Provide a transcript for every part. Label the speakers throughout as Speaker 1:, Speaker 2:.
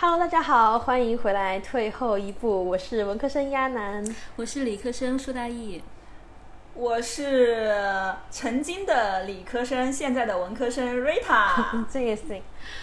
Speaker 1: Hello，大家好，欢迎回来。退后一步，我是文科生亚楠。
Speaker 2: 我是理科生舒大义，
Speaker 3: 我是呃曾经的理科生，现在的文科 生 Rita。
Speaker 1: 这个事情，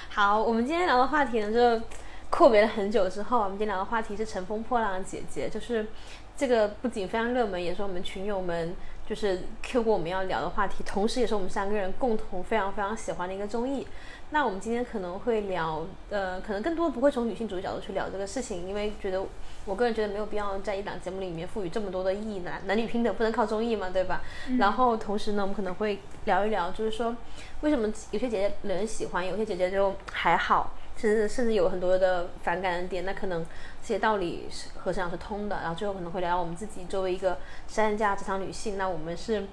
Speaker 1: 好，我们今天聊的话题呢，就阔别了很久之后，我们今天聊的话题是《乘风破浪的姐姐》，就是这个不仅非常热门，也是我们群友们就是 Q 过我们要聊的话题，同时也是我们三个人共同非常非常喜欢的一个综艺。那我们今天可能会聊，呃，可能更多不会从女性主义角度去聊这个事情，因为觉得我个人觉得没有必要在一档节目里面赋予这么多的意义，男男女平等不能靠综艺嘛，对吧？然后同时呢，我们可能会聊一聊，就是说为什么有些姐姐人喜欢，有些姐姐就还好，甚至甚至有很多的反感的点，那可能这些道理是和市场是通的。然后最后可能会聊聊我们自己作为一个三十加职场女性，那我们是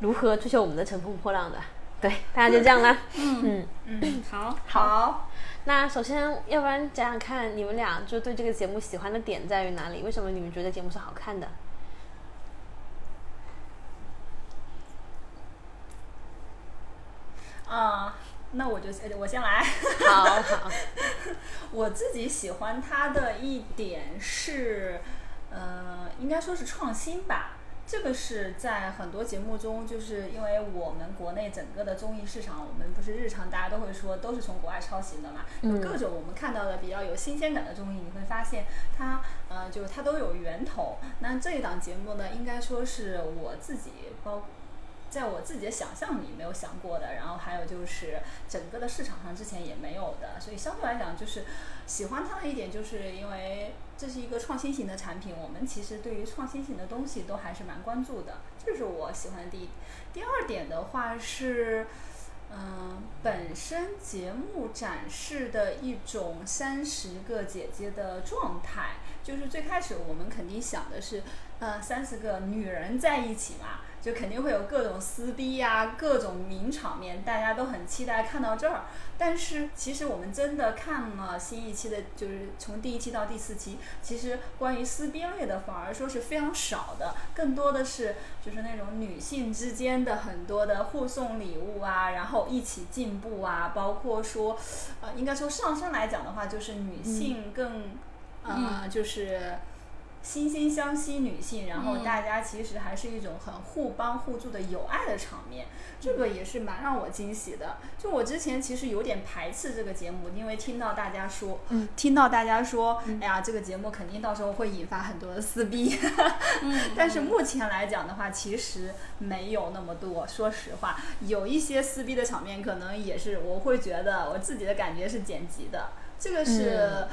Speaker 1: 如何追求我们的乘风破浪的？对，大家就这样啦。嗯。
Speaker 2: 好，
Speaker 3: 好，
Speaker 1: 那首先，要不然讲讲看，你们俩就对这个节目喜欢的点在于哪里？为什么你们觉得节目是好看的？
Speaker 3: 嗯，那我就呃我先来。
Speaker 1: 好好，
Speaker 3: 我自己喜欢它的一点是，呃，应该说是创新吧。这个是在很多节目中，就是因为我们国内整个的综艺市场，我们不是日常大家都会说都是从国外抄袭的嘛，有各种我们看到的比较有新鲜感的综艺，你会发现它呃就它都有源头。那这一档节目呢，应该说是我自己包。在我自己的想象里没有想过的，然后还有就是整个的市场上之前也没有的，所以相对来讲就是喜欢它的一点，就是因为这是一个创新型的产品，我们其实对于创新型的东西都还是蛮关注的，这是我喜欢的第一。第二点的话是，嗯、本身节目展示的一种三十个姐姐的状态，就是最开始我们肯定想的是，呃，三十个女人在一起嘛，就肯定会有各种撕逼呀、各种名场面，大家都很期待看到这儿。但是其实我们真的看了新一期的，就是从第一期到第四期，其实关于撕逼类的反而说是非常少的，更多的是就是那种女性之间的很多的互送礼物啊，然后一起进步啊，包括说，呃，应该说上升来讲的话，就是女性更，
Speaker 1: 嗯
Speaker 3: 呃，就是。惺惺相惜，女性，然后
Speaker 2: 嗯
Speaker 3: 大家其实还是一种很互帮互助的友爱的场面，这
Speaker 1: 嗯
Speaker 3: 个也是蛮让我惊喜的。就我之前其实有点排斥这个节目，因为听到大家说，
Speaker 1: 嗯
Speaker 3: 听到大家说，哎呀，这个节目肯定到时候会引发很多的撕逼，
Speaker 1: 嗯
Speaker 3: 但是目前来讲的话，其实没有那么多。说实话，有一些撕逼的场面，可能也是我会觉得我自己的感觉是剪辑的，这个是。
Speaker 1: 嗯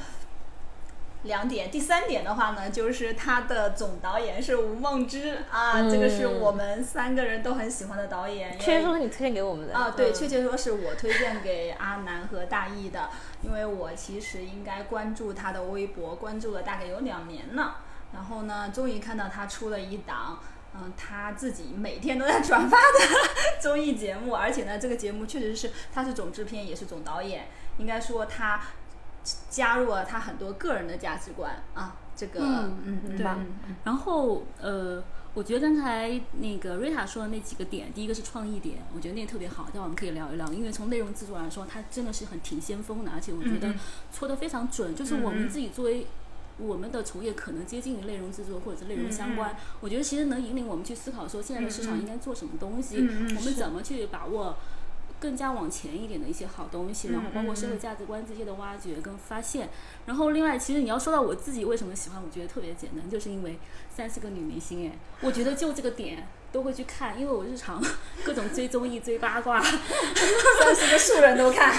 Speaker 3: 两点，第三点的话呢，就是他的总导演是吴梦之啊，
Speaker 1: 嗯
Speaker 3: 这个是我们三个人都很喜欢的导演。因
Speaker 1: 确
Speaker 3: 为
Speaker 1: 实说是你推荐给我们的
Speaker 3: 啊，对，
Speaker 1: 嗯
Speaker 3: 确切说是我推荐给阿南和大义的，因为我其实应该关注他的微博，关注了大概有两年了。然后呢，终于看到他出了一档，嗯，他自己每天都在转发的 综艺节目，而且呢，这个节目确实是他是总制片，也是总导演，应该说他加入了他很多个人的价值观啊，这个，
Speaker 2: 嗯
Speaker 3: 嗯嗯
Speaker 2: 对
Speaker 3: 嗯嗯
Speaker 2: 然后呃，我觉得刚才那个瑞塔说的那几个点，第一个是创意点，我觉得那个特别好，待会儿我们可以聊一聊。因为从内容制作来说，它真的是很挺先锋的，而且我觉得
Speaker 3: 嗯嗯
Speaker 2: 戳得非常准。就是我
Speaker 3: 嗯
Speaker 2: 们
Speaker 3: 嗯
Speaker 2: 自己作为我们的从业，可能接近于内容制作或者是内容相关，我觉得其实能引领我们去思考说，现在的市场
Speaker 3: 嗯嗯嗯
Speaker 2: 应该做什么东西，
Speaker 3: 嗯嗯
Speaker 2: 我们
Speaker 3: 是
Speaker 2: 怎么去把握。更加往前一点的一些好东西，然后包括社会价值观这些的挖掘跟发现，然后另外，其实你要说到我自己为什么喜欢，我觉得特别简单，就是因为三四个女明星，哎，我觉得就这个点都会去看，因为我日常 各种追综艺、追八卦，
Speaker 3: 三十个素人都看，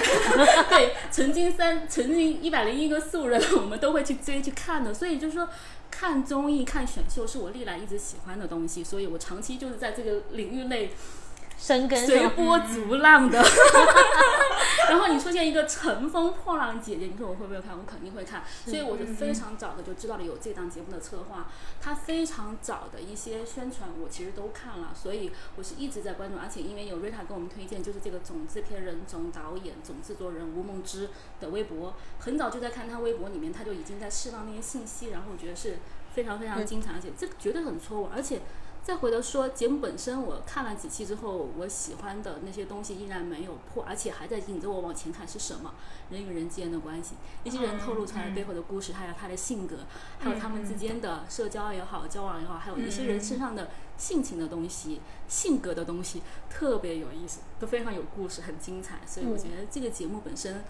Speaker 2: 对，曾经三曾经一百零一个素人，我们都会去追去看的，所以就是说。看综艺、看选秀是我历来一直喜欢的东西，所以我长期就是在这个领域内
Speaker 1: 深耕是
Speaker 2: 随
Speaker 1: 吧
Speaker 2: 波逐浪的。 然后你出现一个乘风破浪姐姐，你说我会不会看？我肯定会看。所以我是非常早的就知道了有这档节目的策划，它非常早的一些宣传我其实都看了，所以我是一直在关注。而且因为有瑞塔给我们推荐，就是这个总制片人、总导演、总制作人吴梦之的微博，很早就在看他微博里面，他就已经在释放那些信息，然后我觉得是非常非常精彩，而且这个绝对很戳我，而且。再回头说节目本身，我看了几期之后，我喜欢的那些东西依然没有破，而且还在引着我往前看是什么？人与人之间的关系，那些人透露出
Speaker 1: 嗯
Speaker 2: 来背后的故事，还有他的性格，还有他们之间的社交也好、交往也好，还有一些
Speaker 1: 嗯
Speaker 2: 人身上的性情的东西、性格的东西，特别有意思，都非常有故事，很精彩。所以我觉
Speaker 1: 嗯
Speaker 2: 得这个节目本身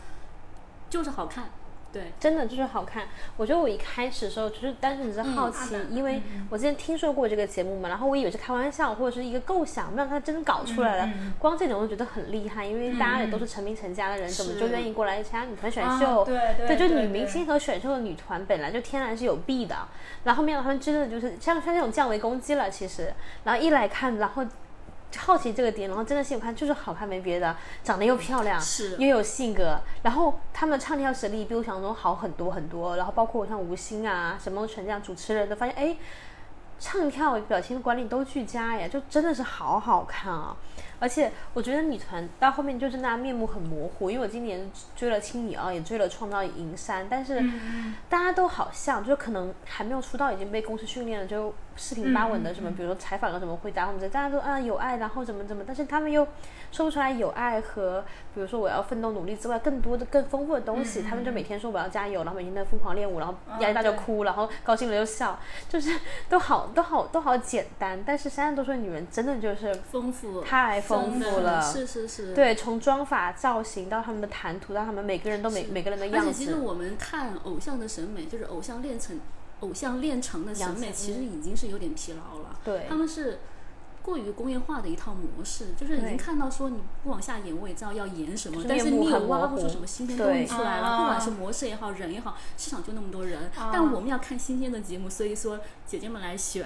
Speaker 2: 就是好看，对，
Speaker 1: 真的就是好看。我觉得我一开始的时候就是单纯只是好奇，因为我之前听说过这个节目嘛，然后我以为是开玩笑或者是一个构想，没想到他真搞出来了。光这种我就觉得很厉害，因为大家也都是成名成家的人，怎么就愿意过来参加女团选秀？
Speaker 3: 啊对对
Speaker 1: 对，就
Speaker 3: 对
Speaker 1: 女明星和选秀的女团本来就天然是有弊的，然后没想到他们真的就是像像这种降维攻击了，其实，然后一来看，然后。好奇这个点，然后真的是我看就是好看没别的，长得又漂亮，
Speaker 2: 是
Speaker 1: 又有性格，然后他们唱跳实力比我想象中好很多很多，然后包括像吴昕啊、沈梦辰这样主持人都发现，哎，唱跳表情管理都俱佳呀，就真的是好好看啊！而且我觉得女团到后面就是大家面目很模糊，因为我今年追了《青你二》，也追了《创造营山》，但是大家都好像就可能还没有出道，已经被公司训练了，就四平八稳的什么，比如说采访了怎么回答，或者大家都啊有爱，然后怎么怎么，但是他们又说不出来有爱和比如说我要奋斗努力之外更多的更丰富的东西，他们就每天说我要加油，然后每天在疯狂练舞，然后压力大就
Speaker 3: 对
Speaker 1: 哭，然后高兴了就笑，就是都好都好都好简单，但是三十多岁的女人真的就是
Speaker 2: 丰富，
Speaker 1: 太丰富
Speaker 2: 真的
Speaker 1: 了。
Speaker 2: 是是是，。
Speaker 1: 对，从妆法、造型到他们的谈吐，到他们每个人都每每个人的
Speaker 2: 而
Speaker 1: 样
Speaker 2: 且
Speaker 1: 子，
Speaker 2: 其实我们看偶像的审美，就是偶像练成偶像练成的审美，
Speaker 1: 养成
Speaker 2: 其实已经是有点疲劳了。
Speaker 1: 对
Speaker 2: 他们是过于工业化的一套模式，就是已
Speaker 1: 对
Speaker 2: 经看到说你不往下演，我也知道要演什么
Speaker 1: 就，是
Speaker 2: 但是
Speaker 1: 面目
Speaker 2: 你也
Speaker 1: 很
Speaker 2: 挖
Speaker 1: 模
Speaker 2: 不出
Speaker 1: 糊
Speaker 2: 什么新鲜
Speaker 1: 对啊
Speaker 2: 东西出来了。不
Speaker 3: 啊
Speaker 2: 管是模式也好，人也好，市场就那么多人，但我们要看新鲜的节目，所以说姐姐们来选。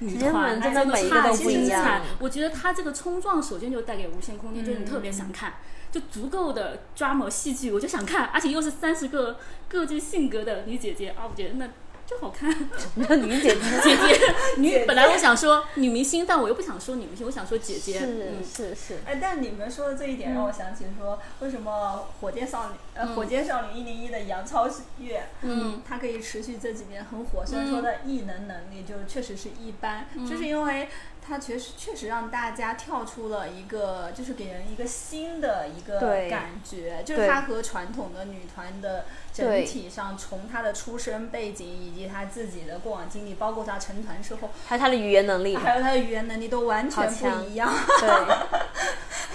Speaker 2: 女
Speaker 1: 姐姐
Speaker 2: 团
Speaker 1: 们真的每一个
Speaker 2: 差
Speaker 1: 都
Speaker 2: 其
Speaker 1: 不
Speaker 2: 实
Speaker 1: 一
Speaker 2: 是
Speaker 1: 样嗯
Speaker 2: 差我觉得他这个冲撞，首先就带给无限空间，就是你特别想看，就足够的 drama 戏剧，我就想看，而且又是三十个各具性格的女姐姐啊，我觉得那就好看。
Speaker 1: 女姐姐
Speaker 2: 姐姐，女本来我想说女明星，但我又不想说女明星，我想说姐姐。
Speaker 1: 是
Speaker 2: 嗯
Speaker 1: 是是，
Speaker 3: 哎，但你们说的这一
Speaker 1: 嗯
Speaker 3: 点让我想起说，为什么《火箭少女》呃，《火箭少女一零一》的杨超越，
Speaker 2: 嗯，
Speaker 3: 她可以持续这几年很火，
Speaker 1: 嗯
Speaker 3: 虽然说的异能能力就确实是一般，就是因为她确实确实让大家跳出了一个，就是给人一个新的一个
Speaker 1: 对
Speaker 3: 感觉，就是
Speaker 1: 对
Speaker 3: 她和传统的女团的整
Speaker 1: 对
Speaker 3: 体上，从她的出身背景以及她自己的过往经历，包括她成团之后，
Speaker 1: 还有她的语言能力，
Speaker 3: 还有她的语言能力都完
Speaker 1: 好
Speaker 3: 全不
Speaker 1: 强
Speaker 3: 一样。
Speaker 1: 对。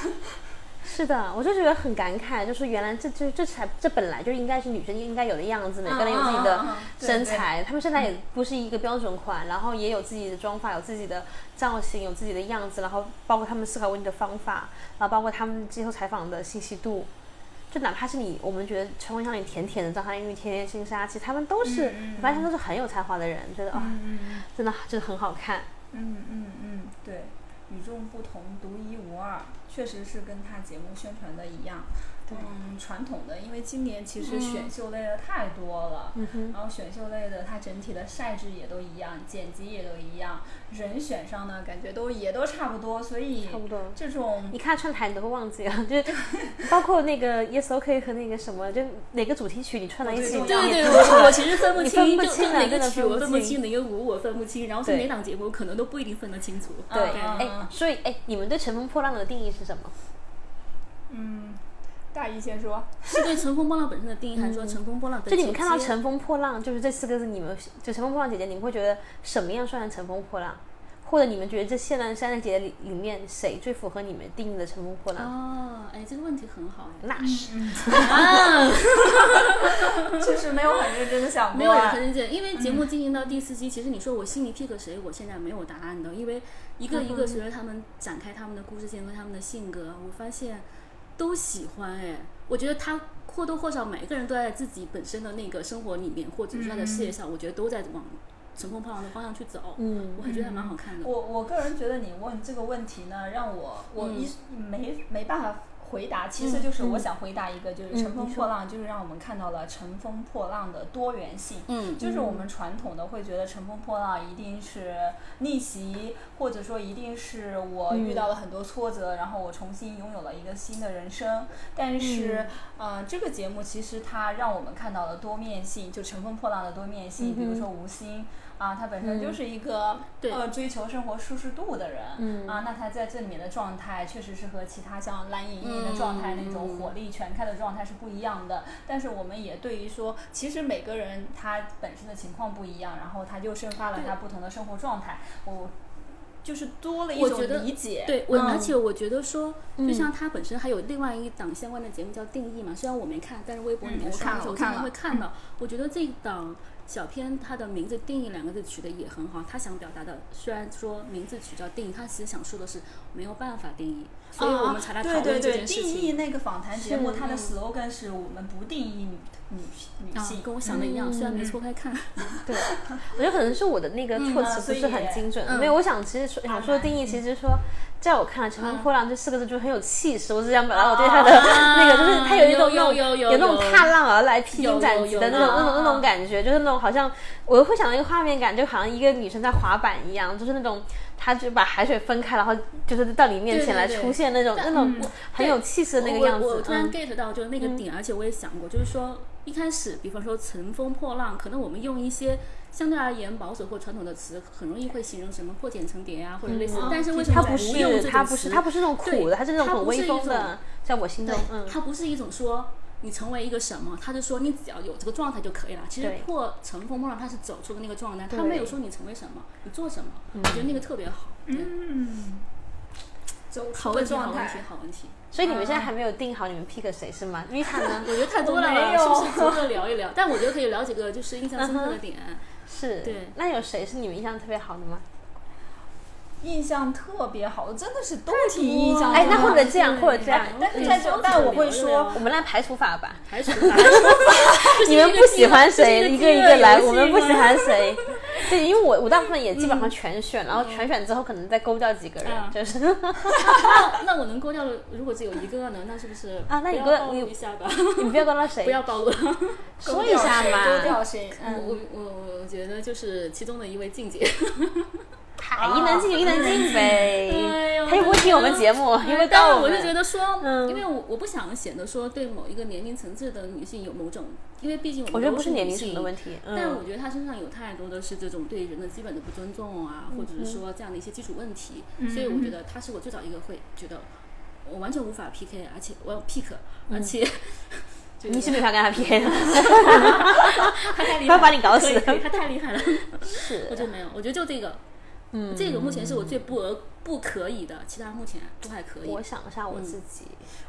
Speaker 1: 是的，我就觉得很感慨，就是原来这这这才这本来就应该是女生应该有的样子，每个人有自己
Speaker 3: 嗯嗯嗯
Speaker 1: 的
Speaker 3: 嗯对
Speaker 1: 身
Speaker 3: 对
Speaker 1: 材，她们身材也不是一个标准款，然后也有自己的妆发，有自己的造型，有自己的样子，然后包括她们思考问题的方法，然后包括她们接受采访的信息度，就哪怕是你我们觉得陈文像你甜甜的，张含韵甜甜心杀气，她们都
Speaker 3: 嗯
Speaker 1: 是，我发现她们都是很有才华的人，觉得啊、真的真的很好看。
Speaker 3: 嗯嗯嗯，对，与众不同，独一无二，确实是跟他节目宣传的一样。嗯，传统的，因为今年其实选秀类的太多了，
Speaker 1: 嗯
Speaker 3: 然后选秀类的它整体的赛制也都一样，剪辑也都一样，人选上呢感觉都也都差不多，所以
Speaker 1: 差不多
Speaker 3: 这种
Speaker 1: 你看串台你都会忘记了，就是包括那 个 Yes OK 和那个什么，就哪个主题曲你串到一起，
Speaker 3: 哦
Speaker 2: 对对
Speaker 1: 你
Speaker 2: 对，
Speaker 1: 也不
Speaker 2: 我我其实分不
Speaker 1: 嗯你
Speaker 2: 清，
Speaker 1: 分不
Speaker 2: 就
Speaker 1: 清
Speaker 2: 就
Speaker 1: 的
Speaker 2: 哪个
Speaker 1: 真的
Speaker 2: 曲
Speaker 1: 分
Speaker 2: 我
Speaker 1: 不
Speaker 2: 分不
Speaker 1: 清
Speaker 2: 清，哪个舞我分不清，然后是
Speaker 1: 对
Speaker 2: 哪档节目我可能都不一定分得清楚。
Speaker 1: 对，
Speaker 3: 嗯
Speaker 1: 哎、所以哎，你们对乘风破浪的定义是什么？
Speaker 3: 嗯，大一先 说，
Speaker 2: 是对乘风破浪本身的定义，还是说乘风破浪
Speaker 1: 嗯
Speaker 2: 的
Speaker 1: 就你们
Speaker 2: 姐
Speaker 1: 看到“
Speaker 2: 姐
Speaker 1: 乘风破浪”就是这四个字，你们就“乘风破浪”姐姐，你们会觉得什么样算是乘风破浪？或者你们觉得这现在三个姐姐里里面谁最符合你们定义的乘风破浪？
Speaker 2: 哦，哎，这个问题很好哎。
Speaker 1: 那是
Speaker 2: 啊，
Speaker 3: 嗯确实没有很认真的想过，啊
Speaker 2: 没有人很认真，因为节目进行到第四期，其实你说我心里 pick 谁，我现在没有答案的，因为一个一个随着他们展开他们的故事线和他们的性格，我发现都喜欢哎，我觉得他或多或少每个人都在自己本身的那个生活里面，或者是他的事业上，我觉得都在往乘风破浪的方向去走，
Speaker 1: 嗯
Speaker 2: 我还觉得还蛮好看的。
Speaker 3: 我我个人觉得你问这个问题呢，让我我一、没没办法回答，其实就是我想回答一个，就是乘风破浪，就是让我们看到了乘风破浪的多元性。
Speaker 2: 嗯
Speaker 3: 就是我们传统的会觉得乘风破浪一定是逆袭，或者说一定是我遇到了很多挫折，然后我重新拥有了一个新的人生。但是，呃，这个节目其实它让我们看到了多面性，就乘风破浪的多面性，比如说吴昕。啊，她本身就是一个、
Speaker 2: 对
Speaker 3: 呃追求生活舒适度的人，
Speaker 1: 嗯
Speaker 3: 啊，那她在这里面的状态确实是和其他像蓝盈莹的
Speaker 2: 嗯
Speaker 3: 状态、那种火力全开的状态是不一样的。但是我们也对于说，其实每个人他本身的情况不一样，然后他就生发了
Speaker 2: 对
Speaker 3: 他不同的生活状态，我就是多了一
Speaker 2: 我
Speaker 3: 种
Speaker 2: 觉得
Speaker 3: 理解，
Speaker 2: 对，我、
Speaker 3: 嗯
Speaker 2: 而且我觉得说，就像它本身还有另外一档相关的节目叫《定义》嘛，虽然我没看，但是微博里
Speaker 3: 嗯
Speaker 2: 面
Speaker 3: 我
Speaker 2: 刷
Speaker 3: 看
Speaker 2: 的时
Speaker 3: 了
Speaker 2: 候
Speaker 3: 我
Speaker 2: 经
Speaker 3: 看
Speaker 2: 常
Speaker 3: 了嗯
Speaker 2: 会看到。我觉得这一档小片它的名字“定义”两个字取得也很好，它想表达的虽然说名字取叫“定义”，它其实想说的是没有办法定义，所以我们才来讨
Speaker 3: 哦对对
Speaker 2: 论这
Speaker 3: 对，
Speaker 2: 件事
Speaker 3: 定义
Speaker 2: 情。
Speaker 3: 那个访谈节目，
Speaker 1: 是
Speaker 3: 它的
Speaker 1: 嗯
Speaker 3: slogan 是我们不定义女女女
Speaker 2: 啊
Speaker 3: 性，，嗯
Speaker 2: 跟我想的一样，虽然没错开看，
Speaker 1: 对，我觉得可能是我的那个措
Speaker 3: 啊
Speaker 1: 辞
Speaker 3: 所
Speaker 1: 不
Speaker 3: 以
Speaker 1: 是很精准。
Speaker 2: 嗯
Speaker 1: 没有，我想其实说想说的定义，其实说在我看来，乘风破浪这四个字就很有气势。我只想表
Speaker 3: 哦
Speaker 1: 达我对他的
Speaker 2: 嗯啊
Speaker 1: 那个，
Speaker 3: 嗯
Speaker 1: 就是他有一种那
Speaker 2: 有
Speaker 1: 种
Speaker 2: 有有
Speaker 1: 有那种
Speaker 2: 有
Speaker 1: 踏浪而来、披
Speaker 2: 有
Speaker 1: 荆斩棘
Speaker 2: 有
Speaker 1: 的
Speaker 2: 有
Speaker 1: 那种那
Speaker 3: 啊
Speaker 1: 种那种感觉，就是那种好像我会想到一个画面感，就好像一个女生在滑板一样，就是那种。她就把海水分开，然后就是到你面前来
Speaker 2: 对对对
Speaker 1: 出现那种
Speaker 2: 但
Speaker 1: 那种
Speaker 2: 嗯
Speaker 1: 很有气势的那个样
Speaker 2: 我我
Speaker 1: 子。
Speaker 2: 突然
Speaker 1: 嗯，
Speaker 2: get 到就是那个点，而且我也想过，就是说一开始，比方说“乘风破浪”，可能我们用一些相对而言保守或传统的词，很容易会形容什么破茧成蝶啊，或者类似。但是为什
Speaker 1: 嗯哦
Speaker 2: 么
Speaker 1: 它
Speaker 2: 我
Speaker 1: 不
Speaker 2: 们用这
Speaker 1: 是
Speaker 2: 种
Speaker 1: 它不是
Speaker 2: 词
Speaker 1: 它不是那种苦
Speaker 2: 对
Speaker 1: 的，它是那种
Speaker 2: 它
Speaker 1: 很
Speaker 2: 不是
Speaker 1: 微
Speaker 2: 一
Speaker 1: 风
Speaker 2: 种
Speaker 1: 的，在我心中
Speaker 2: 对，，
Speaker 1: 嗯，
Speaker 2: 它不是一种说你成为一个什么，它是说你只要有这个状态就可以了。其实
Speaker 1: 对
Speaker 2: 破乘风破浪，它是走出的那个状态，它
Speaker 1: 对嗯
Speaker 2: 没有说你成为什么，你做什么。我觉得那个特别好。对，
Speaker 3: 嗯，走
Speaker 2: 好
Speaker 3: 出
Speaker 2: 问
Speaker 3: 的
Speaker 2: 题，好
Speaker 3: 状
Speaker 2: 问题
Speaker 3: 态，，
Speaker 2: 好问题。
Speaker 1: 所以你们
Speaker 2: 嗯
Speaker 1: 现在还没有定好你们 pick 谁是吗？瑞塔呢？
Speaker 2: 我觉得太多了
Speaker 3: 没
Speaker 2: 吧，
Speaker 3: 有
Speaker 2: 是不是值得聊一聊？但我觉得可以聊几个就是印象深刻的点。
Speaker 1: 是。
Speaker 2: 对
Speaker 1: 那有谁是你们印象特别好的吗？
Speaker 3: 印象特别好，真的是都挺印象
Speaker 1: 哎，
Speaker 3: 深
Speaker 1: 那
Speaker 3: 刻
Speaker 1: 或
Speaker 3: 的
Speaker 1: 者这样，或者这样，
Speaker 2: 哎
Speaker 1: 嗯
Speaker 3: 但是在这，但我会说，
Speaker 1: 我们来排除法吧。
Speaker 2: 排除 法，这 是
Speaker 1: 你
Speaker 2: 一个
Speaker 1: 们不喜欢谁，
Speaker 2: 这是
Speaker 1: 一
Speaker 2: 个
Speaker 1: 个
Speaker 2: 饥
Speaker 1: 一
Speaker 2: 饿游
Speaker 1: 个
Speaker 2: 戏
Speaker 1: 来。
Speaker 2: 吗
Speaker 1: 我们不喜 欢谁。对，因为我我大部分也基本上全选，然后全选之后可能再勾掉几个人，
Speaker 2: 嗯
Speaker 1: 就是
Speaker 2: 那那我能勾掉的，如果只有一个呢？那是不是
Speaker 1: 啊那你
Speaker 2: 不
Speaker 1: 勾掉
Speaker 2: 要暴
Speaker 1: 你
Speaker 2: 露一下吧，
Speaker 1: 你们不要勾到
Speaker 2: 不
Speaker 1: 谁，
Speaker 2: 要暴露。
Speaker 1: 说一下
Speaker 3: 丢
Speaker 1: 嘛。
Speaker 3: 掉谁？
Speaker 2: 我
Speaker 3: 嗯，
Speaker 2: 我我我觉得就是其中的一位静姐，
Speaker 1: 嗨，哎一能
Speaker 3: 啊
Speaker 1: 进就一能进呗
Speaker 2: 哎呦。哎
Speaker 1: 他又不听我们节目， 又不
Speaker 2: 当
Speaker 1: 哦到
Speaker 2: 然，我就觉
Speaker 1: 得
Speaker 2: 得说，
Speaker 1: 嗯
Speaker 2: 因为我我不想显得说对某一个年龄层次的女性有某种，因为毕竟我
Speaker 1: 我
Speaker 2: 们
Speaker 1: 觉得
Speaker 2: 都
Speaker 1: 不是年龄
Speaker 2: 女性
Speaker 1: 层的问题，嗯
Speaker 2: 但我觉得他身上有太多的是这种对人的基本的不尊重啊，或者是说这样的一些基础问题，
Speaker 1: 嗯
Speaker 2: 所以我觉得他是我最早一个会觉得我完全无法 PK，而且我要 pick，而
Speaker 1: 嗯
Speaker 2: 且就
Speaker 1: 你是没法跟他 PK 的，
Speaker 2: 他太厉害
Speaker 1: 他
Speaker 2: 了，
Speaker 1: 把你搞死
Speaker 2: 可以可以他太厉害了，我
Speaker 1: 是
Speaker 2: 觉得没有，我觉得就这个，嗯，这个目前是我最不而不可以的，其他目前都还可以
Speaker 1: 我。想一下我自己，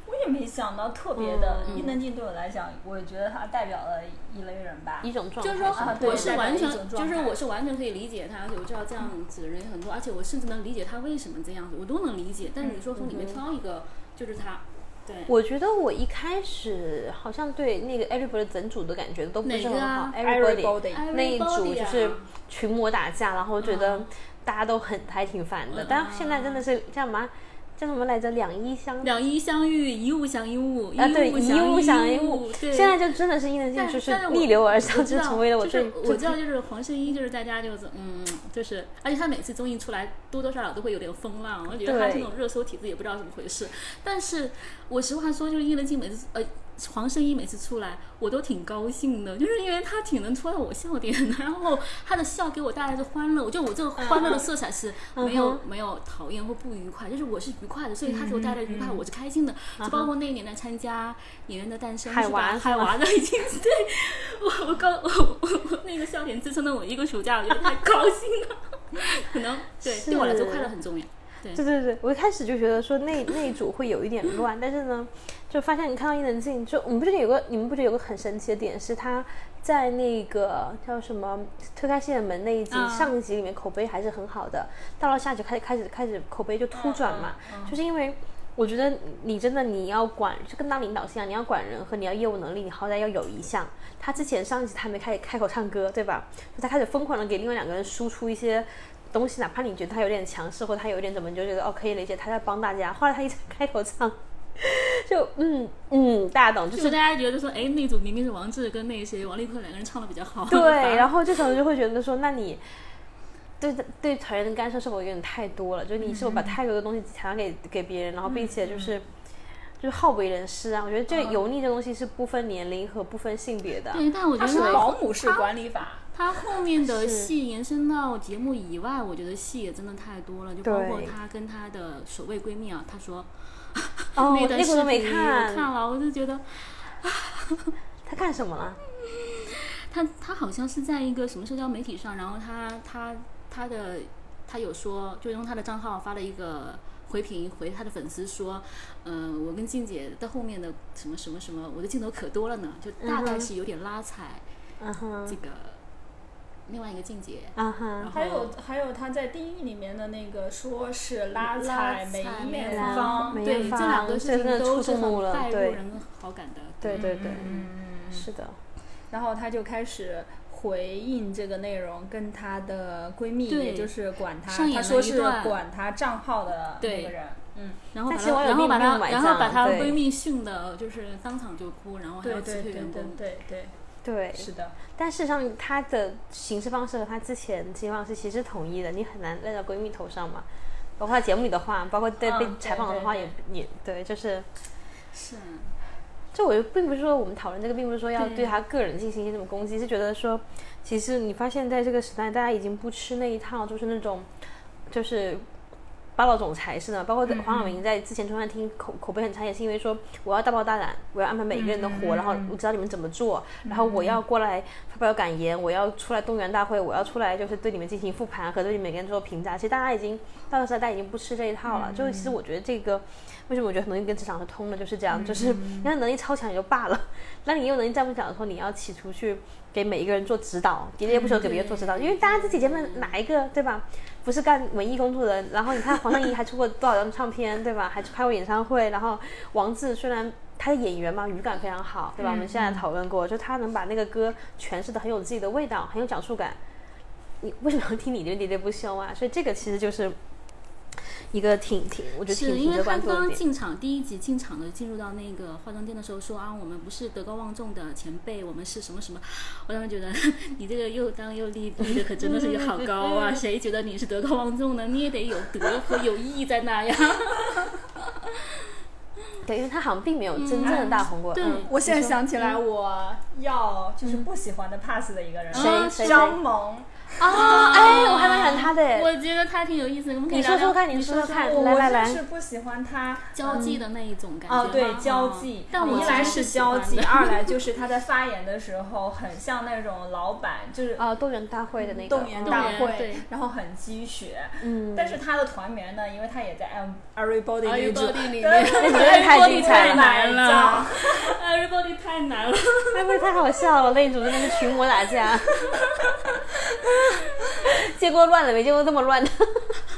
Speaker 3: 我也没想到特别的。伊能静对我来讲，我也觉得她代表了一类人吧。
Speaker 1: 一种状态
Speaker 2: 就是
Speaker 1: 是
Speaker 2: 说
Speaker 1: 吗，
Speaker 3: 啊，对
Speaker 2: 我是
Speaker 3: 代表
Speaker 2: 完
Speaker 3: 一
Speaker 2: 全
Speaker 3: 种
Speaker 2: 就
Speaker 3: 状
Speaker 2: 是
Speaker 3: 态
Speaker 2: 我是完全可以理解他，而且我知道这样子的人也很多，而且我甚至能理解他为什么这样子，我都能理解。但是你说从里面
Speaker 1: 嗯
Speaker 2: 挑一个，就是他，对，
Speaker 1: 我觉得我一开始好像对那个 Everybody 整组的感觉都不是
Speaker 2: 哪个
Speaker 1: 很
Speaker 2: 啊
Speaker 1: 好
Speaker 3: Everybody 哎
Speaker 1: 那一组
Speaker 2: Everybody
Speaker 1: 就
Speaker 2: 啊
Speaker 1: 是群魔打架，然后觉
Speaker 2: 嗯
Speaker 1: 得大家都很还挺烦的，但现在真的是叫什么叫什么来着？两衣相
Speaker 2: 两衣相遇，一物降一物，
Speaker 1: 啊，对，
Speaker 2: 一
Speaker 1: 一物
Speaker 2: 降
Speaker 1: 降一物
Speaker 2: 物，，对。
Speaker 1: 现在就真的是伊能静
Speaker 2: 但
Speaker 1: 就是
Speaker 2: 但是我
Speaker 1: 逆流而
Speaker 2: 我
Speaker 1: 上，
Speaker 2: 知
Speaker 1: 就
Speaker 2: 道
Speaker 1: 成为了我
Speaker 2: 就是
Speaker 1: 最
Speaker 2: 我知道，就是黄圣依，就是大家就是嗯，就是，而且她每次综艺出来，多多少少都会有点风浪。我觉得她
Speaker 1: 对
Speaker 2: 是那种热搜体质，也不知道怎么回事。但是我实话说，就是伊能静每次呃。黄圣依每次出来，我都挺高兴的，就是因为她挺能戳到我笑点的，然后她的笑给我带来的欢乐，我觉得我这个
Speaker 1: 嗯
Speaker 2: 欢乐的色彩是没有、没有讨厌或不愉快，就是我是愉快的，所以她给我带来的愉
Speaker 1: 嗯
Speaker 2: 快，我是开心的。就包括那一年来参加《演员的诞生》
Speaker 1: 海
Speaker 2: 是吧
Speaker 1: 娃
Speaker 2: 海娃的已经对我我高我我我那个笑点支撑了我一个暑假，我觉得太高兴了。 可能对
Speaker 1: 是
Speaker 2: 对我来说快乐很重要。
Speaker 1: 对对对，我一开始就觉得说那那一组会有一点乱，但是呢，就发现你看到伊能静，就我们不觉得有个你们不觉得有个很神奇的点是她在那个叫什么推开心的门那一集、
Speaker 2: 嗯
Speaker 1: 上一集里面口碑还是很好的，到了下集开始开始开始口碑就突转嘛，就是因为。我觉得你真的你要管，就跟当领导是一样，你要管人和你要业务能力，你好歹要有一项。他之前上一集他还没开开口唱歌，对吧？就他开始疯狂的给另外两个人输出一些东西，哪怕你觉得他有点强势或他有点怎么，你就觉得哦可以理解他在帮大家。后来他一直开口唱，就嗯嗯，大家懂，就
Speaker 2: 就是
Speaker 1: 是
Speaker 2: 大家觉得说，哎，那组明明是王志跟那谁王丽坤两个人唱的比较好，反而
Speaker 1: 对，然后这时候就会觉得说，那你对对团员的干涉是否有点太多了？就你是否把太多的东西强加给给别人，然后并且就是、就是好为人师啊？我觉得这
Speaker 3: 嗯
Speaker 1: 油腻这东西是不分年龄和不分性别的。
Speaker 2: 对，但我觉
Speaker 3: 它
Speaker 2: 得
Speaker 3: 是
Speaker 2: 他
Speaker 3: 保姆式管理法。
Speaker 2: 他后面的
Speaker 1: 是
Speaker 2: 戏延伸到节目以外，我觉得戏也真的太多了，就包括
Speaker 1: 对
Speaker 2: 她跟她的所谓闺蜜啊，她说、
Speaker 1: 哦，
Speaker 2: 那
Speaker 1: 我
Speaker 2: 段
Speaker 1: 那
Speaker 2: 视
Speaker 1: 个
Speaker 2: 频
Speaker 1: 都没
Speaker 2: 我
Speaker 1: 看，
Speaker 2: 看了，我就觉得
Speaker 1: 他干什么了？
Speaker 2: 她她好像是在一个什么社交媒体上，然后她她她的她有说，就用她的账号发了一个。回评回她的粉丝说，呃，我跟静姐在后面的什么什么什么，我的镜头可多了呢，就大概
Speaker 1: 嗯哼
Speaker 2: 是有点拉踩
Speaker 1: 嗯
Speaker 2: 这
Speaker 1: 哼，
Speaker 2: 个另外一个静姐，
Speaker 1: 嗯
Speaker 2: 然
Speaker 1: 哼，
Speaker 3: 还
Speaker 2: 后
Speaker 3: 有还有他在定义里面的那个说是拉
Speaker 2: 拉踩
Speaker 3: 踩梅
Speaker 2: 梅
Speaker 3: 艳
Speaker 2: 艳
Speaker 3: 芳，
Speaker 1: 芳
Speaker 2: 对，这两个事
Speaker 1: 真的
Speaker 2: 情都
Speaker 1: 触
Speaker 2: 是
Speaker 1: 动我
Speaker 2: 很
Speaker 1: 了
Speaker 2: 带入
Speaker 1: 对
Speaker 2: 人好感的。
Speaker 1: 对对对，
Speaker 3: 嗯，
Speaker 1: 是的，
Speaker 3: 然后他就开始回应这个内容，跟她的闺蜜，
Speaker 2: 对
Speaker 3: 也就是管她，
Speaker 2: 上演
Speaker 3: 她
Speaker 2: 了
Speaker 3: 说
Speaker 2: 一
Speaker 3: 是
Speaker 2: 段
Speaker 3: 管她账号的那个
Speaker 2: 对
Speaker 3: 人，嗯，
Speaker 2: 然后把
Speaker 1: 但其实
Speaker 2: 她，
Speaker 1: 网友
Speaker 2: 然后
Speaker 1: 并
Speaker 2: 把
Speaker 1: 没有
Speaker 2: 她，
Speaker 1: 买
Speaker 2: 然后把
Speaker 1: 账
Speaker 2: 她
Speaker 1: 对
Speaker 2: 闺蜜训的，就是当场就哭，然后还
Speaker 3: 对
Speaker 2: 要
Speaker 3: 对
Speaker 2: 辞退
Speaker 3: 对对
Speaker 2: 员工。
Speaker 3: 对对
Speaker 1: 对
Speaker 3: 对，。是的，
Speaker 1: 但事实上，他的行事方式和他之前行事方式其实是统一的，你很难赖到闺蜜头上嘛。包括他节目里的话，包括对
Speaker 3: 嗯
Speaker 1: 被
Speaker 3: 对
Speaker 1: 采访的
Speaker 3: 对
Speaker 1: 话
Speaker 3: 对
Speaker 1: 也，也对，就是
Speaker 2: 是，
Speaker 1: 这我就并不是说我们讨论这个，并不是说要
Speaker 2: 对
Speaker 1: 对他个人进行一些什么攻击，是觉得说，其实你发现在这个时代，大家已经不吃那一套，就是那种，就是。霸道总裁似的，包括在
Speaker 3: 嗯
Speaker 1: 黄晓明在之前中餐厅口口碑很差，也是因为说我要大包大揽，我要安排每一个人的活，
Speaker 3: 嗯
Speaker 1: 然后我知道你们怎么做，然后我要过来发表感言，我要出来动员大会，我要出来就是对你们进行复盘和对你们每个人做评价。其实大家已经到了时代，大家已经不吃这一套
Speaker 3: 嗯
Speaker 1: 了。就其实我觉得这个为什么我觉得很多东西跟职场是通的，就是这样，就是你要能力超强也就罢了，那嗯你又能力站不强的时候，你要企图去给每一个人做指导，喋喋不休地给别人做指导，因为大家这姐姐们哪一个嗯对吧？不是干文艺工作的，然后你看黄圣依还出过多少张唱片，对吧？还去开过演唱会，然后王志虽然他是演员嘛，语感非常好，对吧？我们现在讨论过，就他能把那个歌诠释的很有自己的味道，很有讲述感。你为什么要听你这喋喋不休啊？所以这个其实就是一个挺挺，我觉得挺
Speaker 2: 是因
Speaker 1: 值
Speaker 2: 为
Speaker 1: 得
Speaker 2: 她
Speaker 1: 关
Speaker 2: 刚
Speaker 1: 注的
Speaker 2: 刚
Speaker 1: 点。
Speaker 2: 进场第一集进场的进入到那个化妆店的时候说啊，我们不是德高望重的前辈，我们是什么什么。我当时觉得 你这个又当又立立的可真的是好高 啊！谁觉得你是德高望重呢？你也得有德和有义在那呀。
Speaker 1: 对，因为他好像并没有
Speaker 3: 嗯
Speaker 1: 真正的大红过。
Speaker 2: 对
Speaker 1: 嗯
Speaker 3: 我现在想起来，我要就是不喜欢的 pass 的一个人，
Speaker 1: 嗯谁
Speaker 2: 啊
Speaker 1: 谁
Speaker 3: 张
Speaker 1: 谁？
Speaker 3: 萌，
Speaker 1: 哦，哎，我还蛮喜欢他的。
Speaker 2: 嗯我觉得他挺有意思的，我们可以
Speaker 1: 你
Speaker 2: 聊
Speaker 1: 说
Speaker 2: 聊
Speaker 1: 说看，你说说看，
Speaker 3: 我
Speaker 1: 来来
Speaker 3: 我
Speaker 1: 来
Speaker 3: 真，是不喜欢他。
Speaker 2: 交际的那一种感觉吗。
Speaker 3: 哦，对，交
Speaker 2: 哦
Speaker 3: 际，
Speaker 2: 但我
Speaker 3: 一
Speaker 2: 其
Speaker 3: 来
Speaker 2: 实
Speaker 3: 是
Speaker 2: 喜欢
Speaker 3: 交
Speaker 2: 的哎
Speaker 3: 际，二来就是他在发言的时候很像那种老板，就是
Speaker 1: 啊，动员大会的那个
Speaker 3: 动员
Speaker 1: 嗯
Speaker 3: 大
Speaker 2: 动员对
Speaker 3: 会，然后很鸡血。
Speaker 1: 嗯，
Speaker 3: 但是他的团员呢，因为他也在 Everybody 女主，
Speaker 2: Everybody 里面
Speaker 3: 对
Speaker 1: 真 的太精彩了
Speaker 3: 太难了。
Speaker 2: ，Everybody 太难了。
Speaker 1: 那哎不是太好笑了，那一组真的是群魔打架， 见过乱的没见过这么乱的，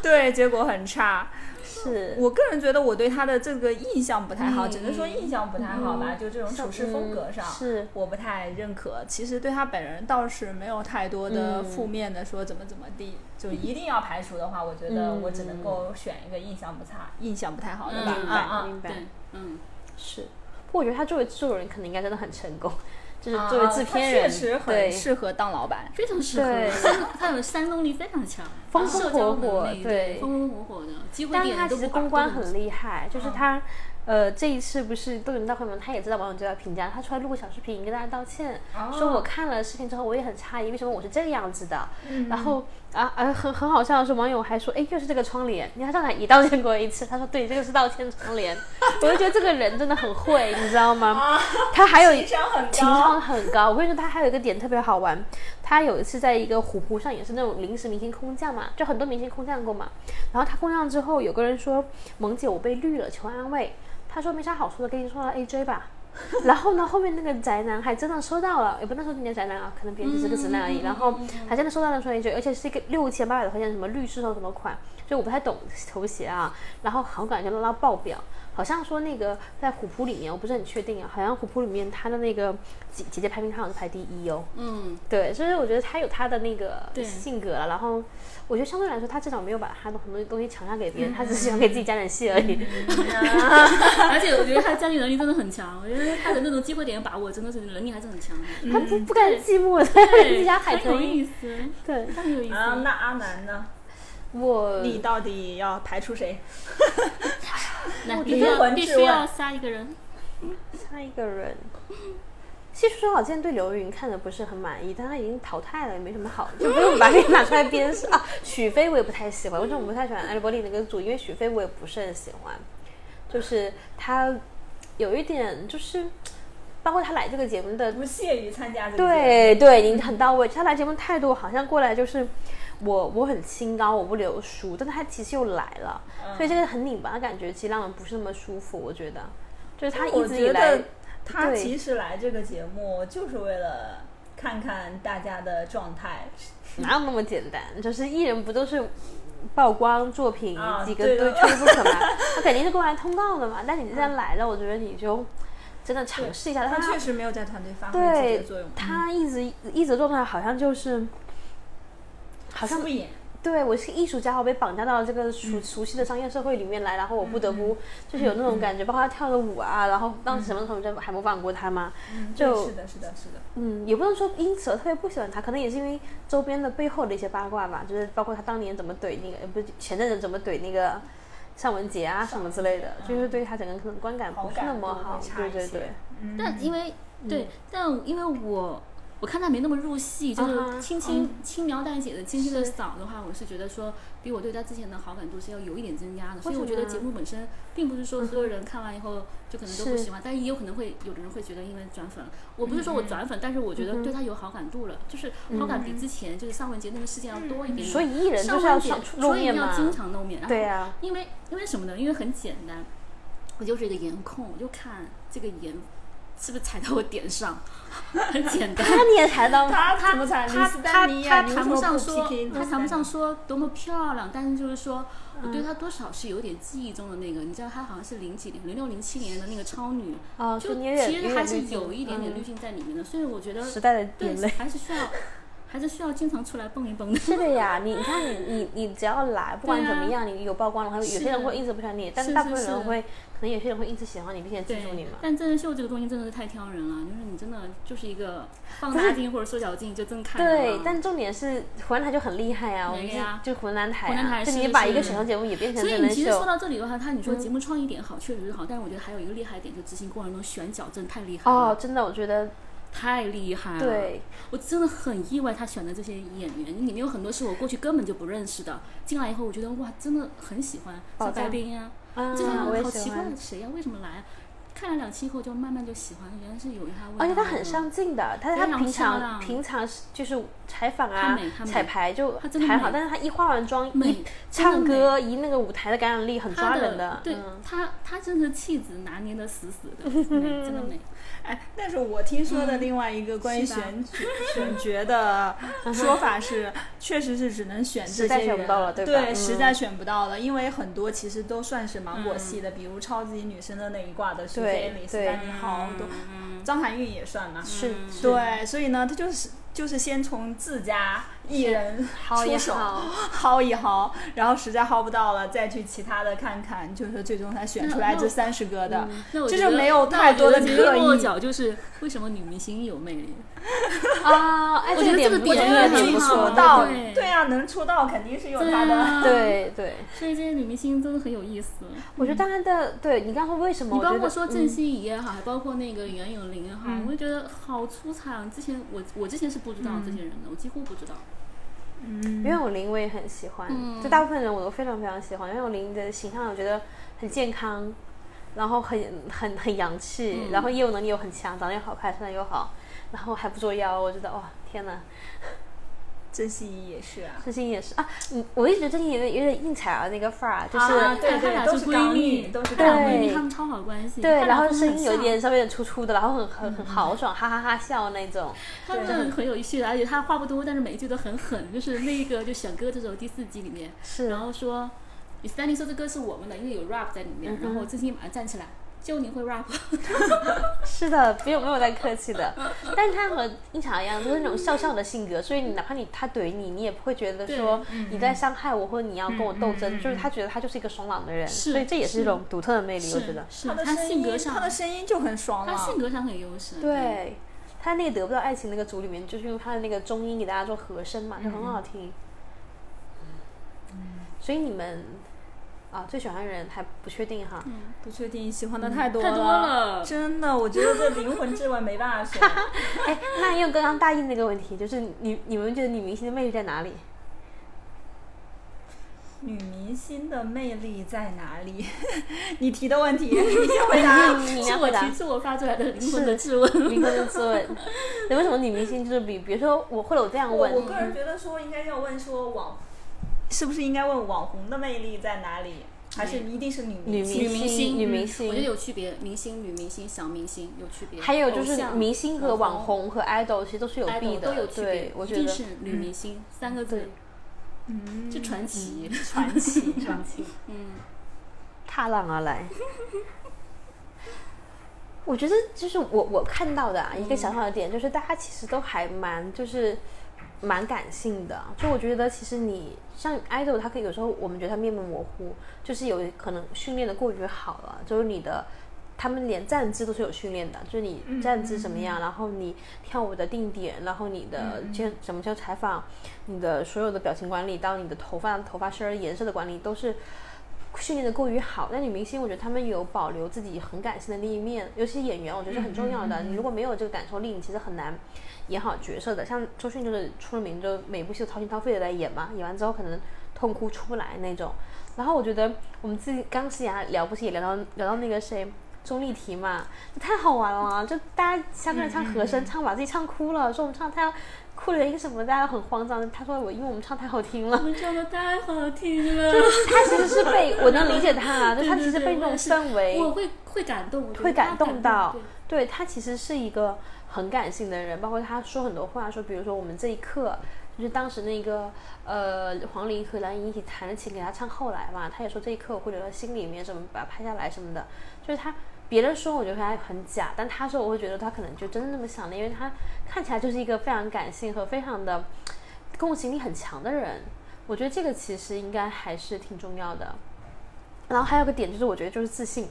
Speaker 3: 对，结果很差。
Speaker 1: 是
Speaker 3: 我个人觉得我对他的这个印象不太好，
Speaker 2: 嗯
Speaker 3: 只能说印象不太好吧，就这种处事风格上。
Speaker 1: 嗯是
Speaker 3: 我不太认可，其实对他本人倒是没有太多的
Speaker 1: 嗯
Speaker 3: 负面的说怎么怎么地，就一定要排除的话，我觉得我只能够选一个印象不差、印象不太好的吧。
Speaker 2: 嗯
Speaker 3: 啊啊、
Speaker 1: 明白
Speaker 2: 对，嗯，
Speaker 1: 是。不过我觉得他作为制作人，可能应该真的很成功，就是
Speaker 3: 啊
Speaker 1: 作为制片人，
Speaker 3: 他确实
Speaker 1: 对
Speaker 3: 很，适合当老板。
Speaker 2: 非常适合
Speaker 1: 对。
Speaker 2: 他有煽动力非常强，
Speaker 1: 风
Speaker 2: 社
Speaker 1: 风
Speaker 2: 交
Speaker 1: 火
Speaker 2: 能
Speaker 1: 火
Speaker 2: 力
Speaker 1: 对
Speaker 2: 风风火火的，机会
Speaker 1: 但是
Speaker 2: 点
Speaker 1: 他
Speaker 2: 都嗯
Speaker 1: 其实
Speaker 2: 不
Speaker 1: 公
Speaker 2: 把
Speaker 1: 关
Speaker 2: 控
Speaker 1: 很厉害，就是他，呃，这一次不是动员大会嘛，他也知道网友对他评价，他出来录个小视频跟大家道歉，
Speaker 2: 哦
Speaker 1: 说我看了视频之后我也很诧异，为什么我是这个样子的。
Speaker 2: 嗯
Speaker 1: 然后啊啊，很很好笑的是，网友还说，哎，又是这个窗帘，你看上海也道歉过一次，他说对，这个是道歉窗帘。 我就觉得这个人真的很会，你知道
Speaker 2: 啊
Speaker 1: 吗？他还有一
Speaker 3: 情商很
Speaker 1: 情
Speaker 3: 高，
Speaker 1: 商很高。我跟你说，他还有一个点特别好玩，他有一次在一个湖泊上，也是那种临时明星空降嘛，就很多明星空降过嘛。然后他空降之后，有个人说：“萌姐，我被绿了，求安慰。”他说：“没啥好说的，跟你说了 AJ 吧。” 然后呢，后面那个宅男还真的收到了，也不能说人家宅男啊，可能别人只是个直男而
Speaker 3: 嗯
Speaker 1: 已。然后还真的收到了说 AJ，而且是一个六千八百多块钱的什么律师什么款，所以我不太懂头衔啊。然后好像感觉拉到爆表。好像说那个在虎扑里面，我不是很确定啊，好像虎扑里面他的那个姐姐姐排名，他好像是排第一哦。
Speaker 2: 嗯，
Speaker 1: 对，所以我觉得他有他的那个
Speaker 2: 对
Speaker 1: 性格了，然后我觉得相对来说，他至少没有把他的很多东西强加给别人，他只是想给自己加点戏而已。
Speaker 2: 而且我觉得他家庭能力真的很强，我觉得他的那种机会点把握真的是能力还是很强的。
Speaker 1: 他不
Speaker 3: 嗯
Speaker 1: 不甘寂寞的，
Speaker 2: 对，
Speaker 1: 自家海
Speaker 2: 很有
Speaker 1: 豚
Speaker 2: 意
Speaker 1: 音。
Speaker 2: 思，
Speaker 1: 对
Speaker 2: 他很有意思。
Speaker 3: 啊，那阿南呢？
Speaker 1: 我，
Speaker 3: 你到底要排除谁？
Speaker 2: 那
Speaker 3: 我
Speaker 2: 必须
Speaker 3: 觉得
Speaker 2: 要
Speaker 3: 文
Speaker 2: 必
Speaker 3: 质
Speaker 2: 须
Speaker 3: 问
Speaker 2: 要杀一个人。
Speaker 1: 他一个人。其实说好像对刘云看的不是很满意，但他已经淘汰了，也没什么 好，就不用把这个拿出来鞭尸啊。许飞我也不太喜欢，我这种不太喜欢艾利伯利那个组，因为许飞我也不是很喜欢，就是他有一点就是，包括他来这个节目的
Speaker 3: 不屑于参加这个节目。
Speaker 1: 对对，你很到位。他来节目态度好像过来就是我我很清高，我不留书，但他其实又来了，所以这个很拧巴的感觉，其实让人不是那么舒服。我觉得，就是他一
Speaker 3: 我
Speaker 1: 直以
Speaker 3: 觉
Speaker 1: 来
Speaker 3: 得，他
Speaker 1: 对
Speaker 3: 其实来这个节目就是为了看看大家的状态，
Speaker 1: 哪有那么简单？就是艺人不都是曝光作品、
Speaker 3: 啊
Speaker 1: 几个
Speaker 3: 对
Speaker 1: 都
Speaker 3: 的嗯
Speaker 1: 缺一不可 嘛？他肯定是过来通告的嘛。但你既然来了，我觉得你就真的尝试一下。
Speaker 3: 他
Speaker 1: 但
Speaker 3: 确实没有在团队发挥自己
Speaker 1: 对
Speaker 3: 的作用，
Speaker 1: 他一直一直状态好像就是。好像
Speaker 3: 敷衍。
Speaker 1: 对，我是艺术家，我被绑架到这个熟
Speaker 3: 嗯
Speaker 1: 熟悉的商业社会里面来，然后我不得不就是有那种感觉，包括他跳的舞啊，然后
Speaker 3: 嗯
Speaker 1: 当时什么同学还模仿过他嘛，
Speaker 3: 对
Speaker 1: 就是
Speaker 3: 的，是的，是的。
Speaker 1: 嗯，也不能说因此而特别不喜欢他，可能也是因为周边的背后的一些八卦吧，就是包括他当年怎么怼那个，呃不是前阵子怎么怼那个尚雯婕啊什么之类的，就是对他整个人可能观感嗯
Speaker 3: 好
Speaker 1: 不是
Speaker 3: 感
Speaker 1: 那
Speaker 3: 度
Speaker 1: 么
Speaker 3: 会
Speaker 1: 好，
Speaker 3: 差
Speaker 1: 对
Speaker 3: 一
Speaker 1: 对
Speaker 3: 些
Speaker 1: 对，
Speaker 3: 嗯
Speaker 2: 但因为对，但因为我我看他没那么入戏，就
Speaker 1: 啊哈
Speaker 2: 是轻轻轻描淡写的、轻轻的扫的话，我是觉得说，比我对他之前的好感度是要有一点增加的。所以
Speaker 1: 为
Speaker 2: 我
Speaker 1: 什
Speaker 2: 觉
Speaker 1: 么啊嗯
Speaker 2: 得节目本身并不是说所有人看完以后就可能都不
Speaker 1: 是
Speaker 2: 喜欢，但也有可能会有的人会觉得因为转粉了。我不是
Speaker 1: 嗯
Speaker 2: 说我转粉，但是我觉得对他有好感度了，就是好感比之前就是尚雯婕那个事件要多一点点。
Speaker 1: 所以艺人就
Speaker 2: 嗯尚
Speaker 1: 是要
Speaker 2: 雯
Speaker 1: 上
Speaker 2: 婕，
Speaker 1: 出露
Speaker 2: 所以
Speaker 1: 面
Speaker 2: 要
Speaker 1: 嘛，
Speaker 2: 经常露面。然后
Speaker 1: 对 啊，
Speaker 2: 因为因为什么呢？因为很简单，我就是一个颜控，我就看这个颜是不是踩到我点上， 很 简单。
Speaker 1: 那你也才到
Speaker 3: 他怎么才
Speaker 2: 他他他谈不上说，他谈不上
Speaker 3: 说，
Speaker 2: 说多么漂亮，但是就是说，我
Speaker 1: 嗯
Speaker 2: 对她多少是有点记忆中的那个。你知道，她好像是零几年、零六零七年的那个超女，
Speaker 1: 哦，
Speaker 2: 就
Speaker 1: 就你有点
Speaker 2: 其实还是有
Speaker 1: 滤镜
Speaker 2: 一点点
Speaker 1: 嗯
Speaker 2: 滤镜在里面的。所以我觉得，
Speaker 1: 时代的
Speaker 2: 对
Speaker 1: 眼泪，。
Speaker 2: 还是需要，还是需要经常出来蹦一蹦的。
Speaker 1: 是的呀， 你你看你你你只要来，不管
Speaker 2: 对啊
Speaker 1: 怎么样，你有曝光的话，有
Speaker 2: 是
Speaker 1: 些人会一直不喜欢你，但
Speaker 2: 是
Speaker 1: 大部分
Speaker 2: 是
Speaker 1: 人
Speaker 2: 是
Speaker 1: 会，可能有些人会一直喜欢你，并且记住你嘛。
Speaker 2: 但真人秀这个东西真的是太挑人了，就是你真的就是一个放大镜或者缩小镜就真看人
Speaker 1: 对
Speaker 2: 了。，
Speaker 1: 但重点是湖南台就很厉害啊，我们
Speaker 2: 对呀
Speaker 1: 是就湖南台
Speaker 2: 湖南
Speaker 1: 啊，
Speaker 2: 台
Speaker 1: 就是你
Speaker 2: 是
Speaker 1: 把一个
Speaker 2: 是
Speaker 1: 选秀节目也变成
Speaker 2: 所以
Speaker 1: 真
Speaker 2: 你
Speaker 1: 人
Speaker 2: 其实说
Speaker 1: 秀。嗯
Speaker 2: 到这里的话，他你说节目创意点好，确实是好，但是我觉得还有一个厉害点，就执行过程中选角真的太厉害了，
Speaker 1: 哦，真的，我觉得
Speaker 2: 太厉害了。
Speaker 1: 对，
Speaker 2: 我真的很意外他选的这些演员，里面有很多是我过去根本就不认识的，进来以后我觉得哇，真的很喜欢，
Speaker 1: 宝
Speaker 2: 像白
Speaker 1: 藏
Speaker 2: 冰呀、
Speaker 1: 啊
Speaker 2: 这些，
Speaker 1: 我
Speaker 2: 人
Speaker 1: 也
Speaker 2: 好
Speaker 1: 喜
Speaker 2: 奇怪
Speaker 1: 欢，，
Speaker 2: 谁呀、为什么来、啊？看了两期以后就慢慢就喜欢，原来是有他味道的。
Speaker 1: 而且他很上镜的，他他
Speaker 2: 非常
Speaker 1: 平
Speaker 2: 漂亮
Speaker 1: 常平常是就是采访
Speaker 2: 她
Speaker 1: 啊
Speaker 2: 美她、美
Speaker 1: 彩排就
Speaker 2: 她真的
Speaker 1: 还好，
Speaker 2: 美
Speaker 1: 但是他一化完妆
Speaker 2: 美
Speaker 1: 一
Speaker 2: 真的
Speaker 1: 唱
Speaker 2: 美
Speaker 1: 歌一那个舞台的感染力很抓
Speaker 2: 他
Speaker 1: 人
Speaker 2: 的，对
Speaker 1: 嗯
Speaker 2: 他，他真的气质拿捏的死死的，美真的美。
Speaker 3: 哎，但是我听说
Speaker 1: 嗯
Speaker 3: 的另外一个关于
Speaker 2: 是吧
Speaker 3: 选举选角的说法是，确实是只能选这
Speaker 1: 实在
Speaker 3: 些
Speaker 1: 选不
Speaker 3: 人
Speaker 1: 到了对
Speaker 3: 对
Speaker 1: 吧嗯
Speaker 3: 实在选不到了，因为很多其实都算是芒果系的，比如超级女生的那一挂的
Speaker 1: 嗯
Speaker 3: 苏
Speaker 1: 对
Speaker 3: 菲、李斯
Speaker 1: 对嗯
Speaker 3: 丹妮，好多，张含韵也算嘛。嗯
Speaker 1: 是，是
Speaker 3: 对，所以呢，他就是就是先从自家艺人
Speaker 1: 好也
Speaker 3: 出手
Speaker 1: 好
Speaker 3: 薅一薅，然后实在薅不到了，再去其他的看看，就是最终才选出来
Speaker 2: 那
Speaker 3: 这
Speaker 2: 那
Speaker 3: 三十个的。
Speaker 1: 嗯
Speaker 2: 那我
Speaker 3: 就
Speaker 2: 觉得
Speaker 3: 是没有太多的
Speaker 2: 那我觉得
Speaker 3: 刻意
Speaker 2: 落脚就是为什么女明星有魅力？
Speaker 1: 啊，哎，
Speaker 2: 我
Speaker 1: 这
Speaker 2: 觉
Speaker 1: 个
Speaker 2: 得
Speaker 1: 点不
Speaker 2: 这个
Speaker 1: 错这个
Speaker 2: 点也
Speaker 1: 点
Speaker 2: 很
Speaker 3: 去
Speaker 1: 不
Speaker 2: 好
Speaker 1: 错
Speaker 3: 出道，
Speaker 2: 对
Speaker 3: 对啊，能出道肯定是有他
Speaker 2: 对
Speaker 3: 的。
Speaker 2: 啊
Speaker 1: 对对，
Speaker 2: 所以这些女明星真的很有意思。
Speaker 1: 我觉得大家的对你刚刚说为什么，
Speaker 2: 嗯你
Speaker 1: 我觉
Speaker 2: 包括
Speaker 1: 得嗯
Speaker 2: 说郑希怡也好，还包括那个袁咏琳也好，我就觉得好出彩啊。之前我我之前是不知道这些人的，我几乎不知道。
Speaker 3: 嗯
Speaker 1: 袁咏琳我也很喜欢，
Speaker 2: 嗯
Speaker 1: 就大部分人我都非常非常喜欢。袁咏琳的形象我觉得很健康，然后很很很洋
Speaker 2: 嗯
Speaker 1: 气，然后业务能力又很强，长得又好看，身材又好，然后还不作妖，我觉得哇天哪，
Speaker 3: 郑希怡也是啊，
Speaker 1: 郑欣也是啊，嗯，我一直觉得郑欣有点有点应采儿那个范儿，就
Speaker 3: 啊
Speaker 1: 是。
Speaker 3: 对
Speaker 2: 她
Speaker 3: 对
Speaker 2: 俩
Speaker 3: 都
Speaker 2: 是
Speaker 3: 是港
Speaker 2: 闺蜜，
Speaker 3: 女都是
Speaker 2: 她俩
Speaker 1: 港
Speaker 2: 闺
Speaker 1: 女
Speaker 2: 蜜，她们超好关系。
Speaker 1: 对，
Speaker 2: 她俩
Speaker 1: 然后
Speaker 2: 风格
Speaker 1: 声
Speaker 2: 很
Speaker 1: 音有一
Speaker 2: 像嗯
Speaker 1: 点稍微有点粗粗的，然后很很很豪爽，哈哈哈笑那种。
Speaker 2: 他们很有趣的，而且他话不多，但是每一句都很狠。就是那个就选歌这首第四季里面，啊
Speaker 1: 是
Speaker 2: 然后说，你 standing so 这歌是我们的，因为有 rap 在里
Speaker 1: 嗯
Speaker 2: 面，然后真心马上站起来，就你会 rap，
Speaker 1: 是的，没有没有在客气 的，但是他和应场一样，就是那种笑笑的性格，所以你哪怕你他怼你，你也不会觉得说
Speaker 2: 嗯
Speaker 1: 你在伤害我，或者你要跟我斗争，就是他觉得他就是一个爽朗的人，
Speaker 2: 是
Speaker 1: 所以这也是一种独特的魅力，我觉
Speaker 2: 是
Speaker 1: 得。
Speaker 2: 是，
Speaker 3: 他的
Speaker 2: 他
Speaker 3: 声
Speaker 2: 性
Speaker 3: 音
Speaker 2: 格上
Speaker 3: 他的声音就很爽
Speaker 2: 他
Speaker 3: 朗，
Speaker 2: 性格上很优势，
Speaker 1: 对，他那个得不到爱情那个组里面，就是用他的那个中音给大家做和声嘛，就很好听。所以你们啊，最喜欢的人还不确定哈。
Speaker 3: 不确定，喜欢的太多
Speaker 2: 嗯太多了
Speaker 3: 真的，我觉得这灵魂质问没办法选。
Speaker 1: 哎，那用刚刚大意那个问题，就是你你们觉得女明星的魅力在哪里？
Speaker 3: 女明星的魅力在哪里？ 你提的问题，你先回答。
Speaker 1: 你
Speaker 2: 是
Speaker 1: 要
Speaker 2: 我
Speaker 1: 回答
Speaker 2: 提。自我发出来的灵魂
Speaker 1: 是
Speaker 2: 的质问。
Speaker 1: 灵魂的自问， 那为什么女明星就是比，比如说我或者我这样
Speaker 3: 我
Speaker 2: 嗯
Speaker 1: 问，
Speaker 3: 我个人觉得说应该要问说网，是不是应该问网红的魅力在哪里？还是一定是女
Speaker 1: 女
Speaker 3: 明
Speaker 1: 明
Speaker 3: 星？
Speaker 1: 星，女明星，
Speaker 2: 嗯我觉得有区别，明星、女明星、小明星有区别，
Speaker 1: 还有就
Speaker 2: 偶
Speaker 1: 是
Speaker 2: 像
Speaker 1: 明星和网红和 idol 其实都是有
Speaker 2: idol
Speaker 1: 弊
Speaker 2: 都有
Speaker 1: 的，
Speaker 2: 区别
Speaker 1: 对，，我
Speaker 2: 一
Speaker 1: 觉
Speaker 2: 定
Speaker 1: 得嗯
Speaker 2: 是女明星、三个字，
Speaker 3: 嗯
Speaker 2: 就传
Speaker 1: 嗯
Speaker 2: 奇，
Speaker 3: 传 奇，传奇。
Speaker 2: 嗯，
Speaker 1: 踏浪而来。我觉得就是我我看到的啊，
Speaker 2: 嗯
Speaker 1: 一个小小的点，就是大家其实都还蛮就是蛮感性的。就我觉得其实你像 idol，他可以有时候我们觉得他面目模糊，就是有可能训练的过于好了，就是你的。他们连站姿都是有训练的，就是你
Speaker 2: 嗯
Speaker 1: 站姿什么样，然后你跳舞的定点，然后你的接什么叫采访，你的所有的表情管理到你的头发、头发丝儿颜色的管理都是训练的过于好，但女明星我觉得她们有保留自己很感性的那一面，尤其是演员，我觉得是很重要的。你如果没有这个感受力，你其实很难演好角色的。像周迅就是出了名，就每部戏都掏心掏肺的来演嘛，演完之后可能痛哭出不来那种。然后我觉得我们自己刚私下聊不是也聊到聊到那个谁钟丽缇嘛，太好玩了啊！就大家香港人唱和
Speaker 2: 嗯
Speaker 1: 声，唱把自己唱哭了，说我们唱太哭了一个什么，大家都很慌张。她说我因为我们唱太好听了
Speaker 2: 我。们唱的太好听了，
Speaker 1: 他其实是被我能理解他啊，就
Speaker 2: 对
Speaker 1: 他其实
Speaker 2: 对对
Speaker 1: 被那种
Speaker 2: 我也是
Speaker 1: 氛围，
Speaker 2: 我会会感动，我觉得
Speaker 1: 会感
Speaker 2: 他
Speaker 1: 动到
Speaker 2: 对。
Speaker 1: 对他其实是一个很感性的人，包括他说很多话，说比如说我们这一刻，就是当时那个呃黄龄和蓝莹一起弹的琴给他唱后来嘛，他也说这一刻我会留在心里面，什么把它拍下来什么的，就是他。别人说我觉得他很假，但他说我会觉得他可能就真的那么想的，因为他看起来就是一个非常感性和非常的共情力很强的人。我觉得这个其实应该还是挺重要的。然后还有个点就是，我觉得就是自信，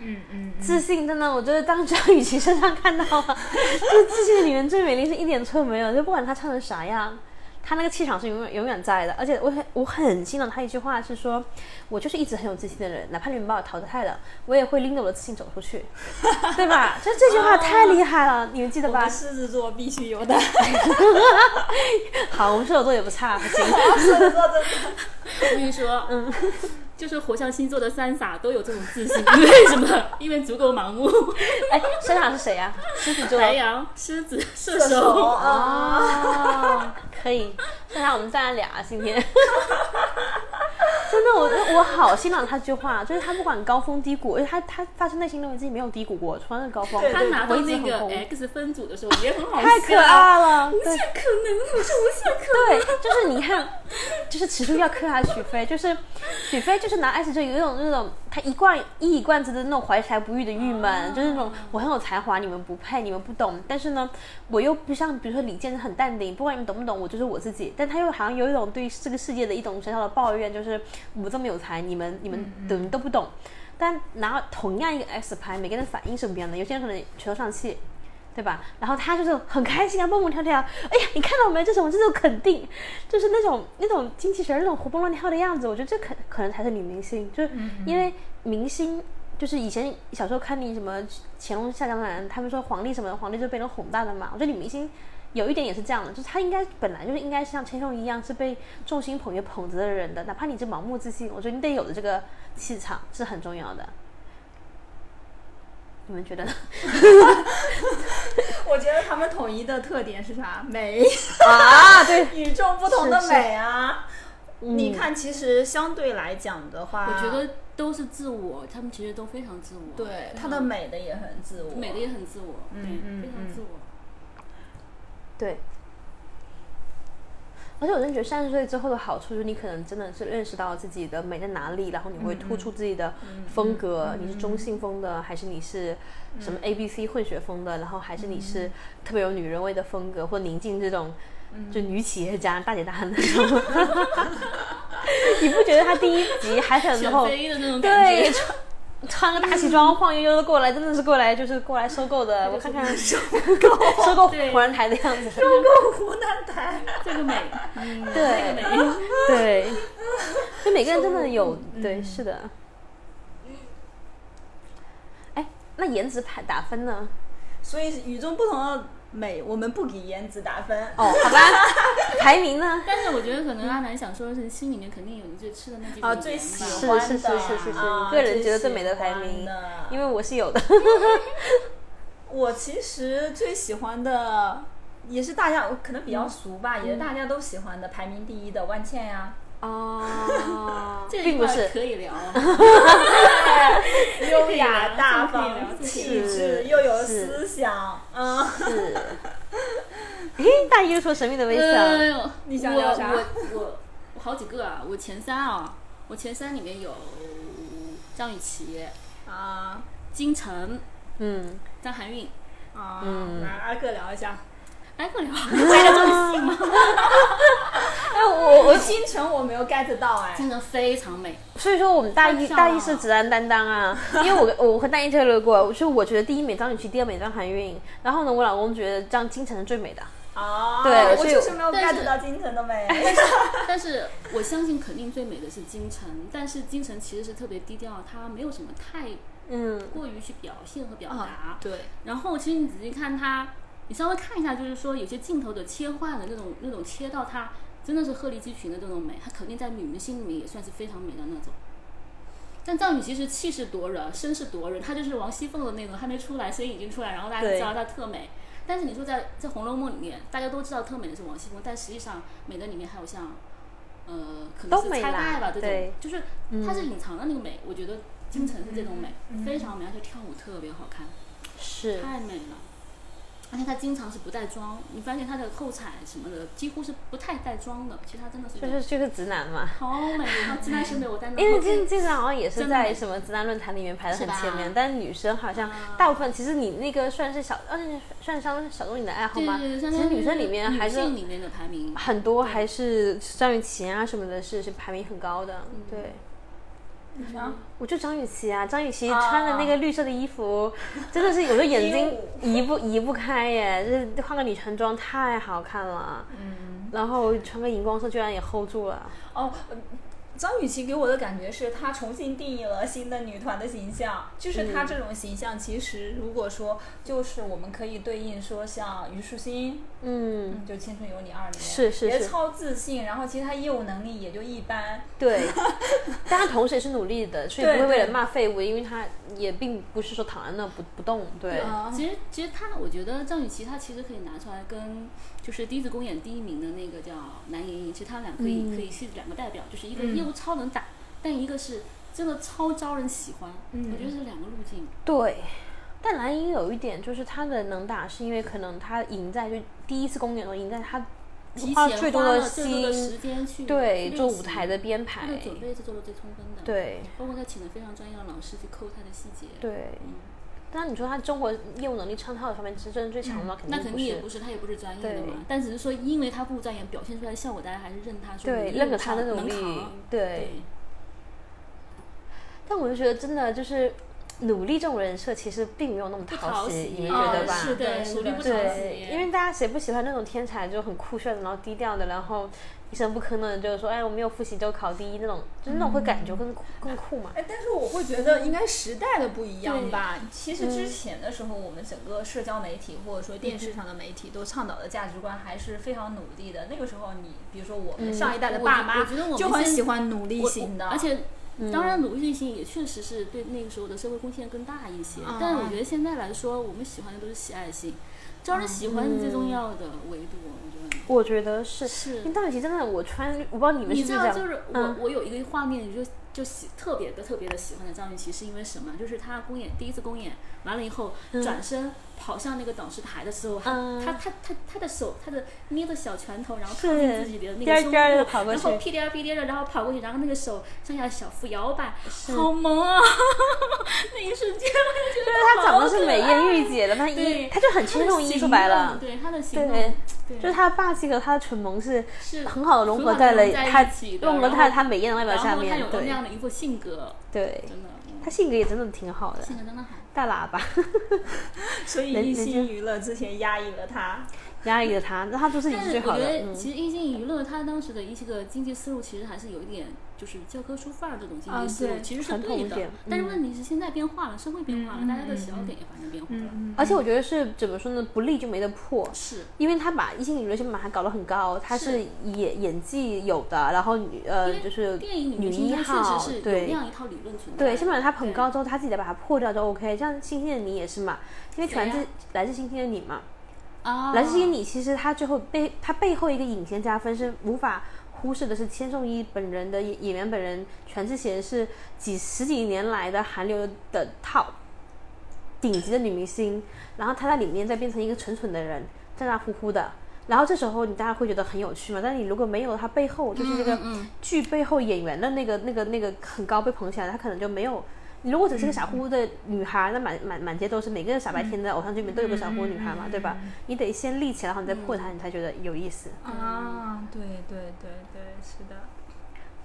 Speaker 3: 嗯嗯，
Speaker 1: 自信真的，我觉得当张雨绮身上看到了， 就是自信的女人最美丽是一点错没有，就不管她唱成啥样，她那个气场是永远永远在的。而且我很我很欣赏她一句话是说，我就是一直很有自信的人，哪怕你们把我淘汰了，我也会拎着我的自信走出去，对 吧？就这句话太
Speaker 3: 哦
Speaker 1: 厉害了，你们记得
Speaker 3: 我
Speaker 1: 吧
Speaker 3: 们？狮子座必须有的，
Speaker 1: 好，我们射手座也不差，不行。
Speaker 3: 狮子座真的。
Speaker 2: 我跟你说，嗯，就是火象星座的三傻都有这种自信， 因为什么？因为足够盲目。
Speaker 1: 哎，身上是谁呀、狮子座。
Speaker 2: 白羊、狮子、射
Speaker 3: 射手
Speaker 2: 手，
Speaker 3: 啊，
Speaker 1: 哦，可以，剩下我们站了俩啊今天。真的，我我好欣赏他这句话，就是他不管高峰低谷，因为他他发自内心认为自己没有低谷过，从来是高峰。
Speaker 3: 对
Speaker 2: 他拿
Speaker 1: 我
Speaker 2: 到
Speaker 1: 一直
Speaker 2: 那
Speaker 1: 很
Speaker 2: 个
Speaker 1: 红
Speaker 2: X 啊分组的时候也很好笑，
Speaker 1: 太可爱了，
Speaker 2: 无
Speaker 1: 对
Speaker 2: 限可能，我是无限可能。
Speaker 1: 对，就是你看，就是此处要克他许飞， 就是许飞就是拿 S 就有一种那种他一贯一以贯之的那种怀才不遇的郁闷，就是那种我很有才华，你们不配，你们不懂，但是呢，我又不像比如说李健很淡定，不管你们懂不懂，我就是我自己，但他又好像有一种对这个世界的一种小小的抱怨，就是我这么有才，你们你们懂都不懂。但拿同样一个 S 牌，每个人的反应是不一样的，有些人可能垂头丧气，对吧？然后他就是很开心啊，蹦蹦跳跳。哎呀，你看到没？这种这种肯定，就是那种那种精气神儿那种活蹦乱跳的样子。我觉得这可可能才是女明星，就是因为明星。就是以前小时候看你什么乾隆下江南，他们说皇帝什么的，皇帝就被人哄大的嘛。我觉得女明星有一点也是这样的，就是她应该本来就是应该像千颂伊一样是被众星捧月捧着的人的，哪怕你这盲目自信，我觉得你得有的这个气场是很重要的。你们觉得呢？
Speaker 3: 我觉得他们统一的特点是啥？美，
Speaker 1: 啊，对，
Speaker 3: 与众不同的
Speaker 1: 是是
Speaker 3: 美啊！你
Speaker 1: 嗯
Speaker 3: 看，其实相对来讲的话，
Speaker 2: 我觉得都是自我，他们其实都非常自我，
Speaker 3: 对
Speaker 2: 非
Speaker 3: 他
Speaker 2: 常
Speaker 3: 的美的也很自我，
Speaker 2: 美的也很自我，
Speaker 3: 嗯
Speaker 2: 对，
Speaker 3: 嗯
Speaker 2: 非常自我。
Speaker 1: 对，而且我真的觉得三十岁之后的好处就是，你可能真的是认识到自己的美在哪里，然后你会
Speaker 2: 嗯
Speaker 1: 突出自己的风格，你是中性风的，还是你是什么
Speaker 2: 嗯
Speaker 1: A B C 混血风的，然后还是你是特别有女人味的风格，或宁静这种。
Speaker 2: 嗯
Speaker 1: 就女企业家、大姐大那种， 你不觉得她第一集还很
Speaker 2: 选
Speaker 1: 厚？
Speaker 2: 妃的那种感觉。
Speaker 1: 对，穿穿个大西装，晃悠悠的过来，真的是过来就是过来收购的。我看看收购 收购
Speaker 2: 对
Speaker 1: 湖南台的样子，
Speaker 3: 湖南台，
Speaker 2: 这个美，嗯，
Speaker 1: 对
Speaker 2: 这个美，
Speaker 1: 对，就每个人真的有
Speaker 2: 嗯
Speaker 1: 对，是的。哎，那颜值排打分呢？
Speaker 3: 所以与众不同的美，我们不给颜值打分。
Speaker 1: 哦，好吧，排名呢？
Speaker 2: 但是我觉得可能阿南想说的是，心里面肯定有你哦最吃的那几
Speaker 3: 啊，
Speaker 2: 种
Speaker 3: 最
Speaker 2: 盐
Speaker 3: 喜
Speaker 2: 吧
Speaker 3: 欢的
Speaker 1: 是是是是是
Speaker 3: 啊
Speaker 1: 个人觉得最美的排名
Speaker 3: 喜欢的
Speaker 1: 因为我是有的。
Speaker 3: 我其实最喜欢的也是大家可能比较俗吧，也是大家都喜欢的排名第一的万茜啊 呀、
Speaker 1: 哦，
Speaker 2: 这一
Speaker 1: 并不
Speaker 2: 块
Speaker 1: 是。
Speaker 2: 可以聊啊，
Speaker 3: 优雅大方
Speaker 2: 这个可以聊这个可以聊，
Speaker 3: 气
Speaker 1: 是
Speaker 3: 质又有
Speaker 1: 是
Speaker 3: 思想，嗯，
Speaker 1: 是，嘿，大一又说神秘的微笑，
Speaker 2: 呃
Speaker 3: 你想聊啥
Speaker 2: 我我我我好几个啊，我前三啊，我前三里面有张雨绮、
Speaker 3: 啊
Speaker 2: 金晨、
Speaker 1: 嗯，
Speaker 2: 张含韵，
Speaker 3: 啊，
Speaker 1: 嗯
Speaker 3: 来二哥聊一下。
Speaker 2: 哎，够 聊，大家都很
Speaker 3: 哎，我我金城我没有 get 到哎，
Speaker 2: 真的非常美，
Speaker 1: 所以说我们大一
Speaker 2: 太漂亮
Speaker 1: 大一是直男担当 啊，因为我跟我和大一策略过，我说我觉得第一美张雨绮，第二美张含韵，然后呢，我老公觉得张金晨是最美的，
Speaker 3: 啊，
Speaker 1: 对
Speaker 3: 我
Speaker 1: 所以
Speaker 3: 就是没有
Speaker 2: 但是
Speaker 3: get 到金城的美。
Speaker 2: 但是我相信肯定最美的是金晨，但是金晨其实是特别低调，她没有什么太
Speaker 1: 嗯，
Speaker 2: 过于去表现和表达。
Speaker 3: 啊，对，
Speaker 2: 然后其实你仔细看他，你稍微看一下，就是说有些镜头的切换的那种那种切到他，真的是鹤立鸡群的这种美，她肯定在女明星里面也算是非常美的那种。但赵雨其实气势夺人，身势夺人，她就是王熙凤的那种，还没出来，声音已经出来，然后大家就
Speaker 1: 对
Speaker 2: 知道她特美。但是你说在在《红楼梦》里面，大家都知道特美的是王熙凤，但实际上美的里面还有像，呃，可能
Speaker 1: 都
Speaker 2: 是
Speaker 1: 美
Speaker 2: 蔡
Speaker 1: 啦
Speaker 2: 瑁吧这种
Speaker 1: 对，嗯
Speaker 2: 就是它是隐藏的那个美。我觉得金晨是这种美，非常美，而且跳舞特别好看。
Speaker 1: 是，
Speaker 2: 太美了。而且她经常是不带妆，你发现她的后彩什么的几乎是不太带妆的。其实她真的是
Speaker 1: 就是就是直男嘛，
Speaker 2: 好美，她真的是美，我担当。
Speaker 1: 因为金金晨好像也是
Speaker 2: 真的
Speaker 1: 在什么直男论坛里面排的很前
Speaker 2: 是吧
Speaker 1: 面，但是女生好像大部分，其实你那个算是小，嗯，算上小众你的爱好
Speaker 2: 对
Speaker 1: 吗？
Speaker 2: 对对，相
Speaker 1: 其
Speaker 2: 当
Speaker 1: 实
Speaker 2: 于
Speaker 1: 女生里面还
Speaker 2: 女
Speaker 1: 是
Speaker 2: 性里面的排名。
Speaker 1: 很多还是张雨绮啊什么的，是是排名很高的，
Speaker 2: 嗯
Speaker 1: 对。
Speaker 3: 啊
Speaker 1: 我就张雨绮啊，张雨绮
Speaker 3: 啊
Speaker 1: 穿的那个绿色的衣服， 真的是有时候眼睛
Speaker 3: 鹦
Speaker 1: 移不移不开耶，就是换个女团装太好看了。
Speaker 3: 嗯，
Speaker 1: 然后穿个荧光色居然也 hold 住了，
Speaker 3: 哦。张雨绮给我的感觉是，她重新定义了新的女团的形象，就是她这
Speaker 2: 嗯
Speaker 3: 种形象，其实如果说就是我们可以对应说像虞书欣，
Speaker 1: 嗯，
Speaker 3: 嗯，就《青春有你二》里面，
Speaker 1: 是是
Speaker 3: 也
Speaker 1: 是
Speaker 3: 超自信，然后其实她业务能力也就一般，
Speaker 1: 对，但她同时也是努力的，所以不
Speaker 3: 对
Speaker 1: 会为了
Speaker 3: 对
Speaker 1: 骂废物，因为她也并不是说躺在那不不动，对，
Speaker 3: 啊
Speaker 2: 其实其实她，我觉得张雨绮她其实可以拿出来跟就是第一次公演第一名的那个叫蓝盈莹，其实她俩可以、
Speaker 1: 嗯
Speaker 2: 可以是两个代表，就是一个
Speaker 3: 嗯
Speaker 2: 业务超能打，但一个是真的超招人喜欢。
Speaker 3: 嗯
Speaker 2: 我觉得是两个路径。
Speaker 1: 对，但蓝莹有一点就是她的能打，是因为可能她赢在就第一次公演的时候赢在她
Speaker 2: 提
Speaker 1: 花
Speaker 2: 前
Speaker 1: 最多
Speaker 2: 花
Speaker 1: 的
Speaker 2: 了最多的时
Speaker 1: 心，
Speaker 2: 间去
Speaker 1: 对，
Speaker 2: 练
Speaker 1: 做
Speaker 2: 习
Speaker 1: 舞台的编
Speaker 2: 他
Speaker 1: 排，
Speaker 2: 的准备是做的最充分的，，
Speaker 1: 对
Speaker 2: 包括他请了非常专业的老师去抠他的细节，，
Speaker 1: 对。
Speaker 2: 嗯，
Speaker 1: 但你说他中国业务能力唱跳的方面是真的最强吗？
Speaker 2: 嗯那
Speaker 1: 肯
Speaker 2: 肯
Speaker 1: 不
Speaker 2: 定也
Speaker 1: 是
Speaker 2: 不。是，他也不是专业的
Speaker 1: 对
Speaker 2: 嘛，但只是说因为他不专业，表现出来的效果，大家还是认他说
Speaker 1: 对，
Speaker 2: 你
Speaker 1: 认可
Speaker 2: 有
Speaker 1: 他
Speaker 2: 他
Speaker 1: 的努
Speaker 2: 能啊
Speaker 1: 力
Speaker 2: 扛，，
Speaker 1: 对。但我就觉得真的就是努力这种人设，其实并没有那么
Speaker 2: 不
Speaker 1: 讨
Speaker 2: 讨
Speaker 1: 喜
Speaker 2: 喜，，
Speaker 1: 你
Speaker 2: 啊
Speaker 1: 们觉得
Speaker 3: 哦
Speaker 1: 吧？
Speaker 2: 是
Speaker 3: 对
Speaker 2: 的，努力不
Speaker 3: 是
Speaker 2: 讨
Speaker 3: 的
Speaker 1: 对
Speaker 2: 喜，，
Speaker 1: 因为大家谁不喜欢那种天才，就很酷炫的，然后低调的，然后一声不吭的，就是说，哎，我没有复习就考第一那种，就是那种会感觉更酷更酷嘛。
Speaker 3: 哎，但是我会觉得应该时代的不一样吧。其实
Speaker 2: 嗯
Speaker 3: 之前的时候，我们整个社交媒体或者说电视上的媒体都倡导的价值观还是非常努力的。那个时候你，比如说我们上一代的
Speaker 2: 嗯我
Speaker 3: 爸
Speaker 2: 觉
Speaker 3: 妈
Speaker 2: 我觉得我们
Speaker 3: 就很
Speaker 2: 现
Speaker 3: 喜欢努力
Speaker 2: 我
Speaker 3: 型的，
Speaker 2: 而且，嗯
Speaker 1: 嗯
Speaker 2: 当然努力型也确实是对那个时候的社会贡献更大一些。
Speaker 3: 嗯
Speaker 2: 但我觉得现在来说，我们喜欢的都是喜爱性，招人喜欢是最
Speaker 1: 嗯
Speaker 2: 重要的维度。我觉得
Speaker 1: 我觉得是，
Speaker 2: 是
Speaker 1: 因为。到底真的我穿，我不知道 你们
Speaker 2: 你
Speaker 1: 是不
Speaker 2: 知
Speaker 1: 是这
Speaker 2: 道，
Speaker 1: 样，
Speaker 2: 就是我、
Speaker 1: 嗯
Speaker 2: 我有一个画面，就就喜特别的特别的喜欢的张雨绮，是因为什么？就是她公演第一次公演完了以后，转身跑向那个导师台的时候，
Speaker 1: 嗯
Speaker 2: 他他他他的手，他的捏着小拳头，然后
Speaker 1: 是
Speaker 2: 靠近自己的那
Speaker 1: 颠儿
Speaker 2: 个胸部，
Speaker 1: 颠儿地跑过
Speaker 2: 然后
Speaker 1: 去
Speaker 2: 屁颠儿屁颠儿的，然后跑过去，然后那个手上下小腹摇摆，
Speaker 1: 是
Speaker 2: 好萌啊！那一瞬间，我觉得
Speaker 1: 就是她长
Speaker 2: 好
Speaker 1: 得是
Speaker 2: 可
Speaker 1: 美
Speaker 2: 爱
Speaker 1: 艳御姐的，她一
Speaker 2: 对
Speaker 1: 她就很轻
Speaker 2: 他的
Speaker 1: 松一
Speaker 2: 行
Speaker 1: 说白了
Speaker 2: 动，对他的行
Speaker 1: 对
Speaker 2: 动，，对，嗯
Speaker 1: 就是她的霸气和她的蠢萌是
Speaker 2: 是
Speaker 1: 很好的融合在了她融合在她美艳的外表下面
Speaker 2: 然后他有那
Speaker 1: 对
Speaker 2: 样的一副性格，
Speaker 1: 对，
Speaker 2: 真的，嗯
Speaker 1: 她性格也真的挺好的，
Speaker 2: 性格真的好。
Speaker 1: 大喇叭
Speaker 3: 所以
Speaker 1: 人
Speaker 3: 一
Speaker 1: 人
Speaker 3: 心娱乐之前压抑了他，
Speaker 1: 压抑着她，那她做自己
Speaker 2: 但
Speaker 1: 是
Speaker 2: 是
Speaker 1: 最
Speaker 2: 我觉
Speaker 1: 好的，
Speaker 2: 得，
Speaker 1: 嗯，
Speaker 2: 其实一心娱乐它当时的一些个经济思路，其实还是有一点就是教科书范儿这种经
Speaker 3: 啊
Speaker 2: 济思路
Speaker 3: 对，
Speaker 2: 其实是
Speaker 1: 传统
Speaker 2: 对
Speaker 1: 一
Speaker 2: 的
Speaker 1: 点。
Speaker 2: 但是
Speaker 1: 嗯
Speaker 2: 问题是现在变化了，社会变化了，
Speaker 3: 嗯
Speaker 2: 大家的
Speaker 3: 嗯
Speaker 2: 小点也发生变化了。
Speaker 1: 而且我觉得是怎么说呢，不立就没得破，
Speaker 2: 是，
Speaker 1: 因为他把异性女优先把她搞得很高，她是
Speaker 2: 是
Speaker 1: 演演技有的，然后女呃
Speaker 2: 因为
Speaker 1: 就是
Speaker 2: 电影里
Speaker 1: 女
Speaker 2: 面
Speaker 1: 一
Speaker 2: 应该确
Speaker 1: 号
Speaker 2: 实是有那
Speaker 1: 对。
Speaker 2: 样一套理论存在的。
Speaker 1: 对，先把她捧
Speaker 2: 对
Speaker 1: 高之后，她自己再把它破掉就 OK。像星星的你也是嘛，因为
Speaker 2: 谁
Speaker 1: 全
Speaker 2: 呀
Speaker 1: 是来自星星的你嘛，
Speaker 2: 啊，
Speaker 1: 来自星星的你其实她最后背她背后一个隐形加分是无法忽视的，是千颂伊本人的演演员本人全智贤是几十几年来的韩流的 top 顶级的女明星，然后她在里面再变成一个蠢蠢的人，咋咋呼呼的。然后这时候你大家会觉得很有趣嘛，但是你如果没有她背后就是那个
Speaker 2: 嗯嗯
Speaker 1: 剧背后演员的那个那个那个很高被捧起来，她可能就没有。你如果只是个傻乎乎的女孩，那满满满街都是，每个傻白甜的偶像剧里面都有个傻乎乎女孩嘛，对吧？你得先立起来，然后你再破她，你才觉得有意思。
Speaker 3: 啊，对对对对，是的。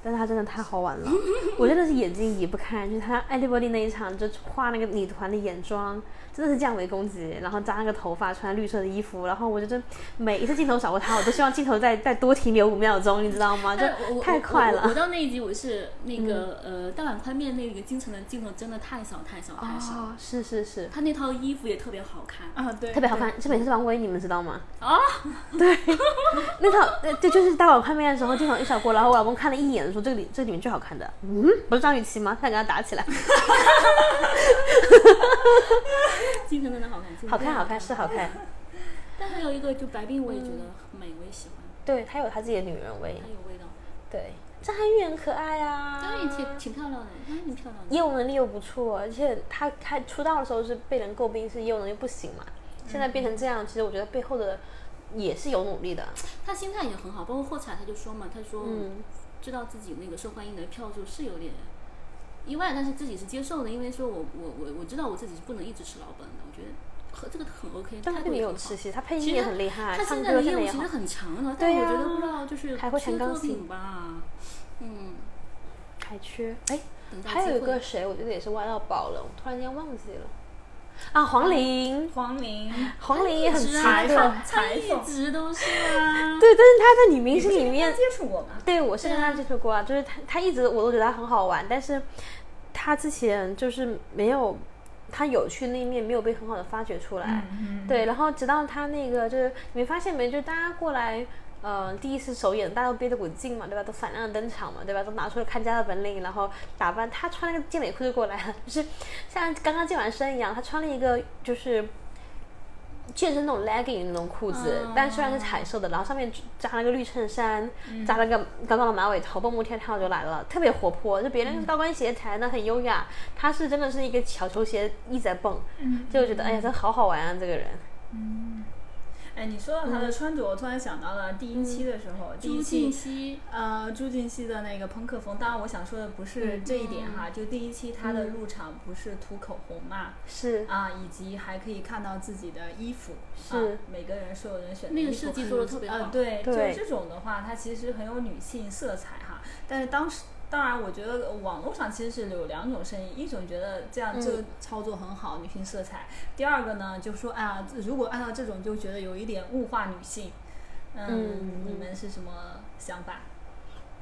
Speaker 1: 但是她真的太好玩了，我真的是眼睛移不开。就是她艾莉波利那一场，就画那个女团的眼妆，真的是降维攻击，然后扎那个头发，穿绿色的衣服，然后我就真每一次镜头扫过她，我都希望镜头再再多停留五秒钟，你知道吗？
Speaker 2: 但我
Speaker 1: 啊就
Speaker 2: 我
Speaker 1: 太快
Speaker 2: 我我我
Speaker 1: 了。嗯
Speaker 2: 到那一集我是那个、呃大碗宽面那个京城的镜头真的太少太少太少，
Speaker 1: 哦，是是是，
Speaker 2: 他那套衣服也特别好看。
Speaker 3: 啊，对，
Speaker 1: 特别好
Speaker 3: 对。
Speaker 1: 看，是每次王威，你们知道吗？
Speaker 2: 啊，
Speaker 1: 那套呃，对，就是大碗宽面的时候，经常一小锅，然后我老公看了一眼，说这个里这里面最好看的，嗯，不是张雨绮吗？他想跟他打起 来，
Speaker 2: 京城真的好看，京城
Speaker 1: 好看，
Speaker 2: 真的
Speaker 1: 好看，是嗯好看。
Speaker 2: 但还有一个就白冰，我也觉得很美，我也喜欢，
Speaker 1: 对他有他自己的女人味
Speaker 2: 它，有味道，
Speaker 1: 对，张涵予很可爱啊，
Speaker 2: 当然也挺挺漂亮的，当然挺漂亮的。
Speaker 1: 业务能力又不错，而且他开出道的时候是被人诟病是业务能力不行嘛，
Speaker 2: 嗯
Speaker 1: 现在变成这样，其实我觉得背后的也是有努力的，
Speaker 2: 她心态也很好，包括后采她就说嘛，她说
Speaker 1: 嗯
Speaker 2: 知道自己那个受欢迎的票数是有点意外，但是自己是接受的，因为说我我我我知道我自己是不能一直吃老本的，我觉得很这个很 OK，
Speaker 1: 但他这
Speaker 2: 态度
Speaker 1: 里
Speaker 2: 也
Speaker 1: 有
Speaker 2: 很好
Speaker 1: 吃。戏，他配
Speaker 2: 其
Speaker 1: 音
Speaker 2: 实
Speaker 1: 也
Speaker 2: 她
Speaker 1: 很厉害，
Speaker 2: 她
Speaker 1: 唱
Speaker 2: 现在
Speaker 1: 歌
Speaker 2: 的
Speaker 1: 现
Speaker 2: 业
Speaker 1: 在
Speaker 2: 务
Speaker 1: 也
Speaker 2: 其
Speaker 1: 好
Speaker 2: 实。很长的，
Speaker 1: 对
Speaker 2: 但
Speaker 1: 呀
Speaker 2: 我觉得不知道就是
Speaker 1: 还会弹
Speaker 2: 缺
Speaker 1: 钢
Speaker 2: 作
Speaker 1: 琴
Speaker 2: 品吧，嗯，
Speaker 1: 还缺哎，
Speaker 2: 等待
Speaker 1: 还有
Speaker 2: 机
Speaker 1: 一个
Speaker 2: 会
Speaker 1: 谁，我觉得也是歪到爆了，我突然间忘记了。啊，黄龄，
Speaker 3: 黄龄，
Speaker 1: 黄龄也很
Speaker 2: 直
Speaker 1: 奇
Speaker 2: 啊
Speaker 1: 特，
Speaker 3: 她
Speaker 2: 她
Speaker 3: 裁
Speaker 2: 一
Speaker 3: 缝
Speaker 2: 直都是 啊，
Speaker 1: 对，但是她在女明
Speaker 3: 你
Speaker 1: 星
Speaker 3: 不是
Speaker 1: 里
Speaker 3: 跟
Speaker 1: 面
Speaker 3: 她，接触过吗？
Speaker 1: 对我是跟她接触过啊，就是她，她一直我都觉得她很好玩，但是她之前就是没有她有趣的那一面没有被很好的发掘出来，
Speaker 3: 嗯，
Speaker 1: 对，然后直到他那个就是你没发现没，就是大家过来。呃，第一次首演，大家都憋得滚劲嘛，对吧？都闪亮登场嘛，对吧？都拿出了看家的本领，然后打扮。他穿那个健美裤就过来了，就是像刚刚健完身一样，他穿了一个就是健身那种 legging 那种裤子，但虽然是彩色的，然后上面扎了个绿衬衫，扎了个高高的马尾头，蹦蹦跳跳就来了，特别活泼。就别人是高跟鞋踩的很优雅，他是真的是一个小球鞋一直在蹦，就觉得哎呀，真好好玩啊，这个人。
Speaker 3: 哎，你说到她的穿着，我突然想到了第一期的时候，第
Speaker 2: 朱
Speaker 3: 一
Speaker 2: 婧
Speaker 3: 期
Speaker 2: 汐
Speaker 3: 呃朱婧汐的那个朋克风。当然，我想说的不是这一点哈，就第一期她的入场不是涂口红嘛，
Speaker 1: 是
Speaker 3: 啊，以及还可以看到自己的衣服，
Speaker 1: 是
Speaker 3: 啊、每个人所有人选的
Speaker 2: 那个
Speaker 3: 衣服
Speaker 2: 设计
Speaker 3: 很
Speaker 2: 做得
Speaker 3: 有
Speaker 2: 特别
Speaker 3: 呃
Speaker 2: 好
Speaker 3: 对，
Speaker 1: 对
Speaker 3: 就这种的话，它其实很有女性色彩哈。但是当时。当然，我觉得网络上其实是有两种声音，一种觉得这样这个
Speaker 2: 嗯
Speaker 3: 操作很好，女性色彩；第二个呢，就说哎呀，如果按照这种，就觉得有一点物化女性。
Speaker 1: 嗯
Speaker 3: 你们是什么想法？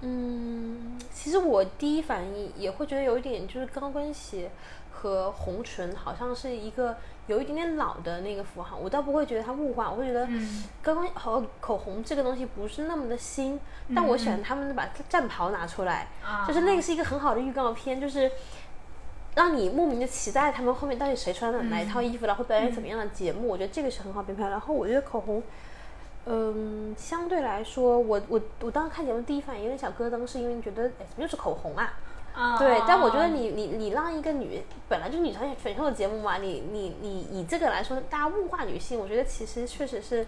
Speaker 1: 嗯，其实我第一反应也会觉得有一点，就是高跟鞋和红唇好像是一个有一点点老的那个符号，我倒不会觉得它物化，我会觉得高跟和口红这个东西不是那么的新，但我喜欢他们把战袍拿出来，
Speaker 3: 啊，
Speaker 1: 就是那个是一个很好的预告片，就是让你莫名的期待他们后面到底谁穿了哪一套衣服，然后表演怎么样的节目。我觉得这个是很好编排。然后我觉得口红，嗯，相对来说，我我我当时看节目第一反应有点小咯噔，是因为觉得哎，怎么又是口红啊？
Speaker 2: 哦
Speaker 3: 啊
Speaker 1: 对，但我觉得
Speaker 3: 你
Speaker 1: 你你你让一个女本来就是女团选秀的节目嘛，你你你以这个来说，大家物化女性，我觉得其实确实是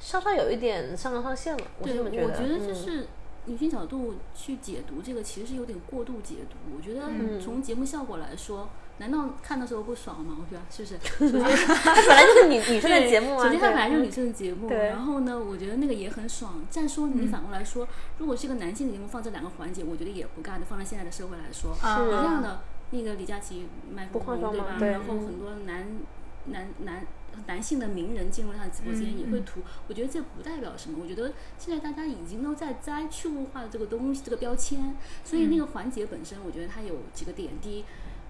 Speaker 1: 稍稍有一点上纲上线了，我是
Speaker 2: 对，
Speaker 1: 这
Speaker 2: 我
Speaker 1: 么觉得。
Speaker 2: 觉得就
Speaker 1: 嗯
Speaker 2: 是女性角度去解读这个，其实是有点过度解读。我觉得
Speaker 1: 嗯
Speaker 2: 从节目效果来说，难道看的时候不爽吗？我觉得是不是？
Speaker 1: 它本来就是女女生的
Speaker 2: 对
Speaker 1: 节目啊，
Speaker 2: 首先它
Speaker 1: 对
Speaker 2: 本来就
Speaker 1: 嗯
Speaker 2: 是女性的节目，
Speaker 1: 对嗯
Speaker 2: 然后呢，我觉得那个也很爽。再说你反过来说，如果是一个男性的节目放这两个环节，我觉得也不尬的。放在现在的社会来说，
Speaker 3: 啊嗯
Speaker 1: 是
Speaker 2: 一样的，那个李佳琦卖
Speaker 1: 不化
Speaker 2: 红
Speaker 1: 妆
Speaker 2: 对
Speaker 1: 吗
Speaker 2: 吧？
Speaker 1: 对
Speaker 2: 然后
Speaker 1: 嗯
Speaker 2: 很多男男男男性的名人进入他的直播间
Speaker 3: 嗯
Speaker 2: 也会
Speaker 3: 嗯
Speaker 2: 涂，我觉得这不代表什么。我觉得现在大家已经都在摘去物化的这个东西这个标签，所以那个环节本身，我觉得它有几个点。第一。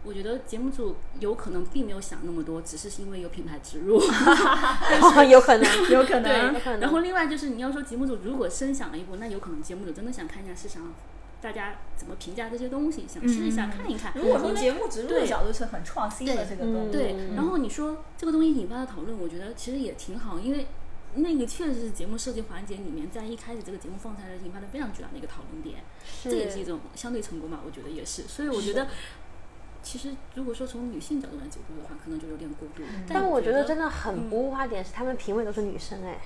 Speaker 2: 我觉得节目组有可能并没有想那么多，只是因为有品牌植 入，
Speaker 1: 哦有可能，
Speaker 3: 有
Speaker 2: 对
Speaker 3: 可能，
Speaker 1: 可能
Speaker 2: 然后另外就是你要说节目组如果深想了一步，那有可能节目组真的想看一下市场，大家怎么评价这些东西，想试一下、
Speaker 3: 嗯
Speaker 2: 看一看。
Speaker 3: 如果
Speaker 2: 因
Speaker 3: 从
Speaker 2: 为
Speaker 3: 节目植入的
Speaker 2: 对
Speaker 3: 角度是很创新的
Speaker 2: 对
Speaker 3: 这个东西，
Speaker 2: 对
Speaker 1: 嗯，
Speaker 2: 然后你说这个东西引发的讨论，我觉得其实也挺好，因为那个确实是节目设计环节里面，在一开始这个节目放出来的引发的非常巨大的一个讨论点，这也是一种相对成功吧，我觉得也是。所以我觉得，其实如果说从女性角度来解读的话，可能就有点过度。
Speaker 1: 嗯但
Speaker 2: 我
Speaker 1: 我觉得
Speaker 2: 真
Speaker 1: 真
Speaker 2: 的，
Speaker 1: 的很不物化点是，他们评委都是女生哎。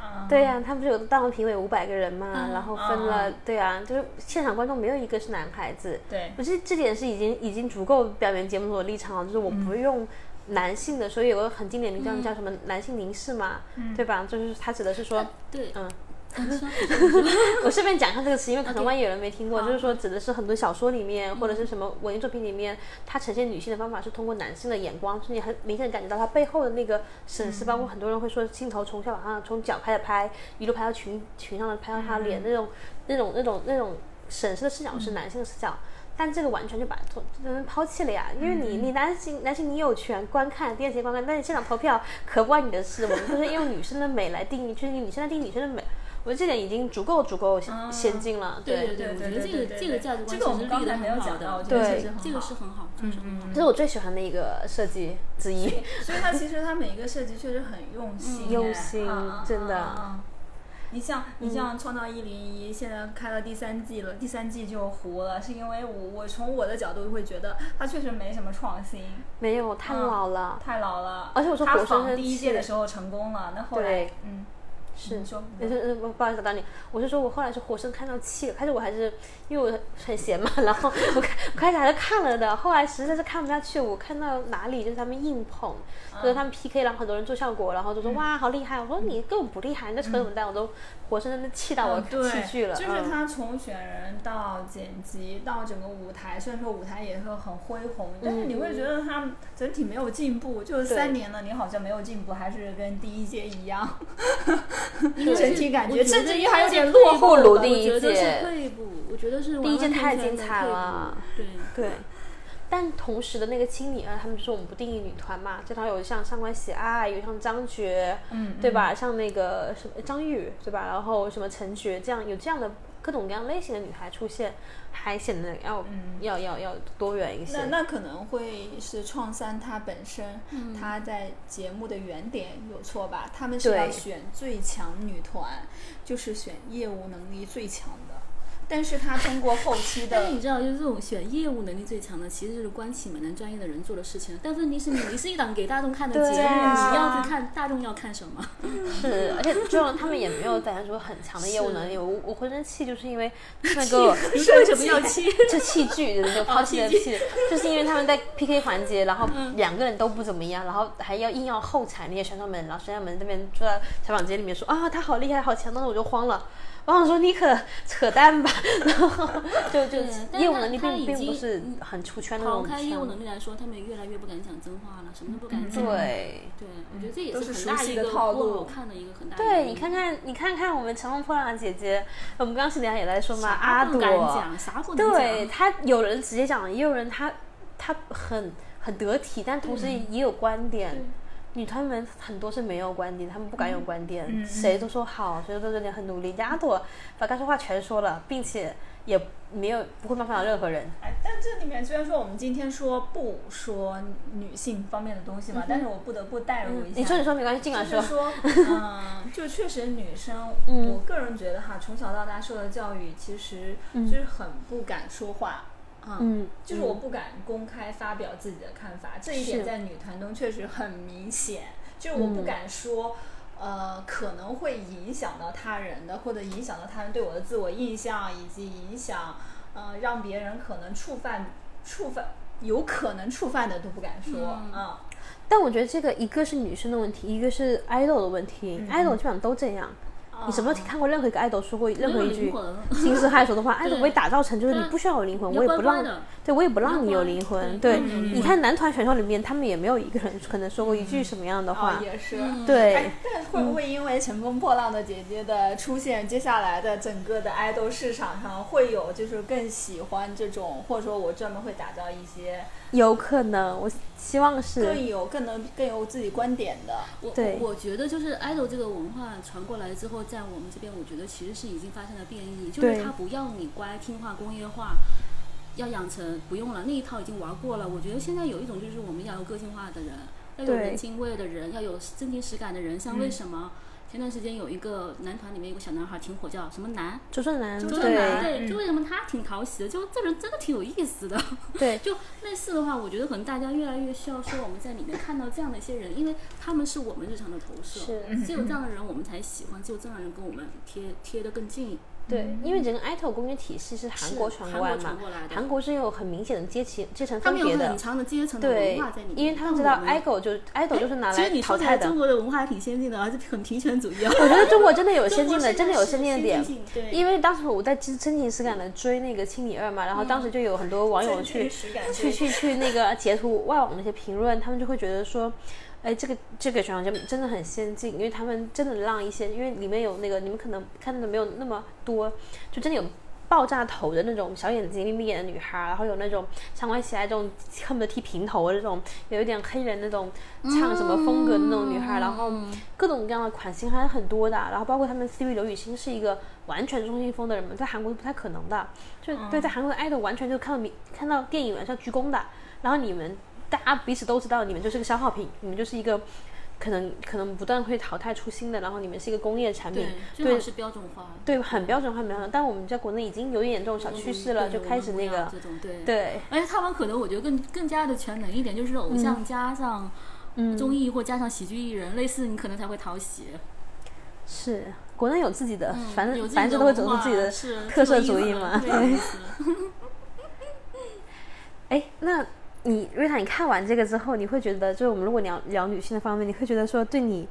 Speaker 3: 啊
Speaker 1: 对呀、他们不是有当了评委五百个人嘛，
Speaker 2: 嗯
Speaker 1: 然后分了，对啊，就是现场观众没有一个是男孩子。
Speaker 3: 对
Speaker 1: 我这这点是已经已经足够表明节目组的立场了，就是我
Speaker 2: 嗯
Speaker 1: 不用男性的，所以有个很经典名叫、叫什么男性凝视嘛，
Speaker 2: 嗯
Speaker 1: 对吧？就是他指的是说，
Speaker 2: 对，
Speaker 1: 嗯，
Speaker 2: 嗯你说
Speaker 1: 我顺便讲一下这个词，因为可能
Speaker 2: OK
Speaker 1: 万一有人没听过
Speaker 2: 好嗯
Speaker 1: 就是说指的是很多小说里面或者是什么文艺作品里面，它呈现女性的方法是通过男性的眼光，所以你很明显地感觉到它背后的那个审
Speaker 2: 嗯
Speaker 1: 视，包括很多人会说镜头从下往上，从脚开始拍，一路拍到裙裙上的，拍到她
Speaker 2: 嗯
Speaker 1: 脸、那种那种那种那种审视的视角是男性的视角。但这个完全就把从人抛弃了呀，因为你你男性男性你有权观看电视观看，但你现场投票可不关你的事。我们就是用女生的美来定义，就是女生来定义女生的美，我觉得这点已经足够足够先先进了。对，
Speaker 2: 对对，
Speaker 3: 对
Speaker 2: 我觉得
Speaker 3: 对
Speaker 2: 这个
Speaker 3: 对
Speaker 2: 这个
Speaker 3: 对
Speaker 2: 价值观
Speaker 3: 这
Speaker 2: 其
Speaker 3: 个我们
Speaker 2: 实
Speaker 3: 刚
Speaker 2: 立得
Speaker 3: 才没有
Speaker 2: 很好
Speaker 3: 讲到我
Speaker 2: 的，
Speaker 3: 觉
Speaker 1: 得
Speaker 2: 对
Speaker 1: 这是很
Speaker 2: 这个
Speaker 3: 好
Speaker 2: 是很好，
Speaker 1: 嗯
Speaker 2: 这个是很好。
Speaker 1: 这是我最喜欢的一个设计之一。
Speaker 3: 所以它其实它每一个设计确实很用心哎，
Speaker 1: 嗯用心
Speaker 3: 啊啊
Speaker 1: 真的
Speaker 3: 啊啊你像你像《创造一零一》现在开到第三季
Speaker 1: 嗯
Speaker 3: 了，第三季就糊了，是因为我我从我的角度会觉得它确实没什么创新，
Speaker 1: 没有，太
Speaker 3: 嗯
Speaker 1: 老了。
Speaker 3: 太老了。
Speaker 1: 而且我说
Speaker 3: 它
Speaker 1: 火山
Speaker 3: 仿
Speaker 1: 生
Speaker 3: 第一届
Speaker 1: 气
Speaker 3: 的时候成功了，那后来
Speaker 1: 对
Speaker 3: 嗯
Speaker 1: 是
Speaker 3: 你说
Speaker 1: 也是呃不不好意思打断你，我是说我后来是火生看到气了，开始我还是因为我很闲嘛，然后我开我开始还是看了的，后来实在是看不下去，我看到哪里就是他们硬捧，就是
Speaker 3: 嗯
Speaker 1: 他们 PK，然后很多人做效果，然后就说、哇好厉害，哦我说你根本不厉害，你在扯什么淡，我都活生生的 气到我
Speaker 3: 嗯对
Speaker 1: 弃剧了，
Speaker 3: 就是
Speaker 1: 嗯
Speaker 3: 他从选人到剪辑到整个舞台，虽然说舞台也是很恢宏，但是你会觉得他整体没有进步，就是
Speaker 1: 嗯对
Speaker 3: 三年了，你好像没有进步，还是跟第一届一样，
Speaker 1: 对
Speaker 3: 整体感
Speaker 2: 我
Speaker 3: 觉
Speaker 2: 得
Speaker 3: 甚至于
Speaker 2: 这
Speaker 3: 还有
Speaker 2: 是
Speaker 3: 点
Speaker 2: 退
Speaker 3: 落
Speaker 2: 步
Speaker 3: 后
Speaker 1: 不
Speaker 3: 了
Speaker 1: 如
Speaker 3: 吧
Speaker 1: 第一
Speaker 2: 我觉得
Speaker 1: 届
Speaker 2: 是退步，我觉得是
Speaker 1: 第一届
Speaker 2: 完完
Speaker 1: 太
Speaker 2: 全
Speaker 1: 精
Speaker 2: 全的
Speaker 1: 彩
Speaker 2: 退步
Speaker 1: 了
Speaker 2: 对，
Speaker 1: 对。但同时的那个青你啊，他们就说我们不定义女团嘛，这条有像上官喜爱，有像张觉，
Speaker 3: 嗯，
Speaker 1: 对吧？像那个什么张玉，对吧？然后什么陈觉，这样有这样的各种各样类型的女孩出现，还显得要、
Speaker 3: 嗯
Speaker 1: 要要要多元一些
Speaker 3: 那。那可能会是创三它本身，
Speaker 1: 嗯
Speaker 3: 它在节目的原点有错吧？他们是
Speaker 1: 对
Speaker 3: 要选最强女团，就是选业务能力最强的，但是他通过后期
Speaker 2: 但
Speaker 3: 的
Speaker 1: 哎
Speaker 2: 是你知道，就是这种选业务能力最强的，其实就是关起门来专业的人做的事情。但问题是你，你是一档给大众看的节目，
Speaker 1: 对啊
Speaker 2: 你要是看大众要看什么？
Speaker 1: 是，而且最后他们也没有展现出很强的业务能力。我我浑身气，就是因为那 个
Speaker 2: 你说为什么要气？
Speaker 1: 这弃剧，就
Speaker 3: 哦
Speaker 1: 抛弃的弃，就是因为他们在 PK 环节，然后
Speaker 3: 嗯
Speaker 1: 两个人都不怎么样，然后还要硬要后踩那些选手们，然后选手们这边坐在采访间里面说啊，他好厉害，好强，当时我就慌了。我想说你可扯淡吧， 然后就就
Speaker 2: 对但
Speaker 1: 业务
Speaker 2: 他
Speaker 1: 能力
Speaker 2: 他
Speaker 1: 并
Speaker 2: 已
Speaker 1: 并不
Speaker 2: 经
Speaker 1: 是很出圈的那
Speaker 2: 抛
Speaker 1: 种
Speaker 2: 开业务能
Speaker 1: 强。
Speaker 2: 力来说，他们也越来越不敢讲真话了，什么都不敢讲。
Speaker 1: 对
Speaker 2: 对，我觉得这也
Speaker 3: 都是
Speaker 2: 很
Speaker 3: 熟
Speaker 2: 大
Speaker 3: 悉
Speaker 2: 一
Speaker 3: 的
Speaker 2: 个
Speaker 3: 套
Speaker 2: 我
Speaker 3: 路
Speaker 2: 我看的一个很大。
Speaker 1: 对你看。看，你看看我们《乘风破浪的姐姐》，我们刚刚私底下也在说嘛，阿
Speaker 2: 啥
Speaker 1: 朵
Speaker 2: 啊不，敢讲，啥不能讲。
Speaker 1: 对他有人直接讲，也有人他他很很得体，但同时也有观点。女团们很多是没有观点，她们不敢有观点，
Speaker 3: 嗯嗯
Speaker 1: 谁都说好，谁都说你很努力。丫朵把该说话全说了，并且也没有不会冒犯到任何人。
Speaker 3: 哎，但这里面虽然说我们今天说不说女性方面的东西嘛，但是我不得不带
Speaker 2: 嗯
Speaker 3: 入一下。
Speaker 1: 你嗯说你说没关系，尽管说
Speaker 3: 就是。说， 嗯，就确实女生，
Speaker 1: 嗯
Speaker 3: 我个人觉得哈，从小到大受的教育其实就是很不敢说话，
Speaker 2: 嗯，
Speaker 1: 嗯，
Speaker 3: 就是我不敢公开发表自己的看法，这一点
Speaker 1: 是
Speaker 3: 在女团中确实很明显，就是我不
Speaker 1: 嗯
Speaker 3: 敢说。呃，可能会影响到他人的，或者影响到他人对我的自我印象，以及影响，呃，让别人可能触犯、触犯，有可能触犯的都不敢说，
Speaker 2: 嗯
Speaker 3: 嗯
Speaker 1: 但我觉得这个一个是女生的问题，一个是 idol 的问题。idol
Speaker 2: 嗯
Speaker 1: 基本上都这样。你什么时候看过任何一个 idol 说过任何
Speaker 2: 哦没有
Speaker 1: 一句
Speaker 2: 灵魂
Speaker 1: 惊世骇俗的话？idol
Speaker 2: 对
Speaker 1: 被打造成就是
Speaker 2: 对
Speaker 1: 你
Speaker 2: 啊
Speaker 1: 不需要有灵魂，
Speaker 2: 你
Speaker 1: 我也
Speaker 2: 乖
Speaker 1: 不
Speaker 2: 乖
Speaker 1: 让
Speaker 2: 的，
Speaker 1: 对我也不让你有
Speaker 2: 乖
Speaker 1: 灵魂。
Speaker 2: 对
Speaker 1: 对，
Speaker 2: 嗯不让你有
Speaker 1: 你看男团选秀里面，他们也没有一个人可能说过一句什么样的
Speaker 3: 啊
Speaker 1: 话。
Speaker 3: 也是，
Speaker 2: 嗯
Speaker 1: 对
Speaker 3: 哎，，但会不会因为《乘风破浪的姐姐》的出现，接下来的整个的爱豆市场上会有就是更喜欢这种，或者说我专门会打造一些
Speaker 1: 有可能，我希望是
Speaker 3: 更有、更能、更有自己观点的？
Speaker 2: 我
Speaker 1: 对
Speaker 2: 我觉得就是 idol 这个文化传过来之后，在我们这边，我觉得其实是已经发生了变异，就
Speaker 1: 对
Speaker 2: 是他不要你乖听话工业化，要养成不用了那一套已经玩过了。我觉得现在有一种就是我们要有个性化的人，要有
Speaker 1: 对嗯
Speaker 2: 人情味的人，要有真情实感的人。像为什么前段时间有一个男团里面有个小男孩挺火，叫什么男？
Speaker 1: 周震南，
Speaker 2: 周震南，
Speaker 1: 对嗯
Speaker 2: 对，就为什么他挺讨喜的？就这人真的挺有意思的。
Speaker 1: 对，
Speaker 2: 就类似的话，我觉得可能大家越来越需要说我们在里面看到这样的一些人，因为他们是我们日常的投射，
Speaker 1: 是。
Speaker 2: 只有这样的人我们才喜欢，只有这样的人跟我们贴贴得更近。
Speaker 1: 对，因为整个 idol 工业体系是韩
Speaker 2: 嗯是
Speaker 1: 国传
Speaker 2: 韩
Speaker 1: 过来
Speaker 2: 国传
Speaker 1: 嘛
Speaker 2: 过来，的
Speaker 1: 韩国是有很明显的阶级阶层
Speaker 2: 他
Speaker 1: 分
Speaker 2: 们有
Speaker 1: 别的
Speaker 2: 很，长的阶层的文
Speaker 1: 对
Speaker 2: 化在里面，，
Speaker 1: 因为他们
Speaker 2: 但
Speaker 1: 知道
Speaker 2: 我们哎
Speaker 1: idol 就 idol 就是拿
Speaker 2: 其实
Speaker 1: 来
Speaker 2: 你
Speaker 1: 淘
Speaker 2: 说起
Speaker 1: 汰
Speaker 2: 来
Speaker 1: 的
Speaker 2: 中。国的文化还挺先进的，而且很平权主义啊。
Speaker 1: 我觉得中国真的 有先
Speaker 2: 中国
Speaker 1: 进的，
Speaker 2: 现
Speaker 1: 真的
Speaker 2: 在
Speaker 1: 有
Speaker 2: 是
Speaker 1: 先进的
Speaker 2: 先
Speaker 1: 点。
Speaker 2: 进对，嗯
Speaker 1: 因为当时我在真真情实感的追那个《青你二》嘛，然后当时就有很多网友去去去去那个截图外网那些评论，他们就会觉得说，哎，这个这个选秀节目真的很先进，因为他们真的让一些，因为里面有那个你们可能看的没有那么多，就真的有。爆炸头的那种小眼睛、眯眯眼的女孩，然后有那种唱关系爱这种恨不得剃平头的这种，有一点黑人那种唱什么风格的那种女孩，然后
Speaker 2: 嗯
Speaker 1: 各种各样的款型还是很多的。然后包括他们 C 位刘雨昕是一个完全中性风的人嘛，在韩国是不太可能的。就
Speaker 2: 嗯
Speaker 1: 对，在韩国的 idol 完全就看到你看到电影完全鞠躬的。然后你们大家彼此都知道，你们就是个消耗品，你们就是一个可能可能不断会淘汰出新的，然后你们是一个工业产品
Speaker 2: 对，，最好
Speaker 1: 对
Speaker 2: 是标准化。
Speaker 1: 对，很标准化，很标准化。但我们在国内已经有一点这种小趋势了，
Speaker 2: 对
Speaker 1: 就开始
Speaker 2: 我们
Speaker 1: 那
Speaker 2: 不要
Speaker 1: 个
Speaker 2: 这种对。
Speaker 1: 对，
Speaker 2: 而且他们可能我觉得更更加的全能一点，就是偶像加上
Speaker 1: 嗯，
Speaker 2: 综艺或加上喜剧艺人，类似你可能才会讨喜。
Speaker 1: 是国内有自己的，
Speaker 2: 嗯
Speaker 1: 反
Speaker 2: 有
Speaker 1: 正
Speaker 2: 自己
Speaker 1: 凡事
Speaker 2: 的
Speaker 1: 都会
Speaker 2: 文
Speaker 1: 走出
Speaker 2: 化
Speaker 1: 自己的
Speaker 2: 是
Speaker 1: 特色
Speaker 2: 挺有
Speaker 1: 主
Speaker 2: 意
Speaker 1: 义
Speaker 2: 思的
Speaker 1: 嘛
Speaker 2: 对有意思
Speaker 1: 哎，那你瑞塔，你看完这个之后，你会觉得，就是我们如果聊聊女性的方面，你会觉得说，对你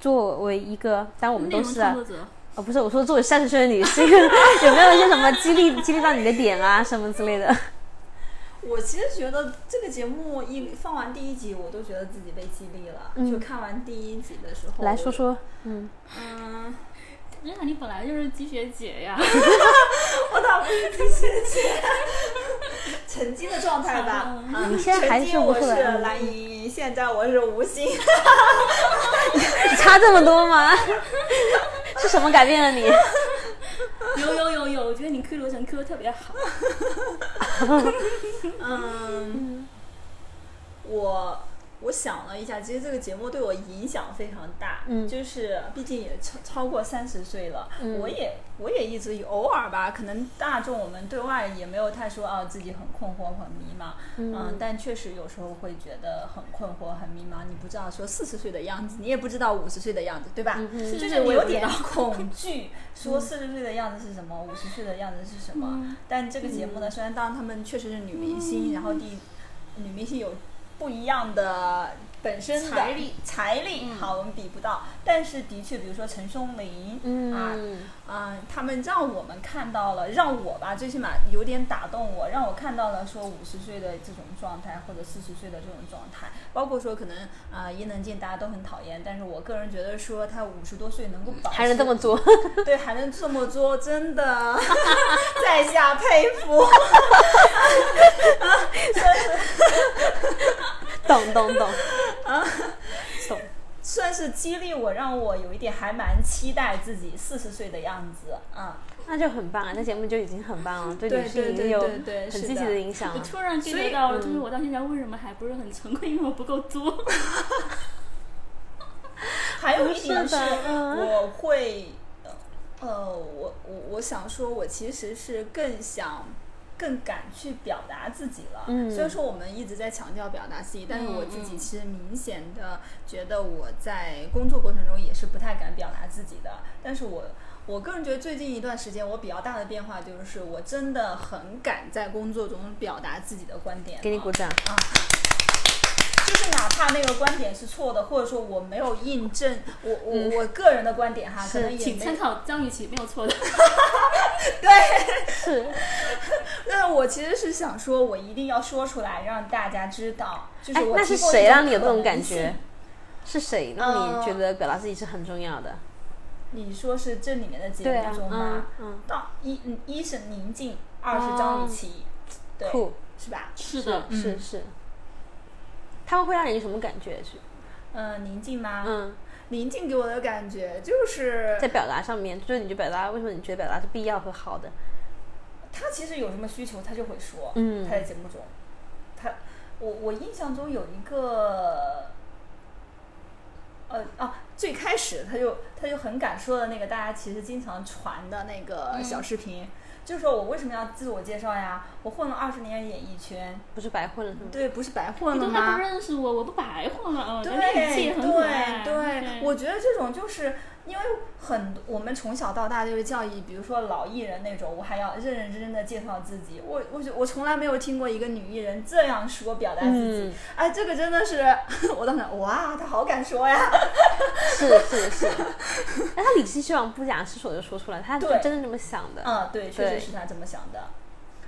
Speaker 1: 作为一个，当然我们
Speaker 2: 内
Speaker 1: 都
Speaker 2: 容
Speaker 1: 是
Speaker 2: 创
Speaker 1: 啊
Speaker 2: 作，者，
Speaker 1: 哦，不是，我说作为三十岁的女性， 有没有一些什么激励激励到你的点啊，什么之类的？
Speaker 3: 我其实觉得这个节目一放完第一集，我都觉得自己被激励了。
Speaker 1: 嗯
Speaker 3: 就看完第一集的时候，
Speaker 1: 来说，说，嗯，
Speaker 3: 嗯，
Speaker 2: 瑞塔，你本来就是鸡学姐呀，
Speaker 3: 我倒不是金学姐，曾经的状态吧。
Speaker 2: 嗯
Speaker 3: 嗯
Speaker 1: 你现在还
Speaker 3: 曾
Speaker 1: 是
Speaker 3: 经
Speaker 1: 不
Speaker 3: 我
Speaker 1: 错
Speaker 3: 是
Speaker 1: 的嗯
Speaker 3: 蓝莹莹，现在我是吴昕。
Speaker 1: 差这么多吗？ 是什么改变了你？
Speaker 2: 有有有有，我觉得你 Q 流程 Q 的特别好。
Speaker 1: 啊
Speaker 3: 嗯，我我想了一下，其实这个节目对我影响非常大，
Speaker 1: 嗯
Speaker 3: 就是毕竟也超超过三十岁了，
Speaker 1: 嗯
Speaker 3: 我也我也一直有偶尔吧，可能大众我们对外也没有太说啊自己很困惑很迷茫，嗯但确实有时候会觉得很困惑很迷茫，你不知道说四十岁的样子，你也不知道五十岁的样子，对吧？
Speaker 2: 是
Speaker 3: 就是是
Speaker 2: 嗯我
Speaker 3: 我
Speaker 2: 也
Speaker 3: 有
Speaker 2: 不知
Speaker 3: 点
Speaker 2: 道
Speaker 3: 恐惧，说四十岁的样子是什么，五十岁的样子是什么。但这个节目呢，虽然当然他们确实是女明星，然后第女明星有不一样的本身的
Speaker 2: 财力，
Speaker 3: 财力、
Speaker 2: 嗯
Speaker 3: 好我们比不到，但是的确，比如说陈松伶，啊
Speaker 1: 嗯，
Speaker 3: 啊、他们让我们看到了，让我吧，最起码有点打动我，让我看到了说五十岁的这种状态，或者四十岁的这种状态，包括说可能啊、伊能静大家都很讨厌，但是我个人觉得说她五十多岁能够保持
Speaker 1: 还能这么做，
Speaker 3: 对，还能这么做，真的，在下佩服。
Speaker 1: 懂懂懂，懂，
Speaker 3: 算是激励我，让我有一点还蛮期待自己四十岁的样子啊。
Speaker 1: 那就很棒啊！这节目就已经很棒了，对
Speaker 3: 对
Speaker 1: 女性
Speaker 3: 对
Speaker 1: 已经
Speaker 3: 对
Speaker 1: 有
Speaker 3: 对
Speaker 1: 很
Speaker 3: 对是
Speaker 1: 积极
Speaker 3: 的
Speaker 1: 的影响
Speaker 2: 我
Speaker 1: 了。
Speaker 2: 突然 get
Speaker 3: 所以
Speaker 2: 到
Speaker 1: 嗯
Speaker 2: 了，就是我到现在为什么还不是很成功，因为我不够多。
Speaker 3: 还有一
Speaker 1: 是
Speaker 3: 点是呃
Speaker 1: 的嗯，
Speaker 3: 我会，呃，我我我想说，我其实是更想更敢去表达自己了。
Speaker 1: 嗯
Speaker 3: 虽然说我们一直在强调表达自己，但是我自
Speaker 2: 嗯
Speaker 3: 己
Speaker 2: 嗯
Speaker 3: 其实明显的觉得我在工作过程中也是不太敢表达自己的。但是我我个人觉得最近一段时间我比较大的变化就是，我真的很敢在工作中表达自己的观点了。啊
Speaker 1: 给你鼓掌。
Speaker 3: 就是哪怕那个观点是错的，或者说我没有印证我我、
Speaker 1: 嗯
Speaker 3: 我个人的观点哈，可能也
Speaker 2: 请
Speaker 3: 没
Speaker 2: 参考张雨绮，没有错的。
Speaker 1: 是，
Speaker 3: 那我其实是想说，我一定要说出来，让大家知道。就是
Speaker 1: 哎，
Speaker 3: 我
Speaker 1: 那
Speaker 3: 提
Speaker 1: 是
Speaker 3: 供
Speaker 1: 谁
Speaker 3: 一
Speaker 1: 让你有
Speaker 3: 可
Speaker 1: 这种
Speaker 3: 能
Speaker 1: 感
Speaker 3: 性
Speaker 1: 觉？？是谁让你
Speaker 3: 呃
Speaker 1: 觉得表达自己是很重要的？
Speaker 3: 你说是这里面的节
Speaker 1: 对啊
Speaker 3: 目中
Speaker 1: 嗯
Speaker 3: 吗？
Speaker 1: 嗯，
Speaker 3: 到一嗯一是宁静，二是张雨绮，对，
Speaker 1: 啊酷，
Speaker 3: 是吧？
Speaker 2: 是的，
Speaker 1: 是
Speaker 3: 嗯
Speaker 1: 是。他们会让你什么感觉？是，
Speaker 3: 嗯、宁静吗？
Speaker 1: 嗯，
Speaker 3: 宁静给我的感觉就是
Speaker 1: 在，表达上面，就是你觉得表达为什么你觉得表达是必要和好的？
Speaker 3: 她其实有什么需求，她就会说。
Speaker 1: 嗯
Speaker 3: 她在节目中，她我我印象中有一个。呃啊，最开始她就她就很敢说的那个，大家其实经常传的那
Speaker 2: 嗯
Speaker 3: 个小视频，就是说我为什么要自我介绍呀？我混了二十年演艺圈，
Speaker 1: 不是白混了是吗？
Speaker 3: 对，不是白混
Speaker 2: 你
Speaker 3: 了
Speaker 2: 都
Speaker 3: 吗？
Speaker 2: 还不认识我，我不白混了
Speaker 1: 哦
Speaker 2: 啊！
Speaker 3: 对
Speaker 2: 人家语气也很可爱。
Speaker 3: 对对，我觉得这种就是因为很我们从小到大就是教育，比如说老艺人那种，我还要认认真真的介绍自己。我我觉我从来没有听过一个女艺人这样说表达自己。
Speaker 1: 嗯
Speaker 3: 哎，这个真的是 我当时哇，她好敢说呀！
Speaker 1: 是是是。但他理直气壮、不假思索就说出来，他是
Speaker 3: 对
Speaker 1: 真的这么想的。
Speaker 3: 嗯，对，确
Speaker 1: 对
Speaker 3: 实是她这么想的。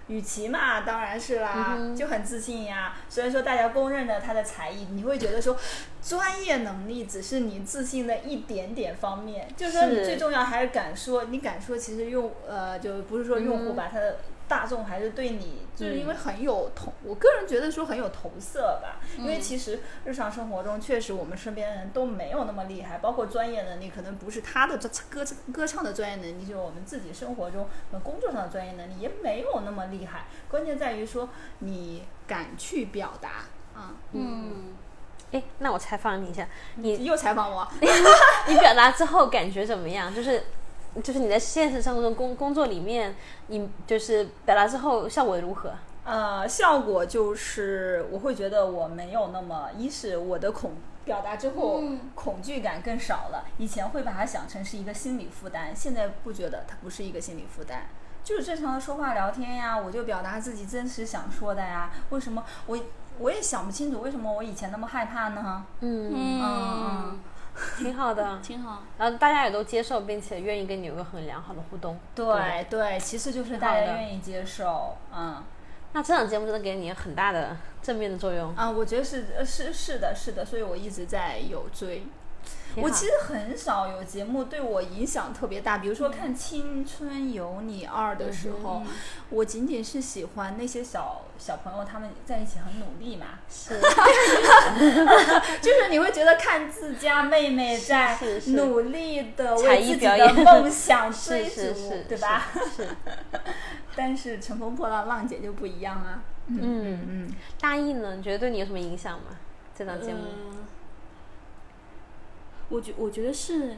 Speaker 3: 雨琦嘛，当然是啦，
Speaker 1: 嗯哼
Speaker 3: 就很自信呀。虽然说大家公认的她的才艺，你会觉得说，专业能力只是你自信的一点点方面，就是说
Speaker 1: 是
Speaker 3: 你最重要还是敢说。你敢说，其实用呃，就不是说用户吧，他的大众还是对你，就是因为很有投，我个人觉得说很有投射吧。因为其实日常生活中，确实我们身边的人都没有那么厉害，包括专业能力，可能不是他的歌歌唱的专业能力，就是我们自己生活中、我们工作上的专业能力也没有那么厉害。关键在于说你敢去表达。啊、
Speaker 2: 嗯，
Speaker 1: 哎，那我采访你一下，你
Speaker 3: 又采访我，
Speaker 1: 你表达之后感觉怎么样？就是就是你在现实生活中工工作里面，你就是表达之后效果如何？
Speaker 3: 呃，效果就是我会觉得我没有那么，一是我的恐表达之后、
Speaker 2: 嗯
Speaker 3: 恐惧感更少了，以前会把它想成是一个心理负担，现在不觉得它不是一个心理负担。就是正常的说话聊天呀，我就表达自己真实想说的呀。为什么我我也想不清楚，为什么我以前那么害怕呢？
Speaker 1: 嗯，
Speaker 2: 嗯
Speaker 3: 嗯，
Speaker 1: 挺好的。
Speaker 2: 挺好。
Speaker 1: 然后大家也都接受，并且愿意跟你有个很良好的互动。
Speaker 3: 对对，其实就是大
Speaker 1: 好
Speaker 3: 家
Speaker 1: 的
Speaker 3: 愿意接受，嗯。
Speaker 1: 那这档节目真的给你很大的正面的作用。
Speaker 3: 啊，我觉得是呃是是的，是的，所以我一直在有追。
Speaker 1: 挺
Speaker 3: 我
Speaker 1: 好
Speaker 3: 其实很少有节目对我影响特别大，比如说看《青春有你二》的时候，
Speaker 1: 嗯
Speaker 3: 我仅仅是喜欢那些小小朋友他们在一起很努力嘛，
Speaker 1: 是
Speaker 3: 就是你会觉得看自家妹妹在
Speaker 1: 是是
Speaker 3: 努力的
Speaker 1: 才
Speaker 3: 为
Speaker 1: 艺
Speaker 3: 自己
Speaker 1: 表
Speaker 3: 的
Speaker 1: 演
Speaker 3: 梦想追
Speaker 1: 是
Speaker 3: 逐，
Speaker 1: 是是，
Speaker 3: 对吧？
Speaker 1: 是？是，
Speaker 3: 但是《乘风破浪》浪姐就不一样啊，嗯
Speaker 1: 嗯，
Speaker 3: 嗯，
Speaker 1: 大意呢？你觉得对你有什么影响吗？这档节目？
Speaker 2: 嗯我觉我觉得是，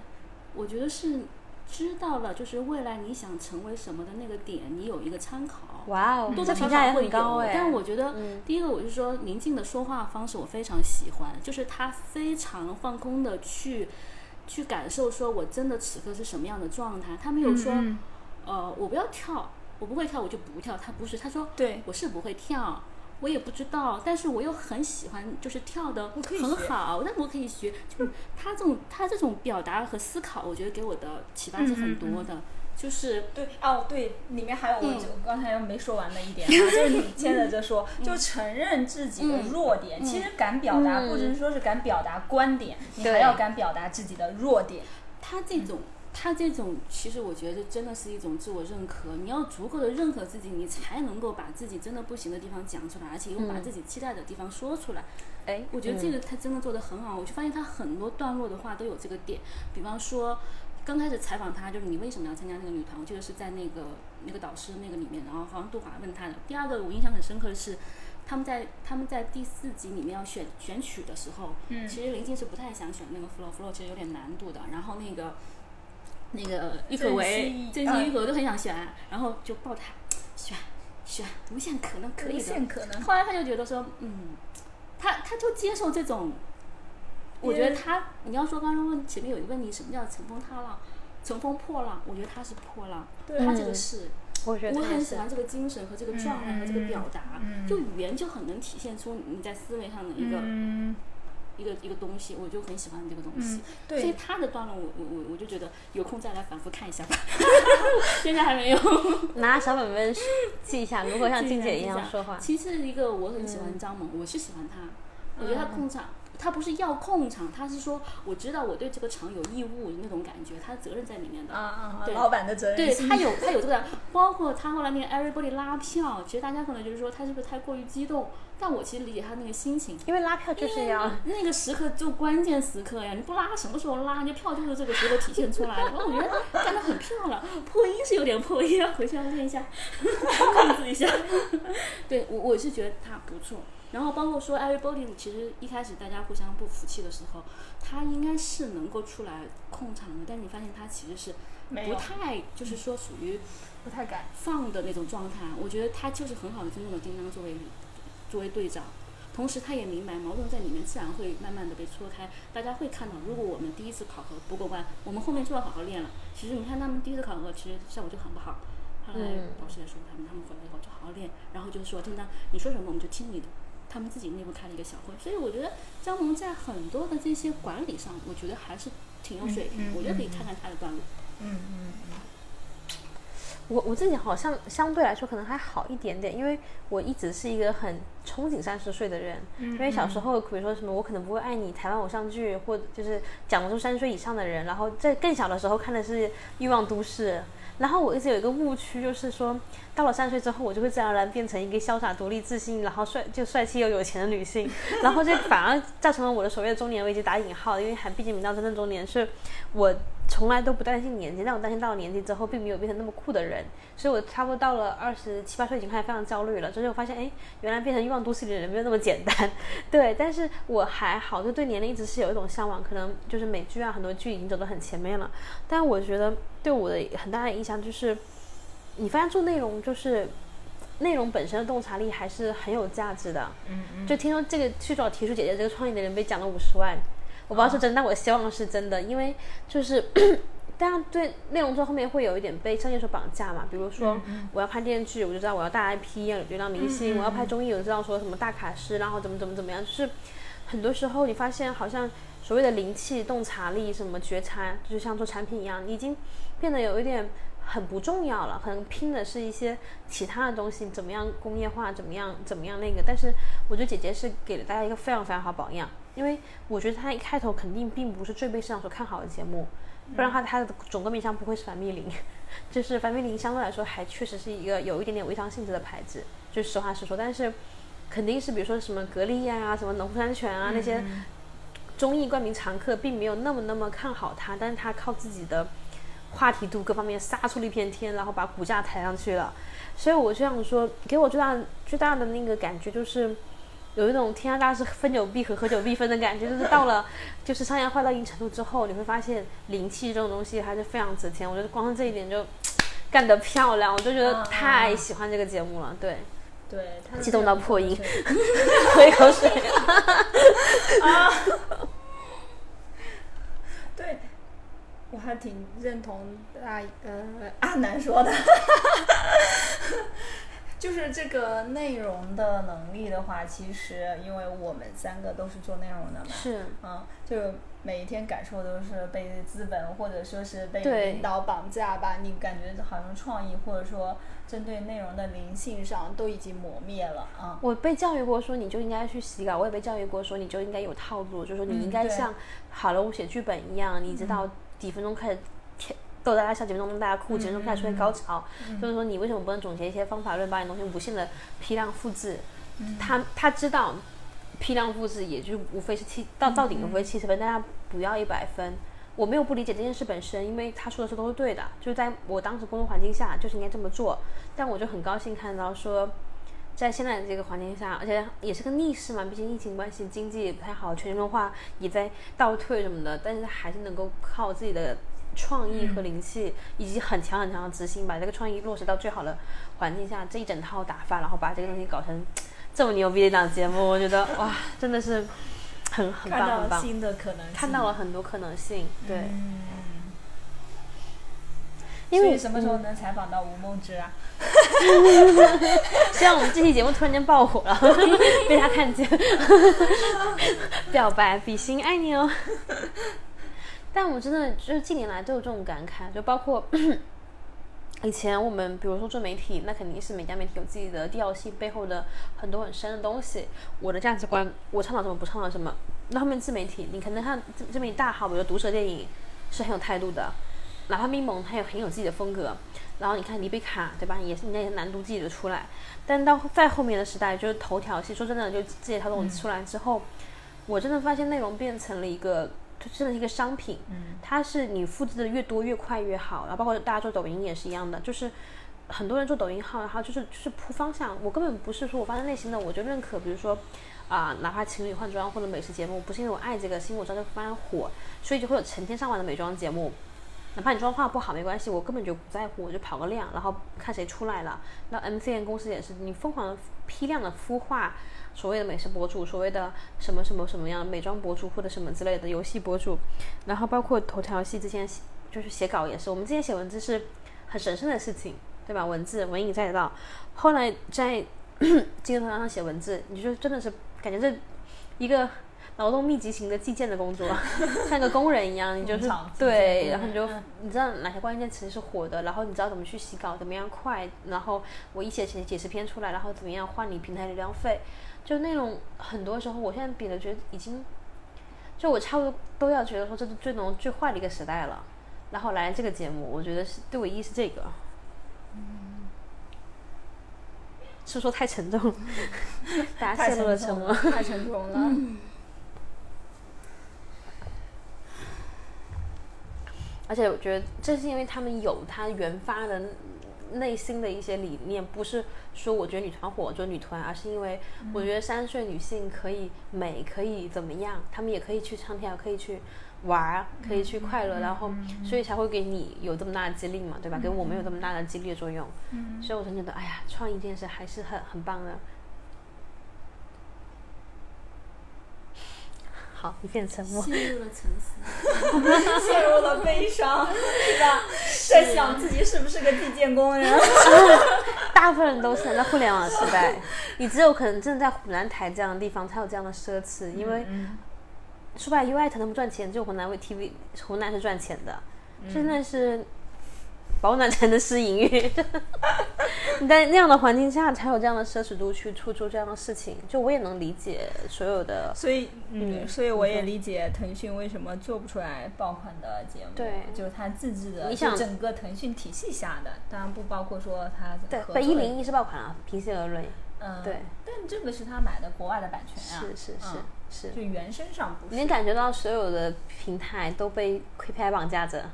Speaker 2: 我觉得是知道了，就是未来你想成为什么的那个点，你有一个参考。
Speaker 1: 哇哦，
Speaker 2: 多
Speaker 1: 这
Speaker 2: 多
Speaker 1: 评
Speaker 2: 少
Speaker 1: 价也
Speaker 2: 少会
Speaker 1: 很高
Speaker 2: 有
Speaker 1: 哎。
Speaker 2: 但我觉得
Speaker 1: 嗯
Speaker 2: 第一个，我是说宁静的说话方式我非常喜欢，就是她非常放空的去去感受，说我真的此刻是什么样的状态。她没有说，
Speaker 3: 嗯
Speaker 2: 呃，我不要跳，我不会跳，我就不跳。她不是，她说，
Speaker 3: 对
Speaker 2: 我是不会跳。我也不知道，但是我又很喜欢，就是跳的
Speaker 3: 我可以
Speaker 2: 很
Speaker 3: 学
Speaker 2: 好，但我可以学。就是她这种她这种表达和思考，我觉得给我的启发是很多
Speaker 3: 嗯
Speaker 2: 的。就是
Speaker 3: 对哦，对，里面还有我
Speaker 2: 嗯
Speaker 3: 就刚才没说完的一 点啊，就是你接着就说，就承认自己
Speaker 2: 嗯
Speaker 3: 的弱点。其实敢表达，不只是说是敢表达观点，你还
Speaker 1: 对
Speaker 3: 要敢表达自己的弱点。
Speaker 2: 他这种，他这种，其实我觉得真的是一种自我认可。你要足够的认可自己，你才能够把自己真的不行的地方讲出来，而且又把
Speaker 3: 嗯
Speaker 2: 自己期待的地方说出来。
Speaker 1: 哎，
Speaker 2: 我觉得这
Speaker 1: 嗯
Speaker 2: 个他真的做得很好，我就发现他很多段落的话都有这个点，比方说。刚开始采访他，就是你为什么要参加那个女团？我记得是在那个那个导师那个里面，然后好像杜华问他的。第二个我印象很深刻的是，他们在他们在第四集里面要选选曲的时候，
Speaker 3: 嗯
Speaker 2: 其实林静是不太想选那个 flow，flow 其实有点难度的。然后那个那个郁可
Speaker 3: 郑
Speaker 2: 唯、
Speaker 3: 希
Speaker 2: 郑
Speaker 3: 啊
Speaker 2: 希、郁可唯都很想选，然后就抱他选选无限可能可
Speaker 3: 无
Speaker 2: 以的。
Speaker 3: 限可能。
Speaker 2: 后来他就觉得说，嗯，他他就接受这种。我
Speaker 3: 嗯
Speaker 2: 觉得他，你要说刚刚问前面有一个问题，什么叫乘风踏浪，乘风破浪？我觉得他是破浪，
Speaker 3: 对
Speaker 2: 他这个
Speaker 1: 嗯
Speaker 2: 是，
Speaker 1: 我觉得
Speaker 2: 我
Speaker 1: 他
Speaker 2: 很
Speaker 1: 是
Speaker 2: 喜欢这个精神和这个状态和这个表达，
Speaker 3: 嗯嗯
Speaker 2: 就语言就很能体现出你在思维上的一个、
Speaker 3: 嗯，
Speaker 2: 一个一个东西，我就很喜欢这个东西。所以
Speaker 3: 对，
Speaker 2: 他的段落我，我我我就觉得有空再来反复看一下 吧， 现在还没有。
Speaker 1: 拿小本本记一下，如果像静姐一样说话，
Speaker 2: 其实一个我很喜欢张萌，我是喜欢他，我觉得他控场，他不是要控场，他是说我知道我对这个场有义务那种感觉，他责任在里面的。
Speaker 3: 啊啊啊！
Speaker 2: 对
Speaker 3: 老板的责任
Speaker 2: 对
Speaker 3: 心
Speaker 2: 他有他有这个，包括他后来那个 everybody 拉票，其实大家可能就是说他是不是太过于激动，但我其实理解他那个心情，
Speaker 1: 因为拉票就是要
Speaker 2: 啊那个时刻就关键时刻呀，你不拉什么时候拉？你票就是这个时候体现出来。然后我觉得干得很漂亮，破音是有点破音，啊回去要练一下， 控制一下。 对我我是觉得他不错。然后包括说 everybody，其实一开始大家互相不服气的时候，他应该是能够出来控场的，但是你发现他其实是
Speaker 3: 没
Speaker 2: 不
Speaker 3: 有
Speaker 2: 太，就是说属于
Speaker 3: 不太敢。
Speaker 2: 放的那种状态，我觉得他就是很好的尊重了叮当作为作为队长，同时他也明白矛盾在里面自然会慢慢的被戳开，大家会看到，如果我们第一次考核不过关，我们后面就要好好练了。其实你看他们第一次考核，其实效果就很不好。后来
Speaker 1: 嗯
Speaker 2: 老师也说他们，他们回来以后就好好练，然后就说叮当，你说什么我们就听你的。他们自己内部开了一个小会，所以我觉得张萌在很多的这些管理上，我觉得还是挺有水平。
Speaker 3: 嗯嗯
Speaker 2: 我觉得可以看看他的 段落。
Speaker 3: 嗯嗯
Speaker 1: 我我自己好像相对来说可能还好一点点，因为我一直是一个很憧憬三十岁的人，
Speaker 3: 嗯
Speaker 1: 因为小时候比如说什么我可能不会爱你台湾偶像剧，或者就是讲述三十岁以上的人，然后在更小的时候看的是欲望都市，然后我一直有一个误区，就是说到了三十岁之后，我就会自然而然变成一个潇洒、独立、自信，然后帅就帅气又有钱的女 性，然后这反而造成了我的所谓的中年危机打引号，因为韩毕竟明道真正中年是我从来都不担心年纪，但我担心到了年纪之后，并没有变成那么酷的人，所以我差不多到了二十七八岁已经开始非常焦虑了。就是我发现，哎，原来变成欲望都市里的人没有那么简单。对，但是我还好，就对年龄一直是有一种向往，可能就是美剧啊，很多剧已经走得很前面了。但我觉得对我的很大的影响就是，你发现做内容就是内容本身的洞察力还是很有价值的。
Speaker 3: 嗯嗯，
Speaker 1: 就听说这个去找提出姐姐这个创意的人被奖了五十万，我不知道是真的，但我希望是真的，因为就是 当然对内容做后面会有一点被商业所绑架嘛，比如说
Speaker 3: 嗯
Speaker 1: 我要拍电视剧，我就知道我要大 IP，要有流量明星；我要拍综艺，我就知道说什么大卡司，然后怎么怎么怎么样，就是很多时候你发现好像所谓的灵气、洞察力、什么觉察，就是像做产品一样，你已经变得有一点很不重要了，可能拼的是一些其他的东西，怎么样工业化，怎么样怎么样那个。但是我觉得姐姐是给了大家一个非常非常好榜样，因为我觉得她一开头肯定并不是最被市场所看好的节目，不然的话她的总冠名商不会是樊密林，就是樊密林相对来说还确实是一个有一点点微商性质的牌子，就实话实说，但是。肯定是比如说什么格力呀、什么农夫山泉啊那些综艺冠名常客，并没有那么那么看好他，但是他靠自己的话题度各方面杀出了一片天，然后把股价抬上去了。所以我就想说，给我最大最大的那个感觉就是。有一种天下大事分久必合，合久必分的感觉，就是到了就是商业化到一定程度之后，你会发现灵气这种东西还是非常值钱。我觉得光是这一点就干得漂亮，我就觉得
Speaker 3: 啊
Speaker 1: 太喜欢这个节目了。对，
Speaker 3: 对，他
Speaker 1: 激动到破音
Speaker 3: 对
Speaker 1: 喝一 口水。
Speaker 3: 对，我还挺认同大呃阿南说的， 就是这个内容的能力的话，其实因为我们三个都是做内容的嘛，
Speaker 1: 是，
Speaker 3: 嗯，就是每一天感受都是被资本或者说是被
Speaker 1: 对
Speaker 3: 领导绑架吧，你感觉好像创意或者说针对内容的灵性上都已经磨灭了啊。
Speaker 1: 我被教育过说你就应该去洗稿，我也被教育过说你就应该有套路，就说你
Speaker 3: 嗯
Speaker 1: 应该
Speaker 3: 对嗯
Speaker 1: 像好莱坞写剧本一样，你知道几分钟开始贴逗大家笑，几分钟让大家哭，几分钟开始出现高潮，
Speaker 3: 嗯
Speaker 1: 就是说你为什么不能总结一些方法论，把你东西无限的批量复制？
Speaker 3: 嗯
Speaker 1: 他他知道批量复制也就无非是七到到顶无非七十分，但他不要一百分。我没有不理解这件事本身，因为他说的是都是对的，就是在我当时工作环境下就是应该这么做。但我就很高兴看到说，在现在的这个环境下，而且也是个逆势嘛，毕竟疫情关系，经济不太好，全球化也在倒退什么的，但是还是能够靠自己的创意和灵气，以及很强很强的执行，把这个创意落实到最好的环境下，这一整套打发，然后把这个东西搞成这么牛逼的一档节目，我觉得哇，真的是很很
Speaker 3: 看
Speaker 1: 棒
Speaker 3: 到
Speaker 1: 很
Speaker 3: 了
Speaker 1: 棒，
Speaker 3: 新的可能性，
Speaker 1: 看到了很多可能性。对，
Speaker 3: 嗯。
Speaker 1: 因
Speaker 3: 所
Speaker 1: 为
Speaker 3: 以什么时候
Speaker 1: 嗯
Speaker 3: 能采访到吴梦之啊？
Speaker 1: 虽然我们这期节目突然间爆火了， 被他看见，表白比心爱你哦。但我真的就是近年来都有这种感慨，就包括以前我们比如说做媒体，那肯定是每家媒体有自己的调性，背后的很多很深的东西。我的价值观，我倡导什么，不倡导什么。那后面自媒体，你可能看这这边大号，比如毒舌电影，是很有态度的，哪怕咪蒙他也很有自己的风格。然后你看李贝卡，对吧？也是人家也难独自己的出来，但到再后面的时代，就是头条系，说真的，就字节跳动出来之后，我真的发现内容变成了一个，就真的是一个商品。
Speaker 3: 嗯，
Speaker 1: 它是你复制的越多越快越好，然后包括大家做抖音也是一样的，就是很多人做抖音号，然后就是就是铺方向。我根本不是说我发现类型的我就认可，比如说啊、哪怕情侣换装或者美食节目，不是因为我爱这个，是因为我知道这个方向火，所以就会有成千上万的美妆节目。哪怕你妆化不好没关系，我根本就不在乎，我就跑个量，然后看谁出来了。那 MCN 公司也是，你疯狂的批量的孵化所谓的美食博主，所谓的什么什么什么样的美妆博主或者什么之类的游戏博主，然后包括头条系之前写就是写稿也是，我们之前写文字是很神圣的事情，对吧？文字文以载道，后来在 今日头条上写文字，你就真的是感觉这一个劳动密集型的计件的工作， 像个工人一样，你就是
Speaker 3: 工厂计件
Speaker 1: 对，
Speaker 3: 嗯
Speaker 1: 然后你就
Speaker 3: 嗯
Speaker 1: 你知道哪些关键词是火的，然后你知道怎么去洗稿，怎么样快，然后我一写写解释篇出来，然后怎么样换你平台流量费，就那种很多时候，我现在比的觉得已经，就我差不多都要觉得说这是最浓最坏的一个时代了。然后来这个节目，我觉得是对我意义是这个。
Speaker 3: 嗯
Speaker 1: 是不是说太沉重了， 大家
Speaker 3: 太
Speaker 1: 陷入了沉
Speaker 3: 沉重
Speaker 1: 默
Speaker 3: 了，。太沉重 了。
Speaker 1: 而且我觉得这是因为他们有他原发的内心的一些理念，不是说我觉得女团火，我觉得女团，而是因为
Speaker 3: 嗯
Speaker 1: 我觉得三岁女性可以美，可以怎么样，她们也可以去唱跳，可以去玩儿，
Speaker 3: 嗯
Speaker 1: 可以去快乐，然后所以才会给你有这么大的激励嘛，对吧？给我们有这么大的激励的作用，
Speaker 3: 嗯，
Speaker 1: 所以我才觉得，哎呀，创意这件事还是很很棒啊 的。好，一片沉默。
Speaker 2: 陷入了沉思。
Speaker 3: 陷入了悲伤，是吧？在想自己是不是个地建工人？
Speaker 1: 大部分人都是在互联网时代，你只有可能真的在湖南台这样的地方才有这样的奢侈，
Speaker 3: 嗯
Speaker 1: 因为说白了，UI 可能不赚钱，只有湖南卫 TV 湖南是赚钱的，
Speaker 3: 嗯
Speaker 1: 真的是保暖才能是营 运。你在那样的环境下才有这样的奢侈度去出租这样的事情，就我也能理解所有的。
Speaker 3: 所以，嗯，
Speaker 1: 嗯
Speaker 3: 所以我也理解腾讯为什么做不出来爆款的节目，
Speaker 1: 对
Speaker 3: 就是它自制的，
Speaker 1: 你想
Speaker 3: 就整个腾讯体系下的，当然不包括说它
Speaker 1: 对，
Speaker 3: 合
Speaker 1: 被一
Speaker 3: 作的
Speaker 1: 零一是爆款啊，平心而论，
Speaker 3: 嗯，
Speaker 1: 对，
Speaker 3: 但这个是他买的国外的版权啊，
Speaker 1: 是是是
Speaker 3: 嗯
Speaker 1: 是，
Speaker 3: 就原声上不
Speaker 1: 你
Speaker 3: 是，
Speaker 1: 能感觉到所有的平台都被 KPI 绑架着，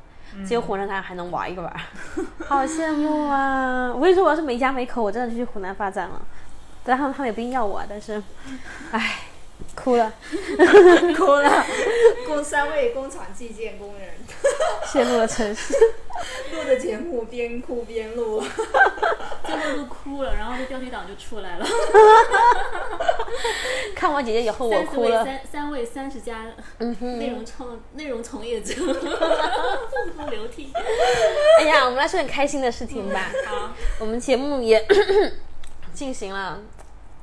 Speaker 1: 只有湖南台还能玩一个玩 儿，好羡慕啊！我跟你说，我要是没家没口，我真的就去湖南发展了。但他们他们也不一定要我啊，但是，唉，哭 了，
Speaker 3: 哭了，
Speaker 4: 共三位工厂计件工人
Speaker 1: 陷入了沉思。
Speaker 4: 录的节目，边哭边录。
Speaker 2: 最后都哭了，然后这标题党就出 来了。
Speaker 1: 看完姐姐以后，我
Speaker 2: 三十
Speaker 1: 哭
Speaker 2: 位
Speaker 1: 了。
Speaker 2: 三三位三十加内容创内容从 业者，痛哭流涕。
Speaker 1: 哎呀，我们来说点开心的事情 吧。
Speaker 2: 好，
Speaker 1: 我们节目也 进行了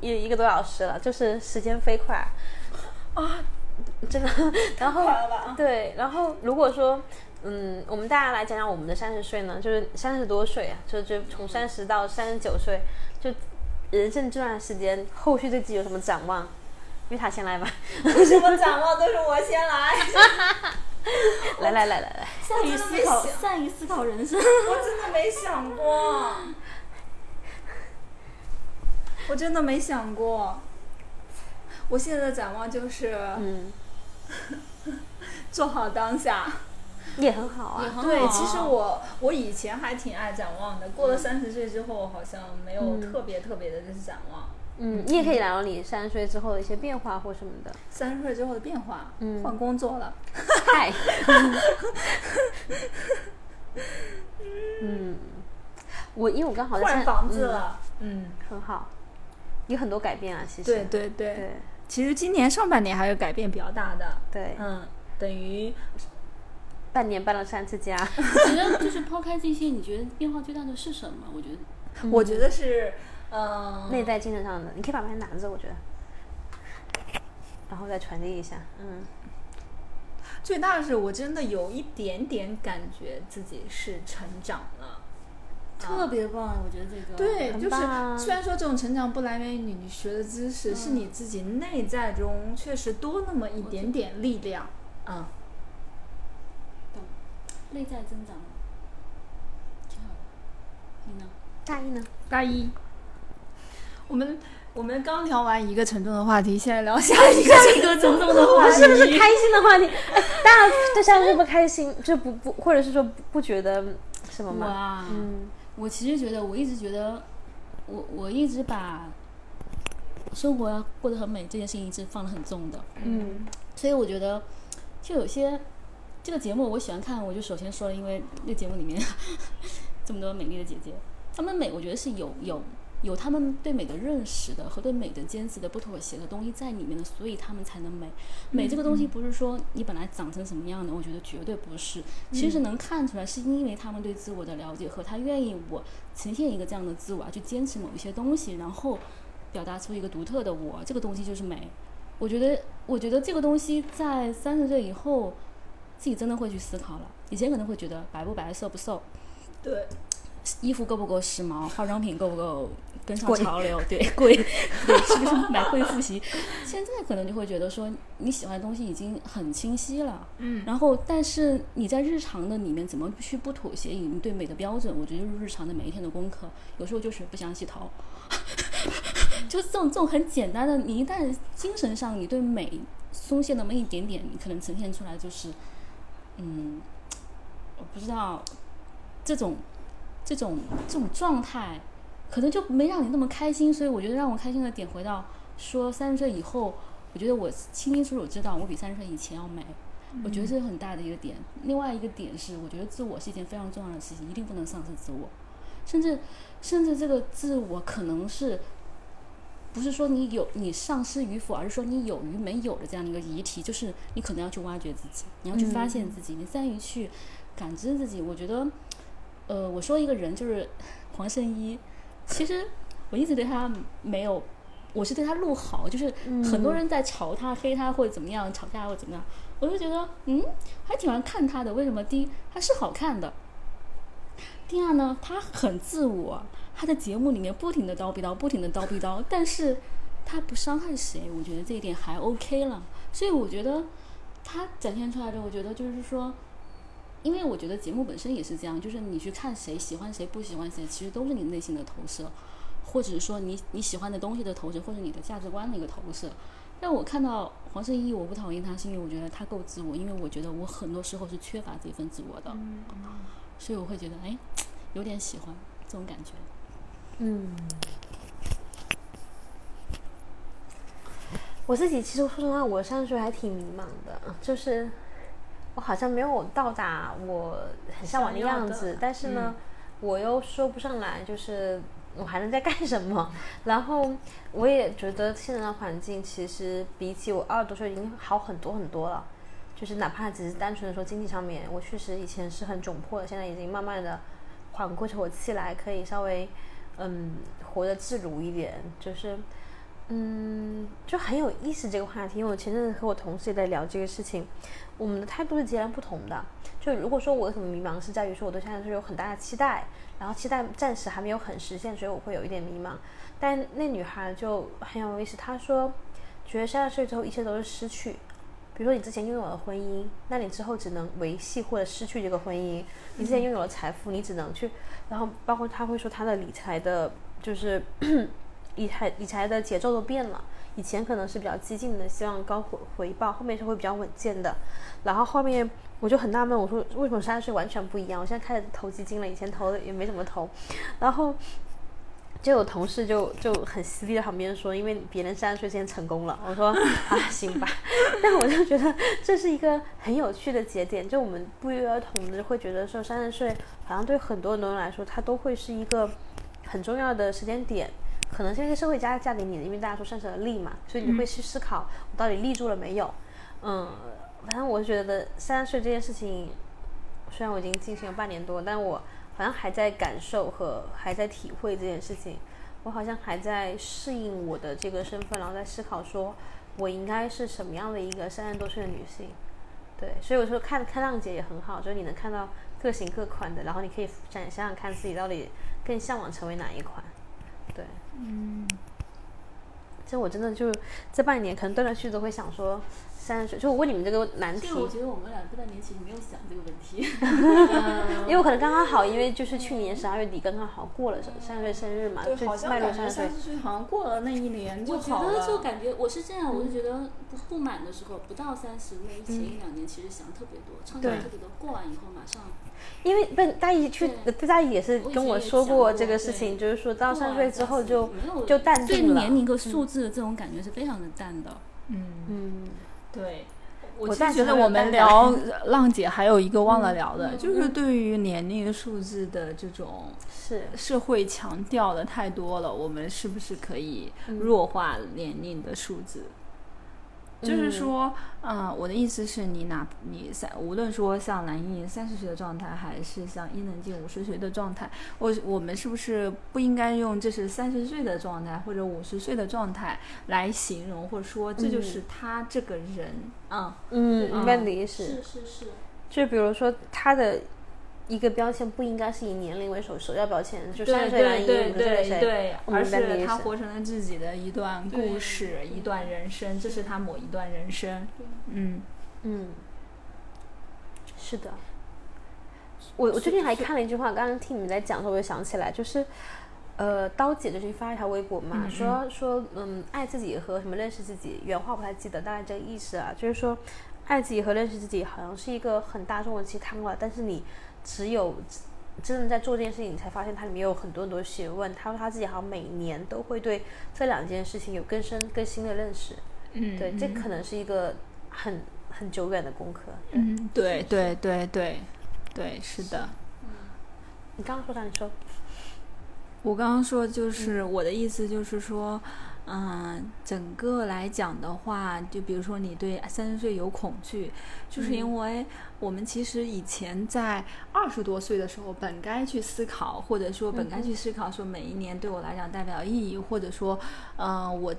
Speaker 1: 一一个多小时了，就是时间飞快啊，真的。 然后
Speaker 4: 快了吧
Speaker 1: 对，然后如果说。嗯，我们大家来讲讲我们的三十岁呢，就是三十多岁啊，就就从三十到三十九岁，就人生这段时间，后续对自己有什么展望？维塔先来吧，
Speaker 3: 为什么展望都是 我先来？
Speaker 1: 来来来来来，
Speaker 2: 善于思 考，善于思考人生。
Speaker 3: 我真的没想过，我真的没想过。我现在的展望就是
Speaker 1: 嗯，
Speaker 3: 做好当下。
Speaker 1: 也很好啊，
Speaker 3: 对，其实我我以前还挺爱展望的，过了三十岁之后，好像没有特别特别的展望。
Speaker 1: 嗯，你也可以聊聊你三十岁之后的一些变化或什么的。
Speaker 3: 三十岁之后的变化，
Speaker 1: 嗯
Speaker 3: 换工作了，
Speaker 1: 嗨， 嗯，我因为我刚好在
Speaker 3: 换
Speaker 1: 三
Speaker 3: 房子，了，嗯，
Speaker 1: 嗯很好，有很多改变啊，其实
Speaker 3: 对对对
Speaker 1: 对
Speaker 3: 其实今年上半年还有改变比较大的，
Speaker 1: 对
Speaker 3: 嗯，等于
Speaker 1: 半年搬了三次家，
Speaker 2: 你觉得就是抛开这些，你觉得变化最大的是什么？我觉得
Speaker 3: 我觉得是，嗯，
Speaker 1: 内在精神上的，你可以把麦拿着，我觉得，然后再传递一下，嗯，
Speaker 3: 最大的是我真的有一点点感觉自己是成长了。
Speaker 2: 特别棒，我觉得这个
Speaker 3: 对，
Speaker 1: 啊很
Speaker 3: 就是
Speaker 1: 棒嗯啊
Speaker 3: 虽然说这种成长不来源于你你学的知识，是你自己内在中确实多那么一点点力量。嗯，
Speaker 2: 懂，内在增长，挺好的。你呢？
Speaker 1: 大一呢？
Speaker 3: 大一， 我们我们刚聊完一个沉重的话题，现 在聊下一个
Speaker 2: 这个沉重的话
Speaker 1: 我是不是
Speaker 2: 题，
Speaker 1: 开心的话题？ 哎大家对三十岁不开心，就不不，或者是说不不觉得什么吗？
Speaker 2: 哇！
Speaker 1: 嗯，
Speaker 2: 我其实觉得，我一直觉得，我我一直把生活要过得很美这件事情一直放得很重的，
Speaker 1: 嗯，
Speaker 2: 所以我觉得就有些这个节目我喜欢看，我就首先说了，因为那节目里面 这么多美丽的姐姐，她们美，我觉得是有有有她们对美的认识的和对美的坚持的不妥协的东西在里面的，所以她们才能美。美这个东西不是说你本来长成什么样的，我觉得绝对不是，其实能看出来，是因为她们对自我的了解和她愿意我呈现一个这样的自我，啊，去坚持某一些东西，然后表达出一个独特的我，这个东西就是美。我觉得，我觉得这个东西在三十岁以后，自己真的会去思考了。以前可能会觉得白不白、瘦不瘦，
Speaker 3: 对，
Speaker 2: 衣服够不够时髦，化妆品够不够跟上
Speaker 1: 贵
Speaker 2: 潮流，对，贵，对， 是不是买贵妇鞋？现在可能就会觉得说，你喜欢的东西已经很清晰了，嗯， 然后但是你在日常的里面怎么去不妥协于你对美的标准？我觉得就是日常的每一天的功课，有时候就是不想洗头。 就是这种这种很简单的，你一旦精神上你对美松懈那么一点点，你可能呈现出来就是，嗯，我不知道这种这种这种状态，可能就没让你那么开心。所以我觉得让我开心的点回到说三十岁以后，我觉得我清清楚楚知道我比三十岁以前要美。我觉得这是很大的一个点。另外一个点是，我觉得自我是一件非常重要的事情，一定不能丧失自我。甚至，甚至这个自我可能是，不是说你有你丧失与否，而是说你有与没有的这样的一个遗体，就是你可能要去挖掘自己，你要去发现自己，你善于去感知自己。我觉得，呃，我说一个人就是 黄圣依，其实我一直对他没有，我是对他录好，就是
Speaker 1: 嗯
Speaker 2: 很多人在嘲他、黑他或者怎么样，吵架或者怎么样，我就觉得嗯，还挺喜欢看他的。为什么？第一，他是好看的；第二呢，他很自我，他在节目里面不停的叨逼叨，不停的叨逼叨，但是他不伤害谁，我觉得这一点还 OK 了。所以我觉得他展现出来的，我觉得就是说。因为我觉得节目本身也是这样，就是你去看谁喜欢谁不喜欢谁，其实都是你内心的投射，或者说你你喜欢的东西的投射，或者你的价值观的一个投射。但我看到黄圣依，我不讨厌她，是因为我觉得她够自我，因为我觉得我很多时候是缺乏这份自我的，
Speaker 1: 嗯
Speaker 2: 所以我会觉得哎，有点喜欢这种感觉。
Speaker 1: 嗯，我自己其实说实话，我上学还挺迷茫的，就是我好像没有到达我很向往的
Speaker 3: 想要
Speaker 1: 样
Speaker 3: 的
Speaker 1: 子，但是呢，我又说不上来，就是我还能在干什么？然后我也觉得现在的环境其实比起我二十多岁已经好很多很多了。就是哪怕只是单纯的说经济上面，我确实以前是很窘迫的，现在已经慢慢的缓过起我气来，可以稍微嗯活得自如一点，就是嗯就很有意思这个话题。因为我前阵子和我同事也在聊这个事情，我们的态度是截然不同的。就如果说我有什么迷茫，是在于说我对现在是有很大的期待，然后期待暂时还没有很实现，所以我会有一点迷茫。但那女孩就很有意思，她说觉得三十岁之后一切都是失去。比如说你之前拥有了婚姻，那你之后只能维系或者失去这个婚姻；你之前拥有了财富，你只能去，然后包括他会说他的理财的，就是 理财理财的节奏都变了。以前可能是比较激进的，希望高回回报，后面是会比较稳健的。然后后面我就很纳闷，我说为什么三十岁完全不一样？我现在开始投基金了，以前投的也没怎么投。然后就有同事就就很犀利的旁边说，因为别人三十岁先成功了，我说啊行吧， 但我就觉得这是一个很有趣的节点，就我们不约而同的会觉得说三十岁好像对很多人来说，它都会是一个很重要的时间点。可能是这个社会加嫁给你的，因为大家说三十而立嘛，所以你会去思考我到底立住了没有。嗯，反正我觉得三十岁这件事情，虽然我已经进行了半年多，但我好像还在感受和还在体会这件事情。我好像还在适应我的这个身份，然后在思考说我应该是什么样的一个三十多岁的女性。对，所以我说看看浪姐也很好，就是你能看到各型各款的，然后你可以想想想看自己到底更向往成为哪一款。对，嗯，这我真的就这半年可能断断续续都会想说三十岁，就我问你们这个难题
Speaker 2: 这，个我觉得我们俩这半年其实没有想这个问题。
Speaker 1: 因为我可能刚刚好，因为就是去年十二月底刚刚好过了三十岁生日嘛，
Speaker 3: 对，
Speaker 1: 就
Speaker 3: 好像
Speaker 1: 迈入
Speaker 3: 感
Speaker 1: 三
Speaker 3: 觉
Speaker 1: 十岁
Speaker 3: 三。十岁好像过了那一年就
Speaker 2: 我觉
Speaker 3: 好
Speaker 2: 得
Speaker 3: 了。
Speaker 2: 就感觉我是这样，我就觉
Speaker 1: 嗯
Speaker 2: 得不不满的时候，不到三十那一前一两年，其实想特别多，创
Speaker 1: 对
Speaker 2: 想特别多，过完以后马上
Speaker 1: 因为被大姨去，
Speaker 3: 嗯
Speaker 2: 对
Speaker 1: 对大姨也是
Speaker 2: 我以
Speaker 1: 跟
Speaker 2: 前
Speaker 1: 我
Speaker 2: 也
Speaker 1: 说
Speaker 2: 讲
Speaker 1: 过
Speaker 2: 过
Speaker 1: 这个事情，
Speaker 2: 对
Speaker 1: 就是说到
Speaker 2: 过
Speaker 1: 三十
Speaker 2: 完
Speaker 1: 岁
Speaker 2: 了
Speaker 1: 之后
Speaker 2: 自己
Speaker 1: 就
Speaker 2: 没有
Speaker 1: 就淡
Speaker 2: 对
Speaker 1: 定了。
Speaker 2: 年龄和数字的这种感觉是非常的淡的。
Speaker 3: 嗯，
Speaker 1: 嗯，
Speaker 3: 对。
Speaker 1: 我
Speaker 3: 其
Speaker 1: 暂
Speaker 3: 实
Speaker 1: 时
Speaker 3: 觉得
Speaker 1: 没有
Speaker 3: 我们
Speaker 1: 办
Speaker 3: 聊浪姐还有一个忘了聊的，
Speaker 2: 嗯
Speaker 3: 就是对于年龄数字的这种
Speaker 1: 是
Speaker 3: 社会强调的太多了，我们是不是可以
Speaker 1: 嗯
Speaker 3: 弱化年龄的数字？就是说，嗯、我的意思是你哪你三，无论说像蓝莹莹三十岁的状态，还是像伊能静五十岁的状态，我我们是不是不应该用这是三十岁的状态或者五十岁的状态来形容，或者说这就是他这个人啊、
Speaker 1: 嗯，
Speaker 3: 嗯
Speaker 1: 明白你的意思。
Speaker 2: 是是，
Speaker 1: 就比如说他的一个标签不应该是以年龄为首首要标签，就
Speaker 3: 对
Speaker 1: 三十岁男一，
Speaker 3: 对
Speaker 1: 五十岁
Speaker 3: 对
Speaker 1: 谁
Speaker 3: 对，
Speaker 1: 我
Speaker 3: 而
Speaker 1: 明白你的
Speaker 3: 是
Speaker 1: 意
Speaker 3: 他
Speaker 1: 思
Speaker 3: 活成了自己的一段故
Speaker 2: 对
Speaker 3: 事，一段人生，这是他某一段人生。嗯，
Speaker 1: 嗯，是的。我我最近还看了一句话，刚刚听你们在讲的时候，我就想起来，就是，呃，刀姐最近发了一条微博嘛，
Speaker 3: 嗯嗯
Speaker 1: 说说嗯，爱自己和什么认识自己，原话不太记得，大概这个意思啊，就是说，爱自己和认识自己好像是一个很大众的鸡汤了，但是你只有真的在做这件事情，你才发现它里面有很多很多学问。他说他自己好像每年都会对这两件事情有更深更新的认识，
Speaker 3: 嗯
Speaker 1: 对，这可能是一个很很久远的功课。
Speaker 3: 嗯，对对对对对，是的。
Speaker 2: 嗯
Speaker 1: 你刚刚说啥？你说
Speaker 3: 我刚刚说就是我的意思就是说，嗯、整个来讲的话，就比如说你对三十岁有恐惧，就是因为我们其实以前在二十多岁的时候，本该去思考，或者说本该去思考说每一年对我来讲代表意义，或者说，嗯、我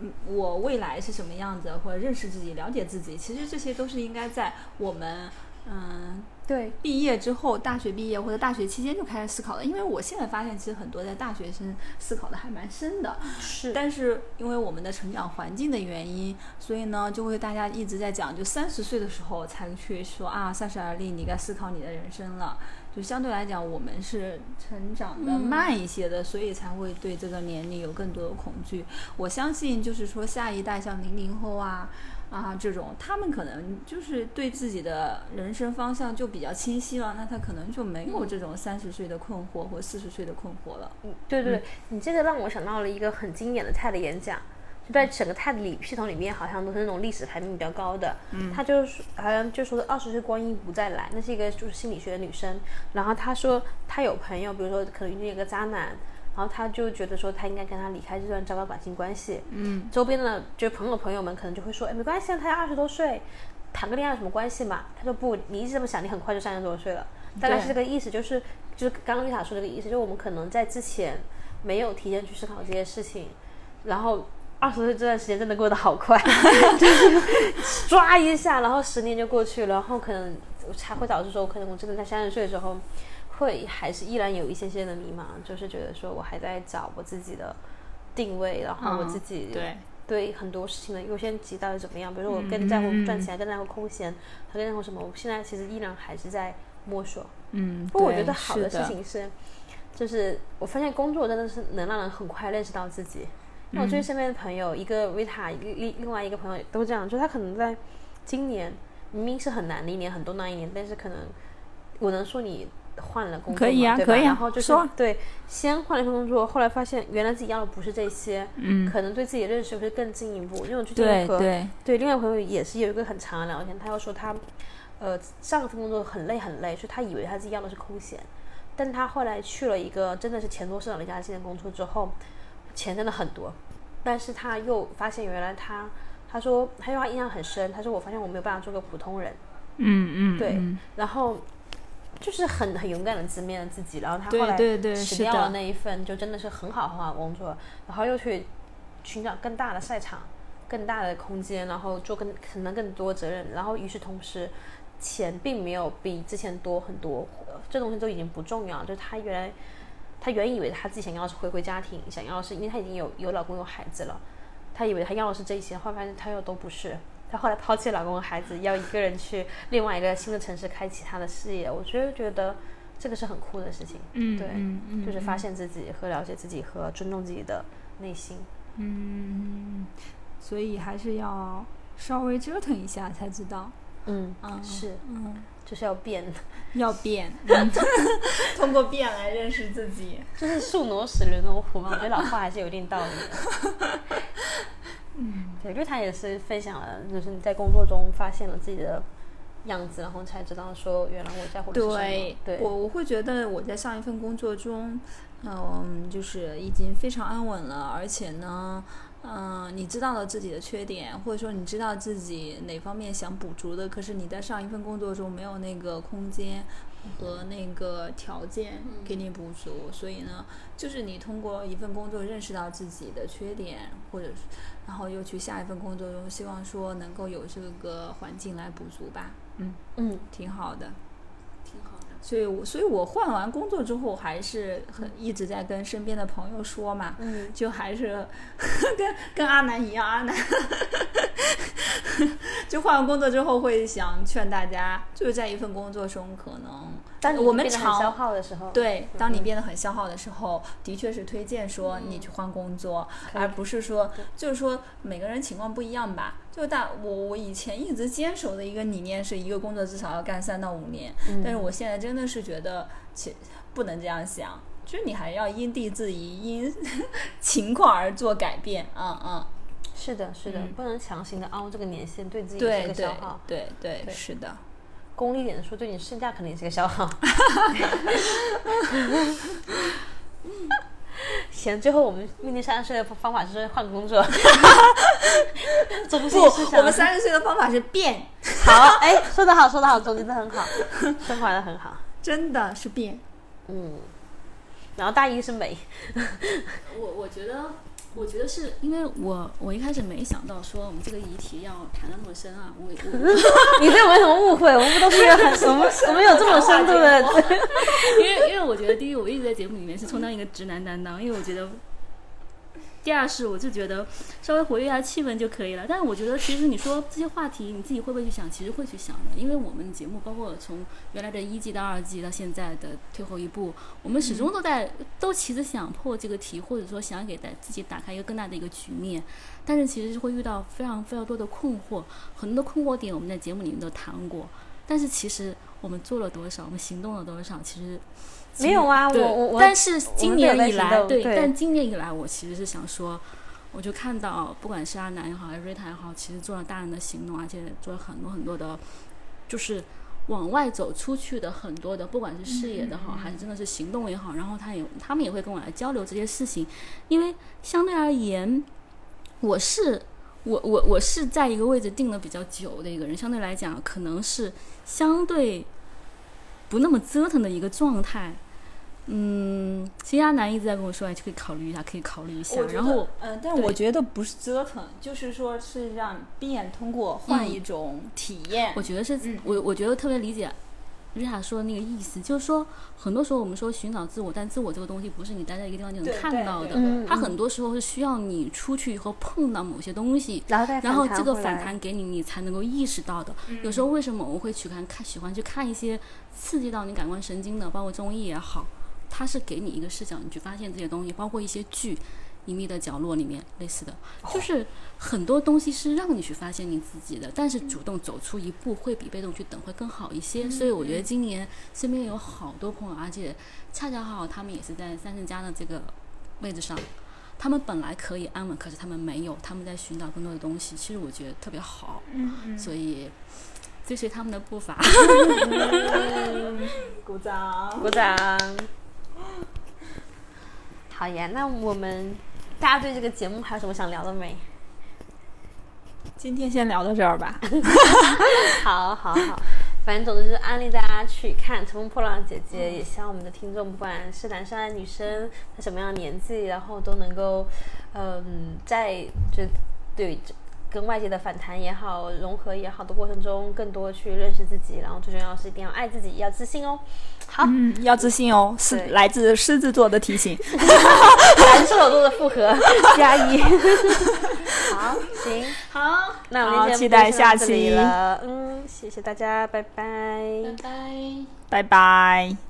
Speaker 3: 嗯，我未来是什么样子，或者认识自己、了解自己，其实这些都是应该在我们嗯
Speaker 1: 对，
Speaker 3: 毕业之后，大学毕业或者大学期间就开始思考了。因为我现在发现，其实很多在大学生思考的还蛮深的，
Speaker 1: 是
Speaker 3: 但是因为我们的成长环境的原因，所以呢，就会大家一直在讲，就三十岁的时候才去说啊，三十而立，你该思考你的人生了。就相对来讲，我们是成长的
Speaker 2: 嗯
Speaker 3: 慢一些的，所以才会对这个年龄有更多的恐惧。我相信，就是说下一代像零零后啊啊这种，他们可能就是对自己的人生方向就比较清晰了，那他可能就没有这种三十岁的困惑或四十岁的困惑了。
Speaker 1: 嗯对
Speaker 3: 嗯
Speaker 1: 对对，你这个让我想到了一个很经典的 TED 演讲，就在整个 TED 里系统里面，好像都是那种历史排名比较高的。嗯，他就是好像就说二十岁光阴不再来，那是一个就是心理学的女生。然后她说她有朋友，比如说可能遇见一个渣男，然后她就觉得说她应该跟他离开这段糟糕感情关系。
Speaker 3: 嗯，
Speaker 1: 周边的就朋友朋友们可能就会说，哎，没关系啊，他二十多岁，谈个恋爱有什么关系嘛？他说不，你一直这么想，你很快就三十多岁了，大概是这个意思，就是就是刚刚丽塔说这个意思，就是我们可能在之前没有提前去思考这些事情，然后。二十岁这段时间真的过得好快， 就是抓一下，然后十年就过去了，然后可能才会导致说，我可能我真的在三十岁的时候，会还是依然有一些些的迷茫，就是觉得说我还在找我自己的定位，然后我
Speaker 3: 嗯
Speaker 1: 自己
Speaker 3: 对。
Speaker 1: 对很多事情的优先级到底怎么样？比如说我更在乎赚
Speaker 3: 嗯
Speaker 1: 钱，更在乎空闲，还更在乎什么？我现在其实依然还是在摸索。
Speaker 3: 嗯，
Speaker 1: 不过我
Speaker 3: 对
Speaker 1: 觉得好
Speaker 3: 是
Speaker 1: 的事情是，就是我发现工作真的是能让人很快认识到自己。因
Speaker 5: 嗯
Speaker 1: 为我最近身边的朋友，一个 Vita，一个另另外一个朋友都这样，就他可能在今年明明是很难的一年，很多难一年，但是可能我能说你换了工作嘛，
Speaker 5: 可以啊
Speaker 1: 对吧
Speaker 5: 可以啊
Speaker 1: 然后就是
Speaker 5: 说啊
Speaker 1: 对，先换了一份工作，后来发现原来自己要的不是这些，
Speaker 5: 嗯，
Speaker 1: 可能对自己的认识会更进一步。因为我最近
Speaker 5: 对
Speaker 1: 和
Speaker 5: 对，
Speaker 1: 对，另外一个朋友也是有一个很长的聊天，他又说他，呃，上一份工作很累很累，所以他以为他自己要的是空闲，但他后来去了一个真的是钱多事少的一家纪念公司之后，钱真的很多，但是他又发现原来他，他说他让他印象很深，他说我发现我没有办法做个普通人，
Speaker 5: 嗯嗯，
Speaker 1: 对
Speaker 5: 嗯
Speaker 1: 然后。就是很很勇敢的直面了自己，然后他后
Speaker 5: 对
Speaker 1: 来
Speaker 5: 对对，
Speaker 1: 辞
Speaker 5: 是
Speaker 1: 掉了
Speaker 5: 的，
Speaker 1: 那一份，就真的是很好很好的工作，然后又去寻找更大的赛场、更大的空间，然后做更可能更多责任，然后与此同时，钱并没有比之前多很多，呃这东西都已经不重要，就是他原来他原以为他自己想要是回归家庭，想要是因为他已经有有老公有孩子了，他以为他要的是这些，后来发现他又都不是。他后来抛弃老公和孩子，要一个人去另外一个新的城市开启他的事业，我觉得觉得这个是很酷的事情。
Speaker 5: 嗯，
Speaker 1: 对
Speaker 5: 嗯嗯
Speaker 1: 就是发现自己和了解自己和尊重自己的内心。
Speaker 5: 嗯，所以还是要稍微折腾一下才知道，
Speaker 1: 嗯，
Speaker 5: 嗯，
Speaker 1: 是，
Speaker 5: 嗯，
Speaker 1: 就是要变，
Speaker 5: 要变，嗯
Speaker 6: 通过变来认识自己。
Speaker 1: 就是树挪死，人挪活嘛。我觉得老话还是有一定道理的。 嗯，对，因为他也是分享了，就是你在工作中发现了自己的样子，然后才知道说原来我在乎的是什么。
Speaker 5: 对
Speaker 1: 对，
Speaker 3: 我我会觉得我在上一份工作中，嗯，就是已经非常安稳了，而且呢，嗯，你知道了自己的缺点，或者说你知道自己哪方面想补足的，可是你在上一份工作中没有那个空间和那个条件
Speaker 1: 嗯
Speaker 3: 给你补足，所以呢，就是你通过一份工作认识到自己的缺点，或者是，然后又去下一份工作中，希望说能够有这个环境来补足吧，
Speaker 1: 嗯，
Speaker 3: 挺好的。
Speaker 2: 挺好的。
Speaker 3: 所以我，所以我换完工作之后，还是很一直在跟身边的朋友说嘛，
Speaker 1: 嗯，
Speaker 3: 就还是 跟跟阿南一样，阿南 就换完工作之后会想劝大家，就是在一份工作中可能，
Speaker 1: 当你
Speaker 3: 我们
Speaker 1: 变得很消
Speaker 3: 常
Speaker 1: 耗的时候，，
Speaker 3: 对，当你变得很消耗的时候，的确是推荐说你去换工作，
Speaker 1: 可以
Speaker 3: 而不是说就是说每个人情况不一样吧。就大我我以前一直坚守的一个理念是一个工作至少要干三到五年，
Speaker 1: 嗯
Speaker 3: 但是我现在真的是觉得其不能这样想，就是你还要因地制宜，因 情况而做改变。嗯嗯，
Speaker 1: 是的，是的，不能强行的凹这个年限，对自己也是个
Speaker 3: 对对
Speaker 1: 消耗。
Speaker 3: 对对，
Speaker 1: 对
Speaker 3: 是的。
Speaker 1: 功利一点的说，对你身价肯定也是个消耗。 行，最后我们命定三十岁的方法就是换工作。 总
Speaker 3: 不，
Speaker 1: 心思想
Speaker 3: 我们三十岁的方法是变，
Speaker 1: 好，哎，说得好，说得好，总结的很好，升华的很好。
Speaker 3: 真的是变。
Speaker 1: 嗯，然后大一是美，
Speaker 2: 我我觉得，我觉得是因为我我一开始没想到说我们这个议题要谈的那么深啊，我 我
Speaker 1: 你对我们有什么误会？我们不都是一个很，我们我们有这么深度的，
Speaker 2: 因为因为我觉得第一，我一直在节目里面是充当一个直男担当，因为我觉得。第二是，我就觉得稍微活跃一下气氛就可以了。但是我觉得，其实你说这些话题，你自己会不会去想？其实会去想的，因为我们节目包括从原来的一季到二季到现在的退后一步，我们始终都在、都其实想破这个题，或者说想给大自己打开一个更大的一个局面。但是其实是会遇到非常非常多的困惑，很多的困惑点我们在节目里面都谈过。但是其实我们做了多少，我们行动了多少，其实
Speaker 1: 没有啊，我
Speaker 2: 对，
Speaker 1: 我我
Speaker 2: 但是今年以
Speaker 1: 我们没有在行
Speaker 2: 来，
Speaker 1: 动对
Speaker 2: 但今年以来，我其实是想说，我就看到不管是阿南也好，还是瑞塔也好，其实做了大量的行动，而且做了很多很多的，就是往外走出去的很多的，不管是视野的
Speaker 1: 嗯
Speaker 2: 好，还是真的是行动也好，然后他也他们也会跟我来交流这些事情，因为相对而言，我是。我我我是在一个位置定的比较久的一个人，相对来讲，可能是相对不那么折腾的一个状态。嗯，其实阿南一直在跟我说，哎，可以考虑一下，可以考虑一下。然后，
Speaker 3: 嗯、但
Speaker 2: 对
Speaker 3: 我觉得不是折腾，就是说是让变通过换一种体验。
Speaker 2: 嗯我觉得是，
Speaker 3: 嗯
Speaker 2: 我我觉得特别理解瑞塔说的那个意思，就是说，很多时候我们说寻找自我，但自我这个东西不是你待在一个地方就能
Speaker 3: 对
Speaker 2: 看
Speaker 3: 对
Speaker 2: 到
Speaker 3: 对
Speaker 2: 的，
Speaker 1: 嗯，
Speaker 2: 它很多时候是需要你出去以后碰到某些东西，
Speaker 1: 然后再
Speaker 2: 然后
Speaker 1: 弹
Speaker 2: 这个
Speaker 1: 回
Speaker 2: 反
Speaker 1: 来，嗯
Speaker 2: 弹给你，你才能够意识到的。有时候为什么我会去看看喜欢去看一些刺激到你感官神经的，包括综艺也好，它是给你一个视角，你去发现这些东西，包括一些剧。隐秘的角落里面，类似的，就是很多东西是让你去发现你自己的，但是主动走出一步会比被动去等会更好一
Speaker 1: 嗯
Speaker 2: 些。所以我觉得今年身边有好多朋友，而且恰恰好他们也是在三圣家的这个位置上。他们本来可以安稳，可是他们没有，他们在寻找更多的东西。其实我觉得特别好，
Speaker 3: 嗯嗯，
Speaker 2: 所以追随他们的步伐。
Speaker 3: 鼓掌。
Speaker 1: 鼓掌。 好呀，那我们大家对这个节目还有什么想聊的没？
Speaker 7: 今天先聊到这儿吧。
Speaker 1: 好好好，反正总之就是安利大家去看《乘风破浪姐姐》，
Speaker 7: 嗯
Speaker 1: 也希望我们的听众，不管是男生还是女生，在什么样的年纪，然后都能够，嗯，在就对跟外界的反弹也好，融合也好的过程中，更多去认识自己，然后最重要是一定要爱自己，要自信哦。好，
Speaker 7: 嗯，要自信哦，是
Speaker 1: 对
Speaker 7: 来自狮子座的提醒。
Speaker 1: 蓝射手座的复 合加一。好，行，
Speaker 3: 好，
Speaker 1: 那我
Speaker 7: 好
Speaker 1: 们
Speaker 7: 期
Speaker 1: 今天
Speaker 7: 待
Speaker 1: 就到
Speaker 7: 下
Speaker 1: 这里
Speaker 7: 期
Speaker 1: 了。嗯，谢谢大家，拜拜
Speaker 2: 拜拜。
Speaker 7: 拜拜。